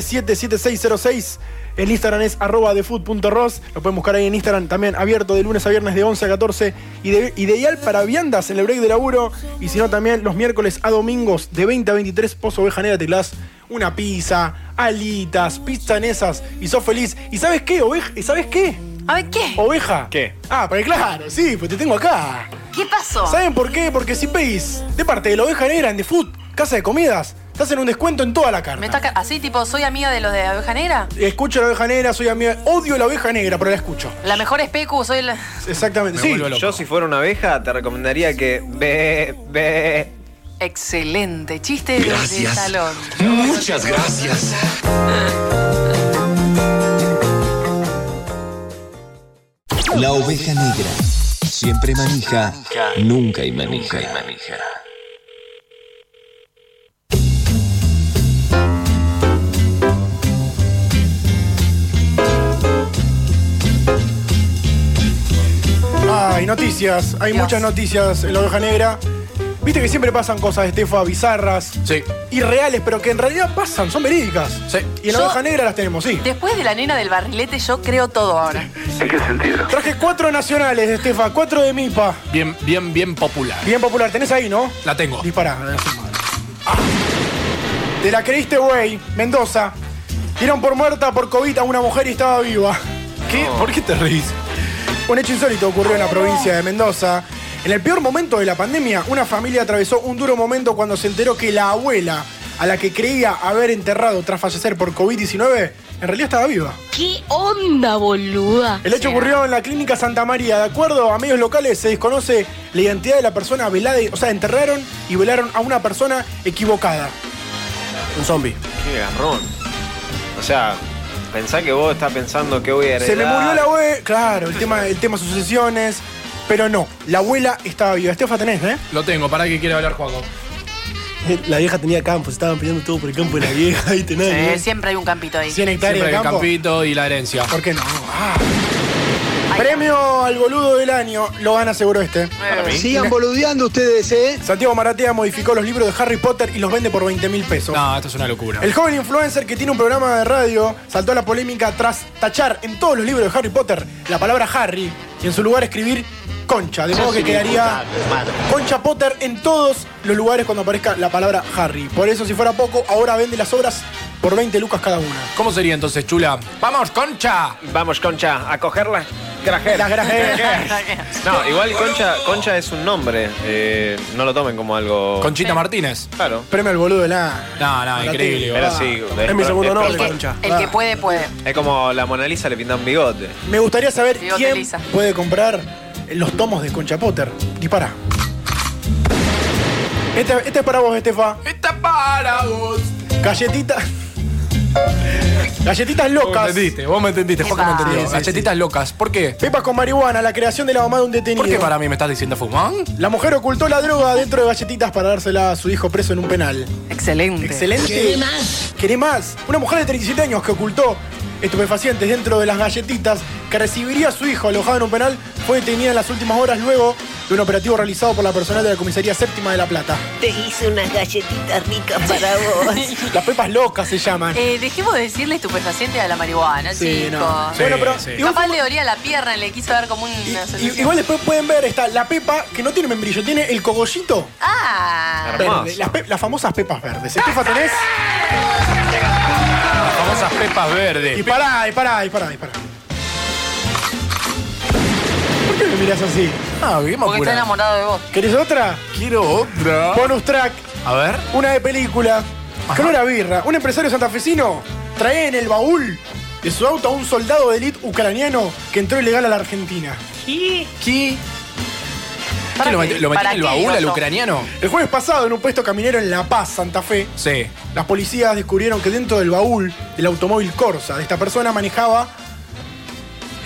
Speaker 10: 3416-637-7606. El Instagram es arroba defood.ros. Lo pueden buscar ahí en Instagram también, abierto de lunes a viernes de 11 a 14. Y de- ideal para viandas en el break de laburo. Y si no, también los miércoles a domingos de 20 a 23, Pozo Ovejanera Teclas. Una pizza, alitas, pistanesas y sos feliz. ¿Y sabes qué, oveja? ¿Y sabes qué?
Speaker 19: ¿A ver qué?
Speaker 10: Oveja. ¿Qué? Ah, pero claro, sí, pues te tengo acá.
Speaker 19: ¿Qué pasó?
Speaker 10: ¿Saben por qué? Porque si pedís de parte de la oveja negra en The Food, Casa de Comidas, te hacen un descuento en toda la carta.
Speaker 19: ¿Me estás ca- así, tipo, soy amiga de los de Abeja Negra?
Speaker 10: Escucho a la oveja negra, soy amiga. Odio la oveja negra, pero la escucho.
Speaker 19: La mejor especu, soy la.
Speaker 10: Exactamente,
Speaker 7: Me
Speaker 10: sí.
Speaker 7: vuelvo loco. Yo si fuera una abeja te recomendaría que ve, ve.
Speaker 19: Excelente. Chiste de- de
Speaker 7: Gracias.
Speaker 19: salón.
Speaker 21: Muchas gracias.
Speaker 1: La oveja negra. Siempre manija. Nunca hay manija.
Speaker 10: Hay noticias, hay muchas noticias en la oveja negra. Viste que siempre pasan cosas, Estefa, bizarras, irreales, pero que en realidad pasan, son verídicas. Y en la
Speaker 19: Yo-
Speaker 10: oveja negra las tenemos, sí.
Speaker 19: Después de la nena del barrilete, yo creo todo ahora.
Speaker 10: ¿En qué sentido? Traje cuatro nacionales, Estefa, cuatro de MIPA.
Speaker 11: Bien, bien, bien popular.
Speaker 10: Bien popular, tenés ahí, ¿no?
Speaker 11: La tengo.
Speaker 10: Dispará. a ver, su madre. Ah. Te la creíste, güey. Mendoza. Dieron por muerta por COVID a una mujer y estaba viva.
Speaker 11: ¿Qué? ¿Por qué te reís?
Speaker 10: Un hecho insólito ocurrió en la provincia de Mendoza. En el peor momento de la pandemia, una familia atravesó un duro momento cuando se enteró que la abuela, a la que creía haber enterrado tras fallecer por COVID-19, en realidad estaba viva.
Speaker 20: ¿Qué onda, boluda?
Speaker 10: El hecho ocurrió en la clínica Santa María. De acuerdo a medios locales, se desconoce la identidad de la persona velada. O sea, enterraron y velaron a una persona equivocada. Un zombie.
Speaker 7: Qué garrón. O sea, pensá que vos estás pensando que voy a heredar.
Speaker 10: Se me murió la abuela. Claro, el tema, el tema sucesiones. Pero no, la abuela estaba viva. Estefa tenés, ¿eh?
Speaker 11: Lo tengo, para que quiera hablar Juaco.
Speaker 22: La vieja tenía campos, estaban peleando todo por el campo de la vieja y tenés.
Speaker 19: Eh, siempre hay un campito ahí.
Speaker 11: Siempre el campito y la herencia. ¿Por
Speaker 10: qué no? ah. Premio al boludo del año lo gana seguro este.
Speaker 11: mí.
Speaker 22: Sigan
Speaker 10: boludeando ustedes, ¿eh? Santiago Maratea modificó los libros de Harry Potter y los vende por 20 mil pesos.
Speaker 11: No, esto es una locura.
Speaker 10: El joven influencer que tiene un programa de radio saltó a la polémica tras tachar en todos los libros de Harry Potter la palabra Harry y en su lugar escribir concha, de modo que quedaría concha Potter en todos los lugares cuando aparezca la palabra Harry. Por eso, si fuera poco, ahora vende las obras por 20 lucas cada una.
Speaker 11: ¿Cómo sería entonces, chula? ¡Vamos, concha!
Speaker 7: Vamos, concha, a cogerla. Grajer.
Speaker 10: Las grajeras.
Speaker 7: No, igual Concha, Concha es un nombre. eh, no lo tomen como algo.
Speaker 11: Conchita Martínez.
Speaker 7: Claro.
Speaker 10: Premio al boludo del año.
Speaker 11: No, no,
Speaker 7: Para
Speaker 11: increíble.
Speaker 7: ti.
Speaker 11: boludo.
Speaker 7: Era así,
Speaker 11: Es
Speaker 7: de-
Speaker 11: mi segundo
Speaker 7: de-
Speaker 11: nombre,
Speaker 7: de-
Speaker 11: Concha.
Speaker 19: El
Speaker 10: Ah.
Speaker 19: que puede, puede.
Speaker 7: Es como la Mona Lisa le pinta un bigote.
Speaker 10: Me gustaría saber
Speaker 19: Bigote
Speaker 10: quién
Speaker 19: lisa.
Speaker 10: puede comprar los tomos de Concha Potter. Dispara. Este, este es para vos, Estefa.
Speaker 11: Esta para vos.
Speaker 10: Galletitas. Galletitas
Speaker 11: Vos me
Speaker 10: locas.
Speaker 11: entendiste, vos me entendiste, Juaco me
Speaker 10: Epa.
Speaker 11: entendió.
Speaker 10: Sí, sí,
Speaker 11: Galletitas locas, ¿por qué?
Speaker 10: Pepas con marihuana, la creación de la mamá de un detenido.
Speaker 11: ¿Por qué para mí me estás diciendo fumón?
Speaker 10: La mujer ocultó la droga dentro de galletitas para dársela a su hijo preso en un penal.
Speaker 19: Excelente.
Speaker 10: Excelente.
Speaker 19: ¿Querés más?
Speaker 10: ¿Querés más? Una mujer de 37 años que ocultó estupefacientes dentro de las galletitas que recibiría a su hijo alojado en un penal fue detenida en las últimas horas luego de un operativo realizado por la personal de la comisaría séptima de La Plata.
Speaker 12: Te hice unas galletitas ricas para vos.
Speaker 10: Las pepas locas se llaman.
Speaker 19: Eh, dejemos de decirle estupefaciente a la marihuana,
Speaker 10: Sí,
Speaker 19: chicos.
Speaker 10: no. Sí, Bueno, pero sí. igual
Speaker 19: Capaz le olía la pierna y le quiso dar como un.
Speaker 10: Y- igual después pueden ver, está la pepa que no tiene membrillo, tiene el cogollito
Speaker 19: Ah.
Speaker 10: verde. Las, pe- las famosas pepas verdes. Estefa tenés.
Speaker 11: Las famosas pepas verdes.
Speaker 10: Y pará, y pará, y pará, y pará. ¿Por qué me mirás así?
Speaker 11: Ah, bien
Speaker 19: Porque está enamorado de vos.
Speaker 10: ¿Querés otra?
Speaker 11: Quiero otra.
Speaker 10: Bonus track.
Speaker 11: A ver.
Speaker 10: Una de película. Con una birra. Un empresario santafesino trae en el baúl de su auto a un soldado de elite ucraniano que entró ilegal a la Argentina.
Speaker 19: ¿Qué?
Speaker 11: ¿Qué? ¿Qué, lo meti- lo metí en el baúl al ucraniano?
Speaker 10: El jueves pasado, en un puesto caminero en La Paz, Santa Fe,
Speaker 11: Sí.
Speaker 10: las policías descubrieron que dentro del baúl del automóvil Corsa de esta persona manejaba.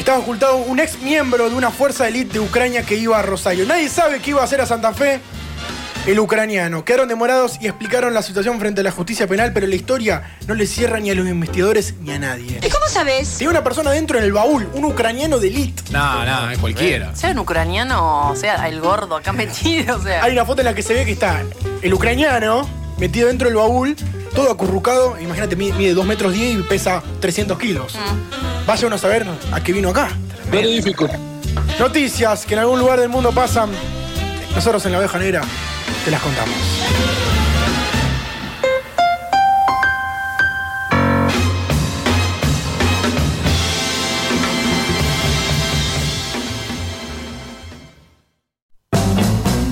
Speaker 10: Estaba ocultado un ex miembro de una fuerza elite de Ucrania que iba a Rosario. Nadie sabe qué iba a hacer a Santa Fe el ucraniano. Quedaron demorados y explicaron la situación frente a la justicia penal, pero la historia no le cierra ni a los investigadores ni a nadie. ¿Y
Speaker 19: cómo sabes?
Speaker 10: Tiene una persona dentro en el baúl, un ucraniano de elite.
Speaker 11: No, no, es cualquiera.
Speaker 19: Sea un ucraniano, o sea el gordo acá metido, o sea.
Speaker 10: Hay una foto en la que se ve que está el ucraniano metido dentro del baúl, todo acurrucado. Imagínate, mide, mide 2 metros 10 y pesa 300 kilos. Vaya uno a saber a qué vino acá. Verífico. Noticias que en algún lugar del mundo pasan. Nosotros en la oveja negra te las contamos.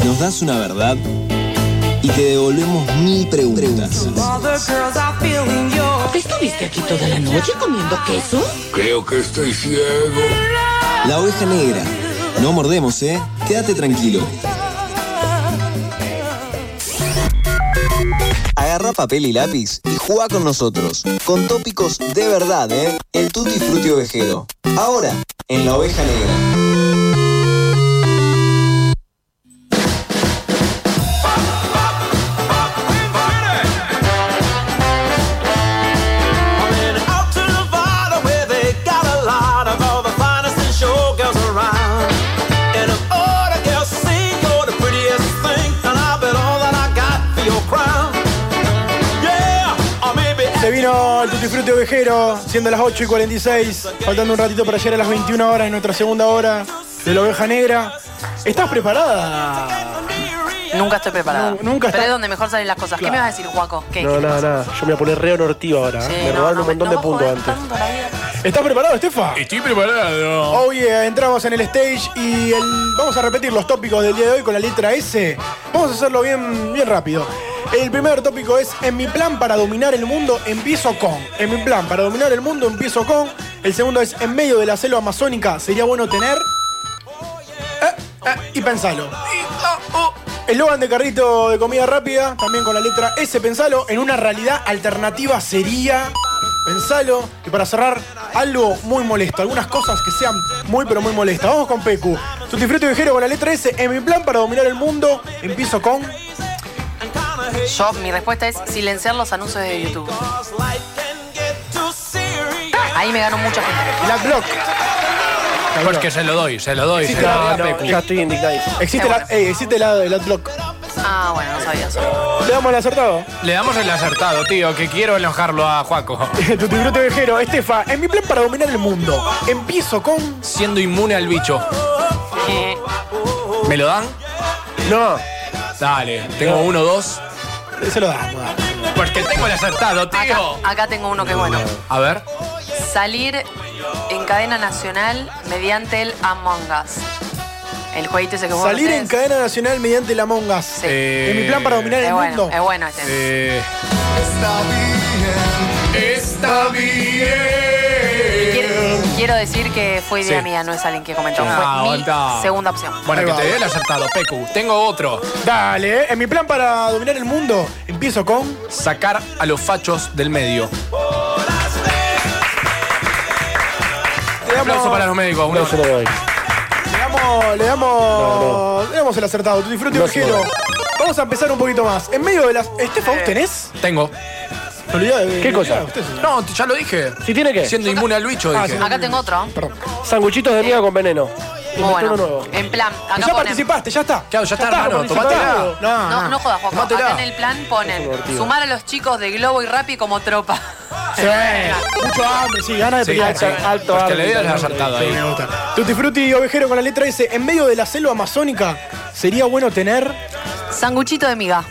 Speaker 14: Nos das una verdad y te devolvemos mil preguntas.
Speaker 12: ¿Estuviste aquí toda la noche comiendo queso?
Speaker 4: Creo que estoy ciego.
Speaker 14: La oveja negra. No mordemos, ¿eh? Quédate tranquilo. Agarra papel y lápiz y juega con nosotros, con tópicos de verdad, ¿eh? El tutti frutti ovejero. Ahora, en La Oveja Negra.
Speaker 23: Out to Nevada where they got a lot of all the finest and showgirls around. And of all the girls, single, the prettiest thing, and I bet
Speaker 10: Se vino el Tutti Frutti Ovejero, siendo las 8 y 46, faltando un ratito para llegar a las 21 horas en nuestra segunda hora de la oveja negra. ¿Estás preparada?
Speaker 19: Nunca estoy preparada.
Speaker 10: nunca
Speaker 19: Pero
Speaker 10: está-
Speaker 19: es donde mejor salen las cosas. ¿Qué me vas a decir, Guaco? ¿Qué?
Speaker 22: No, nada, nada. Yo me voy a poner re honortivo ahora. ¿eh?
Speaker 19: Sí,
Speaker 22: me
Speaker 19: no,
Speaker 22: robaron
Speaker 19: no,
Speaker 22: un montón
Speaker 19: no
Speaker 22: de puntos antes.
Speaker 10: ¿Estás preparado, Estefa?
Speaker 11: Estoy preparado.
Speaker 10: Hoy eh, entramos en el stage y el- vamos a repetir los tópicos del día de hoy con la letra S. Vamos a hacerlo bien, bien rápido. El primer tópico es, en mi plan para dominar el mundo empiezo con. En mi plan para dominar el mundo empiezo con. El segundo es, en medio de la selva amazónica sería bueno tener... Eh, eh, y pensalo. El Logan de carrito de comida rápida, también con la letra S, pensalo. En una realidad alternativa sería. Pensalo. Y para cerrar, algo muy molesto. Algunas cosas que sean muy, pero muy molestas. Vamos con Pecu. Tutifruto viajero con la letra S. En mi plan para dominar el mundo, empiezo con.
Speaker 19: Yo, mi respuesta es silenciar los anuncios de YouTube. Ahí me ganó mucha gente.
Speaker 10: La Block.
Speaker 11: Porque se lo doy, se lo doy.
Speaker 10: Existe
Speaker 11: se lo
Speaker 10: la-
Speaker 11: doy a
Speaker 10: no,
Speaker 11: Pecu.
Speaker 10: ya estoy Existe, la, eh, existe la, el adblock.
Speaker 19: Ah, bueno, no sabía eso.
Speaker 10: ¿Le damos el acertado?
Speaker 11: Le damos el acertado, tío, que quiero enojarlo a Juaco.
Speaker 10: Tutifruto viajero, Estefa. En mi plan para dominar el mundo, empiezo con.
Speaker 11: Siendo inmune al bicho. ¿Me lo dan?
Speaker 10: No.
Speaker 11: Dale, tengo
Speaker 10: No.
Speaker 11: uno, dos.
Speaker 10: Se lo damos.
Speaker 11: Porque tengo el acertado,
Speaker 19: Acá,
Speaker 11: tío.
Speaker 19: acá tengo uno que es bueno.
Speaker 11: A ver.
Speaker 19: Salir en cadena nacional mediante el Among Us. El jueguito ese que vos
Speaker 10: Salir
Speaker 19: no
Speaker 10: en cadena nacional mediante la mongas.
Speaker 22: Eh,
Speaker 10: En mi plan para dominar
Speaker 19: es
Speaker 10: el
Speaker 19: bueno,
Speaker 10: mundo.
Speaker 19: Es bueno este.
Speaker 11: Eh,
Speaker 5: Está
Speaker 19: Quiero,
Speaker 5: bien.
Speaker 19: quiero decir que fue idea
Speaker 11: Sí.
Speaker 19: mía, no es alguien que comentó.
Speaker 11: Ah,
Speaker 19: Fue mi
Speaker 11: aguantá.
Speaker 19: segunda opción.
Speaker 11: bueno,
Speaker 10: Ahí
Speaker 11: que
Speaker 10: va.
Speaker 11: te dé el acertado, Pecu. Tengo otro.
Speaker 10: Dale, en mi plan para dominar el mundo, empiezo con.
Speaker 11: Sacar a los fachos del medio.
Speaker 10: Le
Speaker 11: Un aplauso para los médicos. un aplauso.
Speaker 10: Le damos. Le damos, le damos el acertado. Tu disfrute
Speaker 11: No,
Speaker 10: viajero.
Speaker 11: no.
Speaker 10: Vamos a empezar un poquito más. En medio de las. Estefa, ¿vos tenés?
Speaker 11: Tengo.
Speaker 10: ¿Qué cosa?
Speaker 19: Ah,
Speaker 11: No, ya lo dije.
Speaker 22: ¿Si tiene qué?
Speaker 11: Siendo inmune al bicho,
Speaker 10: Ah,
Speaker 11: dije.
Speaker 19: Acá tengo otro.
Speaker 22: Sanguchitos de miga con veneno.
Speaker 19: Muy
Speaker 22: Inventó
Speaker 19: bueno.
Speaker 22: uno nuevo.
Speaker 19: En plan, acá
Speaker 10: Ya
Speaker 19: ponen-
Speaker 10: participaste, ya está.
Speaker 11: Claro, ya está, hermano.
Speaker 10: participaste.
Speaker 11: Tomátela.
Speaker 10: No,
Speaker 19: No, no jodas, Juanjo.
Speaker 11: Tomátela.
Speaker 19: Acá en el plan ponen
Speaker 11: divertido.
Speaker 19: sumar a los chicos de Globo y Rappi como tropa.
Speaker 10: Sí, mucho hambre, sí, ganas de
Speaker 11: Sí,
Speaker 10: pelear.
Speaker 11: sí.
Speaker 10: Alto
Speaker 11: Porque le
Speaker 10: hambre.
Speaker 11: dio el acertado ahí.
Speaker 10: Tutti Frutti ovejero con la letra S. En medio de la selva amazónica, sería bueno tener.
Speaker 19: Sanguchito de miga.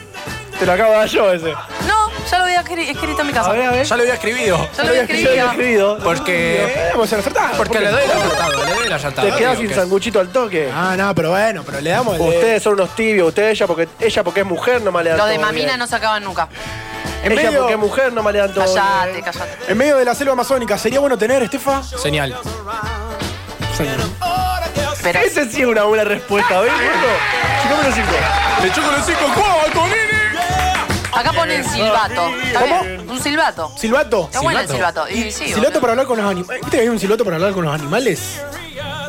Speaker 10: Te lo acabo de dar yo ese.
Speaker 19: No, ya lo había escri- escrito en mi casa.
Speaker 11: Ya lo había escribido.
Speaker 19: Ya lo había escribido.
Speaker 10: Ah,
Speaker 11: Porque.
Speaker 10: Vamos a acertar.
Speaker 11: Porque le doy el acertado, le doy el acertado.
Speaker 22: Te quedas
Speaker 11: digo
Speaker 22: sin
Speaker 11: que-
Speaker 22: sanguchito al toque.
Speaker 10: Ah, no, pero bueno, pero le damos el-
Speaker 22: Ustedes son unos tibios, ustedes ella porque ella porque es mujer nomás le dan
Speaker 19: Los
Speaker 22: todo
Speaker 19: de mamina
Speaker 22: bien.
Speaker 19: no se acaban nunca.
Speaker 10: En
Speaker 22: Ella
Speaker 10: medio-
Speaker 22: porque es mujer nomás le dan todo
Speaker 19: Callate,
Speaker 22: bien.
Speaker 19: callate.
Speaker 10: En medio de la selva amazónica, sería bueno tener, Estefa.
Speaker 11: Señal.
Speaker 19: Pero
Speaker 22: Esa sí es una buena respuesta, ¿ves? Chicame los cinco.
Speaker 11: Le choco los cinco, ¡Juaco, nene!
Speaker 19: Acá ponen silbato. ¿Está bien? Un silbato.
Speaker 10: ¿Silbato?
Speaker 19: Está bueno el silbato. Y sí,
Speaker 10: ¿Silbato
Speaker 19: boludo.
Speaker 10: para hablar con los animales? ¿Viste que hay un silbato para hablar con los animales?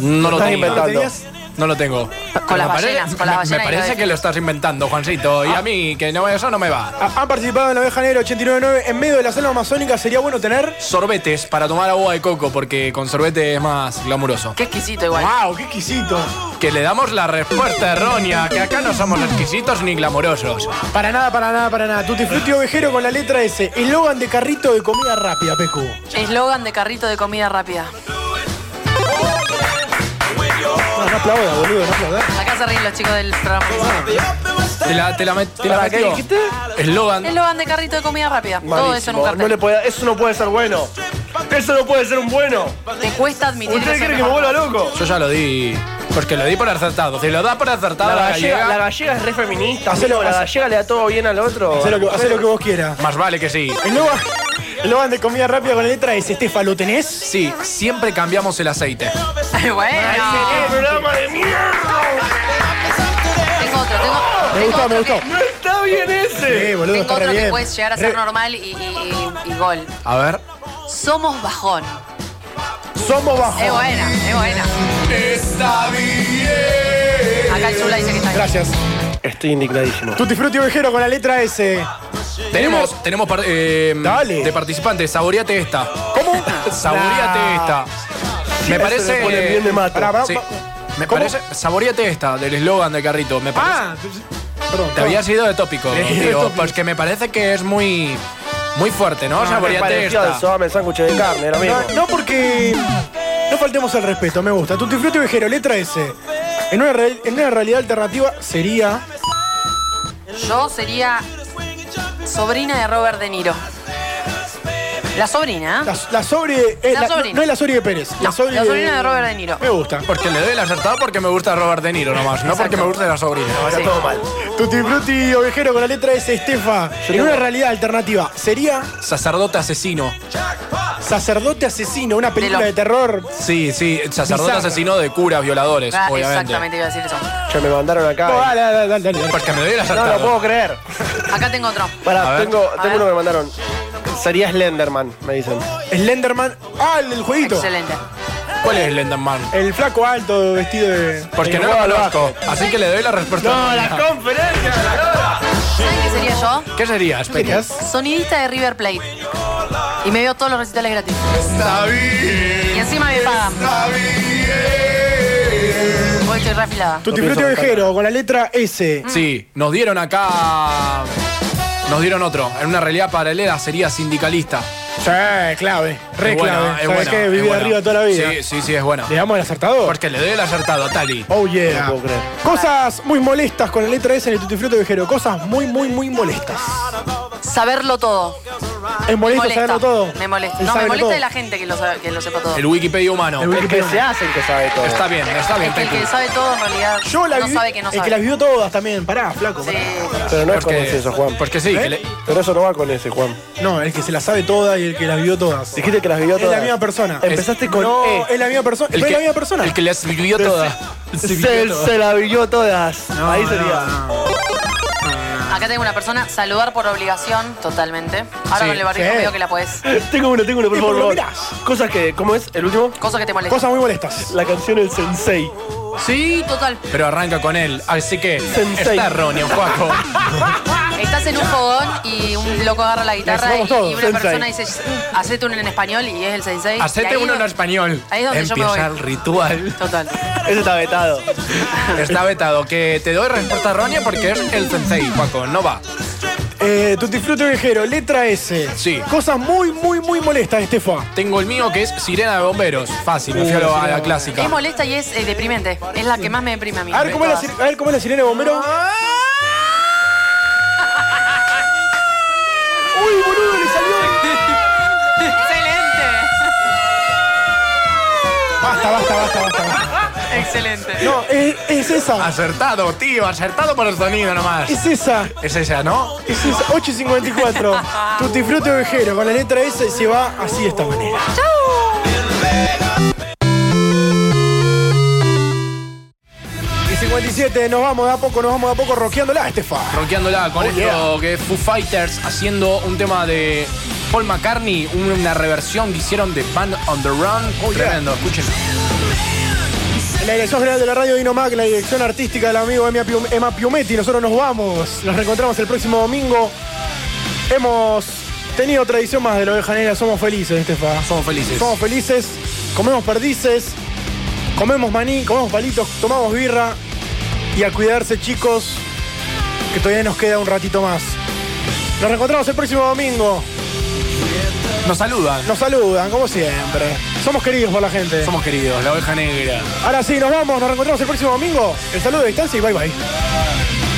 Speaker 11: No lo
Speaker 10: Estás
Speaker 11: tengo.
Speaker 10: inventando.
Speaker 11: No lo tengo.
Speaker 19: Con las
Speaker 11: Me parece-
Speaker 19: ballenas, con las
Speaker 11: me-
Speaker 19: ballenas y
Speaker 11: Me parece
Speaker 19: la-
Speaker 11: que lo estás inventando, Juancito.
Speaker 22: Ah.
Speaker 11: Y a mí, que no, eso no me va.
Speaker 10: Ha- Ah, Han participado en la Oveja Negra 899. En medio de la selva amazónica, sería bueno tener.
Speaker 11: Sorbetes para tomar agua de coco, porque con sorbete es más glamuroso.
Speaker 19: Qué exquisito igual.
Speaker 10: ¡Wow! ¡Qué exquisito!
Speaker 11: Que le damos la respuesta errónea, que acá no somos exquisitos ni glamurosos.
Speaker 10: Para nada, para nada, para nada. Tutti Frutti Ovejero con la letra S. Eslogan de carrito de comida rápida, PQ.
Speaker 19: Eslogan de carrito de comida rápida.
Speaker 10: No, no aplauda, boludo, no aplauda.
Speaker 19: Acá se ríen los chicos del programa.
Speaker 11: Te la, te la, met- te la
Speaker 22: ¿Para qué
Speaker 11: metió.
Speaker 22: dijiste?
Speaker 11: Eslogan.
Speaker 19: Eslogan de carrito de comida rápida. Todo eso en un
Speaker 22: Malísimo. No
Speaker 19: cartel.
Speaker 22: le puede, eso no puede ser bueno. Eso no puede ser un bueno.
Speaker 19: Te cuesta admitir
Speaker 22: ¿Ustedes
Speaker 19: eso,
Speaker 22: creen que me
Speaker 19: hermano.
Speaker 22: vuelva loco?
Speaker 11: Yo ya lo di. Porque lo di por acertado. Si lo da por acertado
Speaker 22: La
Speaker 11: la
Speaker 22: gallega, la
Speaker 11: gallega,
Speaker 22: gallega es re feminista.
Speaker 10: Hacelo,
Speaker 22: amigo. la
Speaker 10: hace-
Speaker 22: gallega le da todo bien al otro.
Speaker 10: Hacé lo, que, hacé lo que vos quieras.
Speaker 11: más vale que sí.
Speaker 10: Eslogan, eslogan de comida rápida con la letra S. Estefa, ¿lo tenés?
Speaker 11: Sí, siempre cambiamos el aceite.
Speaker 19: Ay,
Speaker 22: ¡Qué
Speaker 19: bueno.
Speaker 22: programa de mierda!
Speaker 19: Tengo otro, tengo.
Speaker 10: Me
Speaker 19: tengo
Speaker 10: gustó,
Speaker 19: otro
Speaker 10: me gustó.
Speaker 19: que-
Speaker 22: ¡No está bien ese!
Speaker 10: Sí, boludo,
Speaker 19: Tengo
Speaker 10: está
Speaker 19: otro
Speaker 10: re
Speaker 19: que
Speaker 10: bien.
Speaker 19: puedes llegar a ser
Speaker 10: Re-
Speaker 19: normal y, y- y- y gol.
Speaker 11: A ver.
Speaker 19: Somos bajón.
Speaker 10: Somos bajos.
Speaker 19: Es buena, es buena.
Speaker 11: Está bien.
Speaker 19: Acá el Zula dice que está bien.
Speaker 10: Gracias.
Speaker 22: Estoy indignadísimo.
Speaker 10: Tutti Frutti Ovejero con la letra S.
Speaker 11: Tenemos, tenemos par- eh,
Speaker 10: Dale.
Speaker 11: de participantes. Saboreate esta.
Speaker 10: ¿Cómo?
Speaker 11: Saboreate
Speaker 10: Nah.
Speaker 11: esta. Me
Speaker 22: eso
Speaker 11: parece.
Speaker 22: le ponen bien de mato.
Speaker 10: Pará, va-
Speaker 11: Sí.
Speaker 10: va-
Speaker 11: Me
Speaker 10: ¿Cómo?
Speaker 11: parece. Saboreate esta del eslogan de carrito. Me parece.
Speaker 10: Ah, perdón.
Speaker 11: Te habías ido de tópico,
Speaker 10: Sí, de
Speaker 11: tío,
Speaker 10: tópico.
Speaker 11: porque me parece que es muy. Muy fuerte, ¿no? ya
Speaker 6: me
Speaker 11: podría
Speaker 6: pareció al sobre, sándwich de carne, lo mismo.
Speaker 10: No, no, porque no faltemos al respeto, me gusta. Tutti Frutti Vejero, letra S. En una, real- en una realidad alternativa sería...
Speaker 19: Yo sería sobrina de Robert De Niro. La sobrina. ¿eh?
Speaker 10: La, la sobre... eh,
Speaker 19: La
Speaker 10: la- no-
Speaker 19: sobrina.
Speaker 10: No, es la sobre de Pérez.
Speaker 19: No, la sobrina de Robert De Niro.
Speaker 10: Me gusta.
Speaker 11: Porque le doy el acertado porque me gusta Robert De Niro nomás, no porque me gusta la sobrina.
Speaker 10: Ahora todo mal. Tutti Frutti Ovejero con la letra S, Estefa. en
Speaker 11: tengo-
Speaker 10: una realidad alternativa sería...
Speaker 11: Sacerdote asesino.
Speaker 10: Sacerdote asesino, una película de,
Speaker 11: los-
Speaker 10: terror.
Speaker 11: Sí, sí, sacerdote
Speaker 10: Bizarra.
Speaker 11: asesino de curas, violadores,
Speaker 19: Ah,
Speaker 11: obviamente.
Speaker 19: exactamente, iba a decir eso.
Speaker 6: Ya me mandaron acá.
Speaker 10: No, dale, dale, dale, dale.
Speaker 11: Porque me doy el
Speaker 6: No
Speaker 11: acertado.
Speaker 6: lo puedo creer.
Speaker 19: Acá tengo otro.
Speaker 6: Pará, tengo, tengo uno que me mandaron. Sería Slenderman, me dicen.
Speaker 10: Slenderman. Ah, el del jueguito.
Speaker 19: Excelente.
Speaker 11: ¿Cuál es Lenderman?
Speaker 10: El flaco alto vestido de.
Speaker 11: Porque
Speaker 10: de
Speaker 11: no
Speaker 10: huevo
Speaker 11: lo
Speaker 10: al
Speaker 11: conozco.
Speaker 10: bajo.
Speaker 11: Así que le doy la respuesta.
Speaker 10: No, la
Speaker 6: conferencia de la hora.
Speaker 19: ¿Saben qué sería yo?
Speaker 11: ¿Qué serías, Pecas?
Speaker 19: Sonidista de River Plate. Y me veo todos los recitales gratis. Y encima me pagan. Hoy estoy reafilada.
Speaker 10: Tutti Frutti Ovejero con la letra S.
Speaker 11: Sí, nos dieron acá. Nos dieron otro. En una realidad paralela sería sindicalista.
Speaker 10: Sí, clave. Re
Speaker 11: Es buena,
Speaker 10: clave.
Speaker 11: es
Speaker 10: Sabés
Speaker 11: buena,
Speaker 10: que
Speaker 11: es
Speaker 10: viví
Speaker 11: buena.
Speaker 10: arriba toda la vida.
Speaker 11: Sí, sí, sí, es bueno.
Speaker 10: ¿Le damos el acertado?
Speaker 11: Porque le doy el acertado, Tali.
Speaker 10: Oh yeah. Cosas muy molestas con la letra S en el Tutti Frutti Ovejero. Cosas muy, muy, muy molestas.
Speaker 19: Saberlo todo.
Speaker 10: Es molesto
Speaker 19: Molesta.
Speaker 10: saberlo todo.
Speaker 19: Me molesta.
Speaker 10: Él
Speaker 19: No, me
Speaker 10: sabe
Speaker 19: molesta
Speaker 10: todo.
Speaker 19: de la gente que lo, sabe- que lo sepa todo.
Speaker 11: El Wikipedia humano.
Speaker 6: El que se hacen que sabe todo.
Speaker 11: Está bien, está bien,
Speaker 19: Es que el
Speaker 11: Pecu.
Speaker 19: que sabe todo en realidad
Speaker 10: Yo la
Speaker 19: no
Speaker 10: viví-
Speaker 19: sabe que no
Speaker 10: El
Speaker 19: sabe.
Speaker 10: que las vio todas también. Pará, flaco. pará.
Speaker 6: Pero no es
Speaker 11: Porque-
Speaker 6: con ese eso, Juan.
Speaker 11: Porque sí,
Speaker 10: ¿Eh?
Speaker 11: que le-
Speaker 6: Pero eso no va con ese, Juan.
Speaker 10: No, el que se las sabe todas y el que las vio todas.
Speaker 6: Dijiste que las vivió
Speaker 10: Es
Speaker 6: todas.
Speaker 10: la misma persona.
Speaker 6: Empezaste con
Speaker 10: No,
Speaker 6: E.
Speaker 10: es la misma persona.
Speaker 6: El
Speaker 10: Pero es
Speaker 6: que-
Speaker 10: la misma persona.
Speaker 11: El que las vivió
Speaker 10: Del-
Speaker 11: todas.
Speaker 6: Se, se la vivió todas. Ahí sería.
Speaker 19: Acá tengo una persona, saludar por obligación, totalmente. Ahora
Speaker 6: Sí,
Speaker 19: con el barbijo
Speaker 6: sí.
Speaker 19: veo que la podés.
Speaker 6: Tengo uno, tengo uno, por
Speaker 19: Y por lo
Speaker 6: favor.
Speaker 19: mirás.
Speaker 6: Cosas que, ¿cómo es el último?
Speaker 19: Cosas que te molestan.
Speaker 10: muy molestas.
Speaker 6: La canción El Sensei.
Speaker 19: Sí, total.
Speaker 11: Pero arranca con él, así que
Speaker 6: Sensei.
Speaker 11: está erróneo, Juaco.
Speaker 19: Estás en un fogón y un loco agarra la guitarra y,
Speaker 11: Necesitamos todo,
Speaker 19: una
Speaker 11: sensei.
Speaker 19: persona dice, hacete uno en español y es el sensei. Y
Speaker 11: Hacete
Speaker 19: ahí
Speaker 11: uno
Speaker 19: es-
Speaker 11: en español.
Speaker 19: ahí es donde yo me
Speaker 11: Empieza
Speaker 19: voy.
Speaker 11: el ritual.
Speaker 19: Total.
Speaker 6: Eso está vetado.
Speaker 11: Está vetado. Que te doy respuesta errónea porque es el sensei, Juaco. No va.
Speaker 10: Eh, Tutti Frutti Ovejero, letra S. Sí. Cosas muy, muy, muy molestas, Estefa.
Speaker 11: Tengo el mío que es sirena de bomberos. Fácil, me fui a lo- a la clásica.
Speaker 19: Es molesta y es eh, deprimente. Es la que más me deprime a mí.
Speaker 10: A ver, ¿cómo es la, sir- a ver, ¿cómo es la sirena de bombero? ¡Uy, boludo, le salió!
Speaker 19: ¡Excelente!
Speaker 10: Basta, basta, basta, basta.
Speaker 19: Excelente.
Speaker 10: No, es, es esa.
Speaker 11: Acertado, tío. Acertado por el sonido nomás.
Speaker 10: Es esa.
Speaker 11: Es ella, ¿no?
Speaker 10: Es esa. 854. Tutti Frutti Ovejero, con la letra S se va así de esta manera. Y 57, nos vamos de a poco, nos vamos de a poco roqueándola, Estefa.
Speaker 11: Roqueándola con
Speaker 10: Oh,
Speaker 11: esto que es Foo Fighters haciendo un tema de Paul McCartney, una reversión que hicieron de Band on the Run.
Speaker 19: Oh,
Speaker 11: Tremendo, escuchen.
Speaker 10: En la dirección general de la radio Dino Mac, la dirección artística del amigo Emma Pium- Emma Piumetti. Nosotros nos vamos, nos reencontramos el próximo domingo. Hemos tenido otra edición más de la Oveja Negra. Somos felices, Estefa.
Speaker 11: Somos felices.
Speaker 10: Somos felices, comemos perdices, comemos maní, comemos palitos, tomamos birra. Y a cuidarse, chicos, que todavía nos queda un ratito más. Nos reencontramos el próximo domingo.
Speaker 11: Nos saludan.
Speaker 10: Nos saludan, como siempre. Somos queridos por la gente.
Speaker 11: Somos queridos, la oveja negra.
Speaker 10: Ahora sí, nos vamos, nos reencontramos el próximo domingo. El saludo de distancia y bye bye.